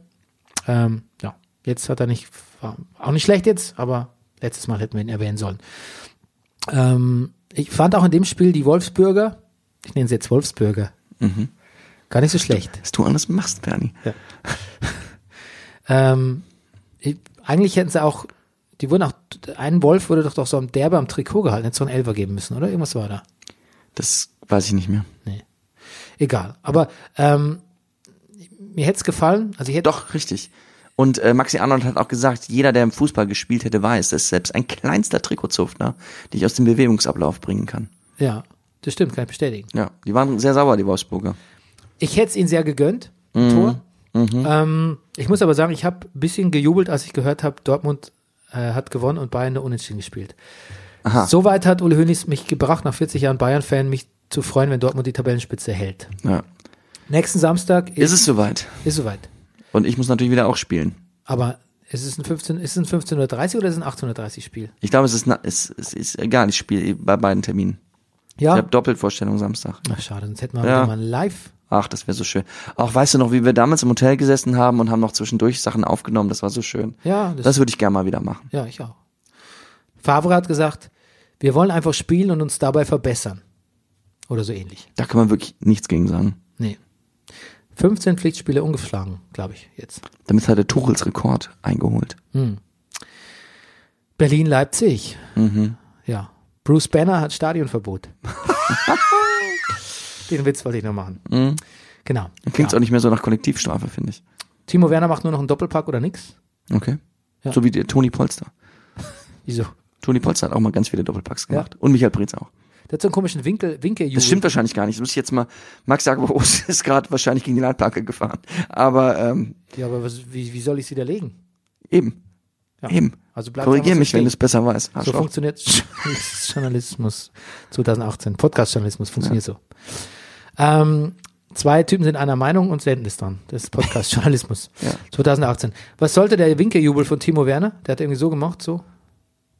Speaker 2: Ähm, ja, jetzt hat er nicht, war auch nicht schlecht jetzt, aber letztes Mal hätten wir ihn erwähnen sollen. Ähm, ich fand auch in dem Spiel die Wolfsbürger, ich nenne sie jetzt Wolfsbürger,
Speaker 1: Mhm.
Speaker 2: gar nicht so schlecht.
Speaker 1: Dass du anders machst, Bernie.
Speaker 2: Ähm, ich, eigentlich hätten sie auch, die wurden auch, ein Wolf wurde doch, doch so am Derbe am Trikot gehalten, hätte so einen Elfer geben müssen, oder? Irgendwas war da.
Speaker 1: Das weiß ich nicht mehr.
Speaker 2: Egal. Aber ähm, mir hätte es gefallen, also ich hätte
Speaker 1: Doch, richtig. Und äh, Maxi Arnold hat auch gesagt, jeder, der im Fußball gespielt hätte, weiß, dass selbst ein kleinster Trikotzuftner dich aus dem Bewegungsablauf bringen kann.
Speaker 2: ja, das stimmt, kann ich bestätigen.
Speaker 1: Ja, die waren sehr sauer, die Wolfsburger.
Speaker 2: Ich hätte es ihnen sehr gegönnt,
Speaker 1: Mhm.
Speaker 2: Tor. Ähm, ich muss aber sagen, ich habe ein bisschen gejubelt, als ich gehört habe, Dortmund äh, hat gewonnen und Bayern nur unentschieden gespielt.
Speaker 1: Aha.
Speaker 2: Soweit hat Uli Hoeneß mich gebracht, nach 40 Jahren Bayern-Fan, mich zu freuen, wenn Dortmund die Tabellenspitze hält.
Speaker 1: Ja.
Speaker 2: Nächsten Samstag
Speaker 1: Ist es soweit?
Speaker 2: ist soweit.
Speaker 1: Und ich muss natürlich wieder auch spielen.
Speaker 2: Aber ist es ein 15, ist es ein 15.30 oder ist es ein 18.30 Spiel?
Speaker 1: Ich glaube, es ist, na, es, es ist egal, ich spiele bei beiden Terminen.
Speaker 2: Ja.
Speaker 1: Ich habe Doppelvorstellung Samstag.
Speaker 2: Ach, schade, sonst hätten wir
Speaker 1: Ja.
Speaker 2: wieder mal live.
Speaker 1: Ach, das wäre so schön. Auch weißt du noch, wie wir damals im Hotel gesessen haben und haben noch zwischendurch Sachen aufgenommen, das war so schön.
Speaker 2: Ja,
Speaker 1: Das,
Speaker 2: das-
Speaker 1: würde ich gerne mal wieder machen.
Speaker 2: Ja, ich auch. Favre hat gesagt, wir wollen einfach spielen und uns dabei verbessern. Oder so ähnlich.
Speaker 1: Da kann man wirklich nichts gegen sagen.
Speaker 2: Nee. 15 Pflichtspiele ungeschlagen, glaube ich, jetzt.
Speaker 1: Damit hat er Tuchels Rekord eingeholt.
Speaker 2: Berlin-Leipzig.
Speaker 1: Mhm.
Speaker 2: Ja. Bruce Banner hat Stadionverbot. Den Witz wollte ich noch machen.
Speaker 1: Mhm.
Speaker 2: Genau.
Speaker 1: Klingt
Speaker 2: ja.
Speaker 1: auch nicht mehr so nach Kollektivstrafe, finde ich.
Speaker 2: Timo Werner macht nur noch einen Doppelpack oder nix?
Speaker 1: Okay. So wie der Toni Polster.
Speaker 2: Wieso?
Speaker 1: Toni Polster hat auch mal ganz viele Doppelpacks gemacht. Und Michael Preetz auch.
Speaker 2: Der hat so einen komischen Winkel, Winkeljubel.
Speaker 1: Das stimmt wahrscheinlich gar nicht. Das muss ich jetzt mal. Max Sagerbos ist gerade wahrscheinlich gegen die Leitplanke gefahren. Aber ähm,
Speaker 2: Ja, aber was, wie, wie soll ich sie widerlegen?
Speaker 1: eben.
Speaker 2: Ja.
Speaker 1: Eben.
Speaker 2: Also bleib
Speaker 1: Korrigier
Speaker 2: einfach
Speaker 1: mich,
Speaker 2: so
Speaker 1: wenn
Speaker 2: stehen.
Speaker 1: du es besser weißt.
Speaker 2: So
Speaker 1: Arschloch.
Speaker 2: funktioniert Journalismus 2018. Podcast-Journalismus funktioniert so. Ähm, zwei Typen sind einer Meinung und senden es dann. Das ist Podcast-Journalismus
Speaker 1: Ja.
Speaker 2: 2018. Was sollte der Winkeljubel von Timo Werner? Der hat irgendwie so gemacht, so.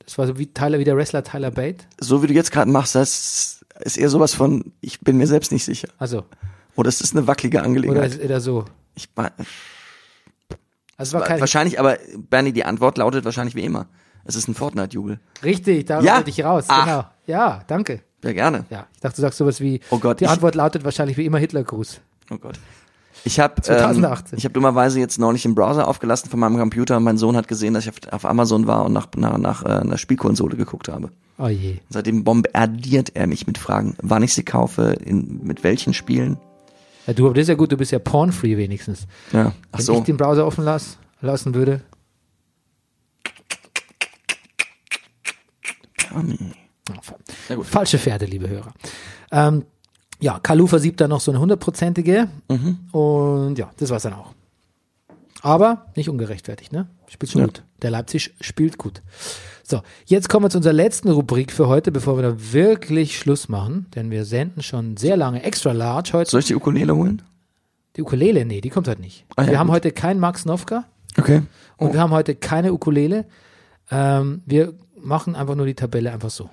Speaker 2: Das war so wie Tyler, wie der Wrestler Tyler Bate.
Speaker 1: so wie du jetzt gerade machst, das ist eher sowas von, ich bin mir selbst nicht sicher.
Speaker 2: Also,
Speaker 1: Oder es ist eine wackelige
Speaker 2: oder,
Speaker 1: Angelegenheit.
Speaker 2: ist- oder so.
Speaker 1: ich, wa-
Speaker 2: Also, es war kein.
Speaker 1: wahrscheinlich, aber Bernie, die Antwort lautet wahrscheinlich wie immer. Es ist ein Fortnite-Jubel.
Speaker 2: Richtig, da
Speaker 1: Ja.
Speaker 2: wollte ich raus.
Speaker 1: Ach.
Speaker 2: Genau. Ja, danke.
Speaker 1: Ja, gerne.
Speaker 2: Ja, ich dachte, du sagst sowas wie:
Speaker 1: Oh Gott,
Speaker 2: Die
Speaker 1: ich-
Speaker 2: Antwort lautet wahrscheinlich wie immer Hitlergruß.
Speaker 1: Oh Gott. Ich habe ähm,
Speaker 2: 2018.
Speaker 1: ich hab dummerweise jetzt neulich den Browser aufgelassen von meinem Computer. Mein Sohn hat gesehen, dass ich auf, auf Amazon war und nach, nach, nach äh, einer Spielkonsole geguckt habe.
Speaker 2: Oh je.
Speaker 1: Seitdem bombardiert er mich mit Fragen, wann ich sie kaufe, in, mit welchen Spielen.
Speaker 2: Ja, du, aber das ist ja gut, du bist ja porn-free wenigstens.
Speaker 1: Ja, ach
Speaker 2: Wenn
Speaker 1: so.
Speaker 2: ich den Browser offen las, lassen würde.
Speaker 1: Na gut.
Speaker 2: Falsche Pferde, liebe Hörer. Ähm,
Speaker 1: Mhm.
Speaker 2: ja, Kalu versiebt da noch so eine hundertprozentige. Und ja, das war's dann auch. Aber nicht ungerechtfertigt, ne? Spielt schon gut. Der Leipzig spielt gut. So, jetzt kommen wir zu unserer letzten Rubrik für heute, bevor wir da wirklich Schluss machen, denn wir senden schon sehr lange extra large heute.
Speaker 1: Soll ich die Ukulele holen?
Speaker 2: Die Ukulele, nee, die kommt heute nicht.
Speaker 1: Ah ja,
Speaker 2: wir haben
Speaker 1: gut. Oh.
Speaker 2: heute keinen Max Nowka
Speaker 1: Okay.
Speaker 2: und wir haben heute keine Ukulele. Ähm, wir machen einfach nur die Tabelle einfach so.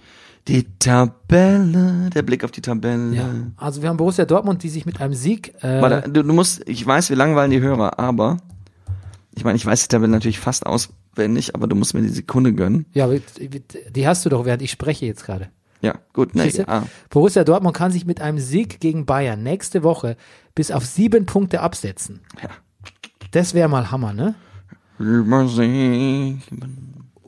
Speaker 1: Die Tabelle, der Blick auf die Tabelle.
Speaker 2: Ja. Also wir haben Borussia Dortmund, die sich mit einem Sieg. Äh,
Speaker 1: Warte, du, du musst, ich weiß, wir langweilen die Hörer, aber ich meine, ich weiß die Tabelle natürlich fast auswendig, aber du musst mir die Sekunde gönnen.
Speaker 2: ja, aber die hast du doch, während ich spreche jetzt gerade.
Speaker 1: Ja, gut, ne,
Speaker 2: Siehst du?
Speaker 1: ah,
Speaker 2: Borussia Dortmund kann sich mit einem Sieg gegen Bayern nächste Woche bis auf sieben Punkte absetzen.
Speaker 1: Ja.
Speaker 2: Das wäre mal Hammer, ne?
Speaker 1: Übersee.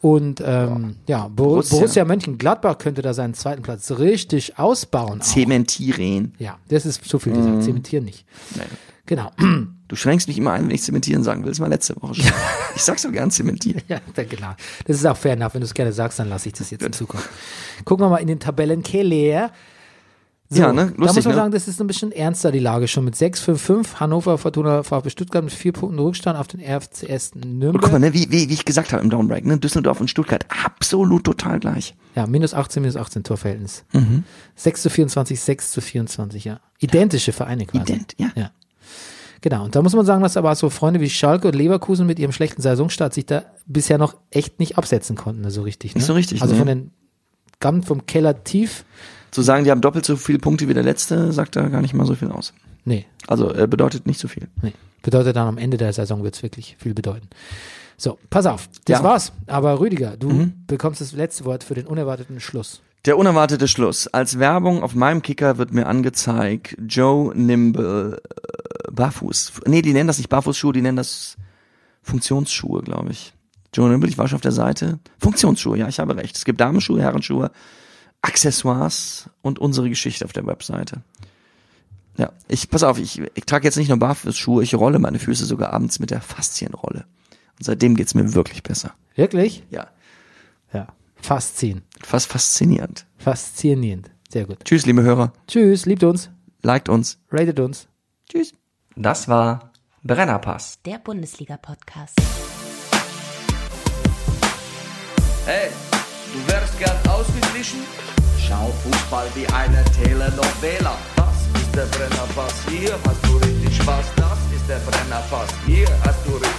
Speaker 2: Und ähm, ja, Bor
Speaker 1: Borussia.
Speaker 2: Borussia. Mönchengladbach könnte da seinen zweiten Platz richtig ausbauen. auch.
Speaker 1: Zementieren.
Speaker 2: Ja, das ist zu viel
Speaker 1: Mhm.
Speaker 2: gesagt. Zementieren nicht. Genau.
Speaker 1: Du schränkst mich immer ein, wenn ich zementieren sagen will. Das war letzte Woche schon. ich sag so gern zementieren.
Speaker 2: Ja, da- klar. Das ist auch fair enough. Wenn du es gerne sagst, dann lasse ich das jetzt in Zukunft. Gucken wir mal in den Tabellenkeller. So,
Speaker 1: Ja, ne?
Speaker 2: da
Speaker 1: Lustig,
Speaker 2: muss man
Speaker 1: ne?
Speaker 2: sagen, das ist ein bisschen ernster, die Lage schon. Mit 6 für 5, Hannover, Fortuna, VfB Stuttgart mit 4 Punkten Rückstand auf den RFCS
Speaker 1: Und guck mal,
Speaker 2: Nürnberg.
Speaker 1: ne, wie, wie, wie ich gesagt habe im Downbreak, ne, Düsseldorf und Stuttgart absolut total gleich.
Speaker 2: Ja, minus 18, minus 18 Torverhältnis.
Speaker 1: Mhm.
Speaker 2: 6 zu 24, 6 zu 24, ja. Identische Vereine quasi.
Speaker 1: Ident, ja.
Speaker 2: Ja. Genau, und da muss man sagen, dass aber so Freunde wie Schalke und Leverkusen mit ihrem schlechten Saisonstart sich da bisher noch echt nicht absetzen konnten, so richtig. Ne?
Speaker 1: Nicht so richtig,
Speaker 2: Also
Speaker 1: ne.
Speaker 2: von den Gamm vom Keller tief,
Speaker 1: Zu sagen, die haben doppelt so viele Punkte wie der letzte, sagt da gar nicht mal so viel aus.
Speaker 2: nee,
Speaker 1: Also äh, bedeutet nicht so viel.
Speaker 2: nee. Bedeutet dann am Ende der Saison wird's wirklich viel bedeuten. So, pass auf, das
Speaker 1: Ja. Mhm.
Speaker 2: war's. Aber Rüdiger, du bekommst das letzte Wort für den unerwarteten Schluss.
Speaker 1: Der unerwartete Schluss. Als Werbung auf meinem Kicker wird mir angezeigt, Joe Nimble äh, Barfuß. Nee, die nennen das nicht Barfußschuhe, die nennen das Funktionsschuhe, glaube ich. Joe Nimble, ich war schon auf der Seite. Funktionsschuhe, ja, ich habe recht. Es gibt Damenschuhe, Herrenschuhe, Accessoires und unsere Geschichte auf der Webseite. Ja, ich, pass auf, ich, ich trage jetzt nicht nur Barfußschuhe, ich rolle meine Füße sogar abends mit der Faszienrolle. Und seitdem geht's mir wirklich besser.
Speaker 2: Wirklich?
Speaker 1: Ja,
Speaker 2: Ja. Faszin.
Speaker 1: fast faszinierend.
Speaker 2: Faszinierend. Sehr gut.
Speaker 1: Tschüss, liebe Hörer.
Speaker 2: Tschüss, liebt uns,
Speaker 1: Liked uns.
Speaker 2: ratet uns.
Speaker 1: Tschüss.
Speaker 3: Das war Brennerpass.
Speaker 4: Der Bundesliga-Podcast.
Speaker 5: Hey, du wärst gern ausgeglichen? Schau Fußball wie eine Telenovela. Das ist der Brennerpass, hier hast du richtig Spaß. Das ist der Brennerpass, hier hast du richtig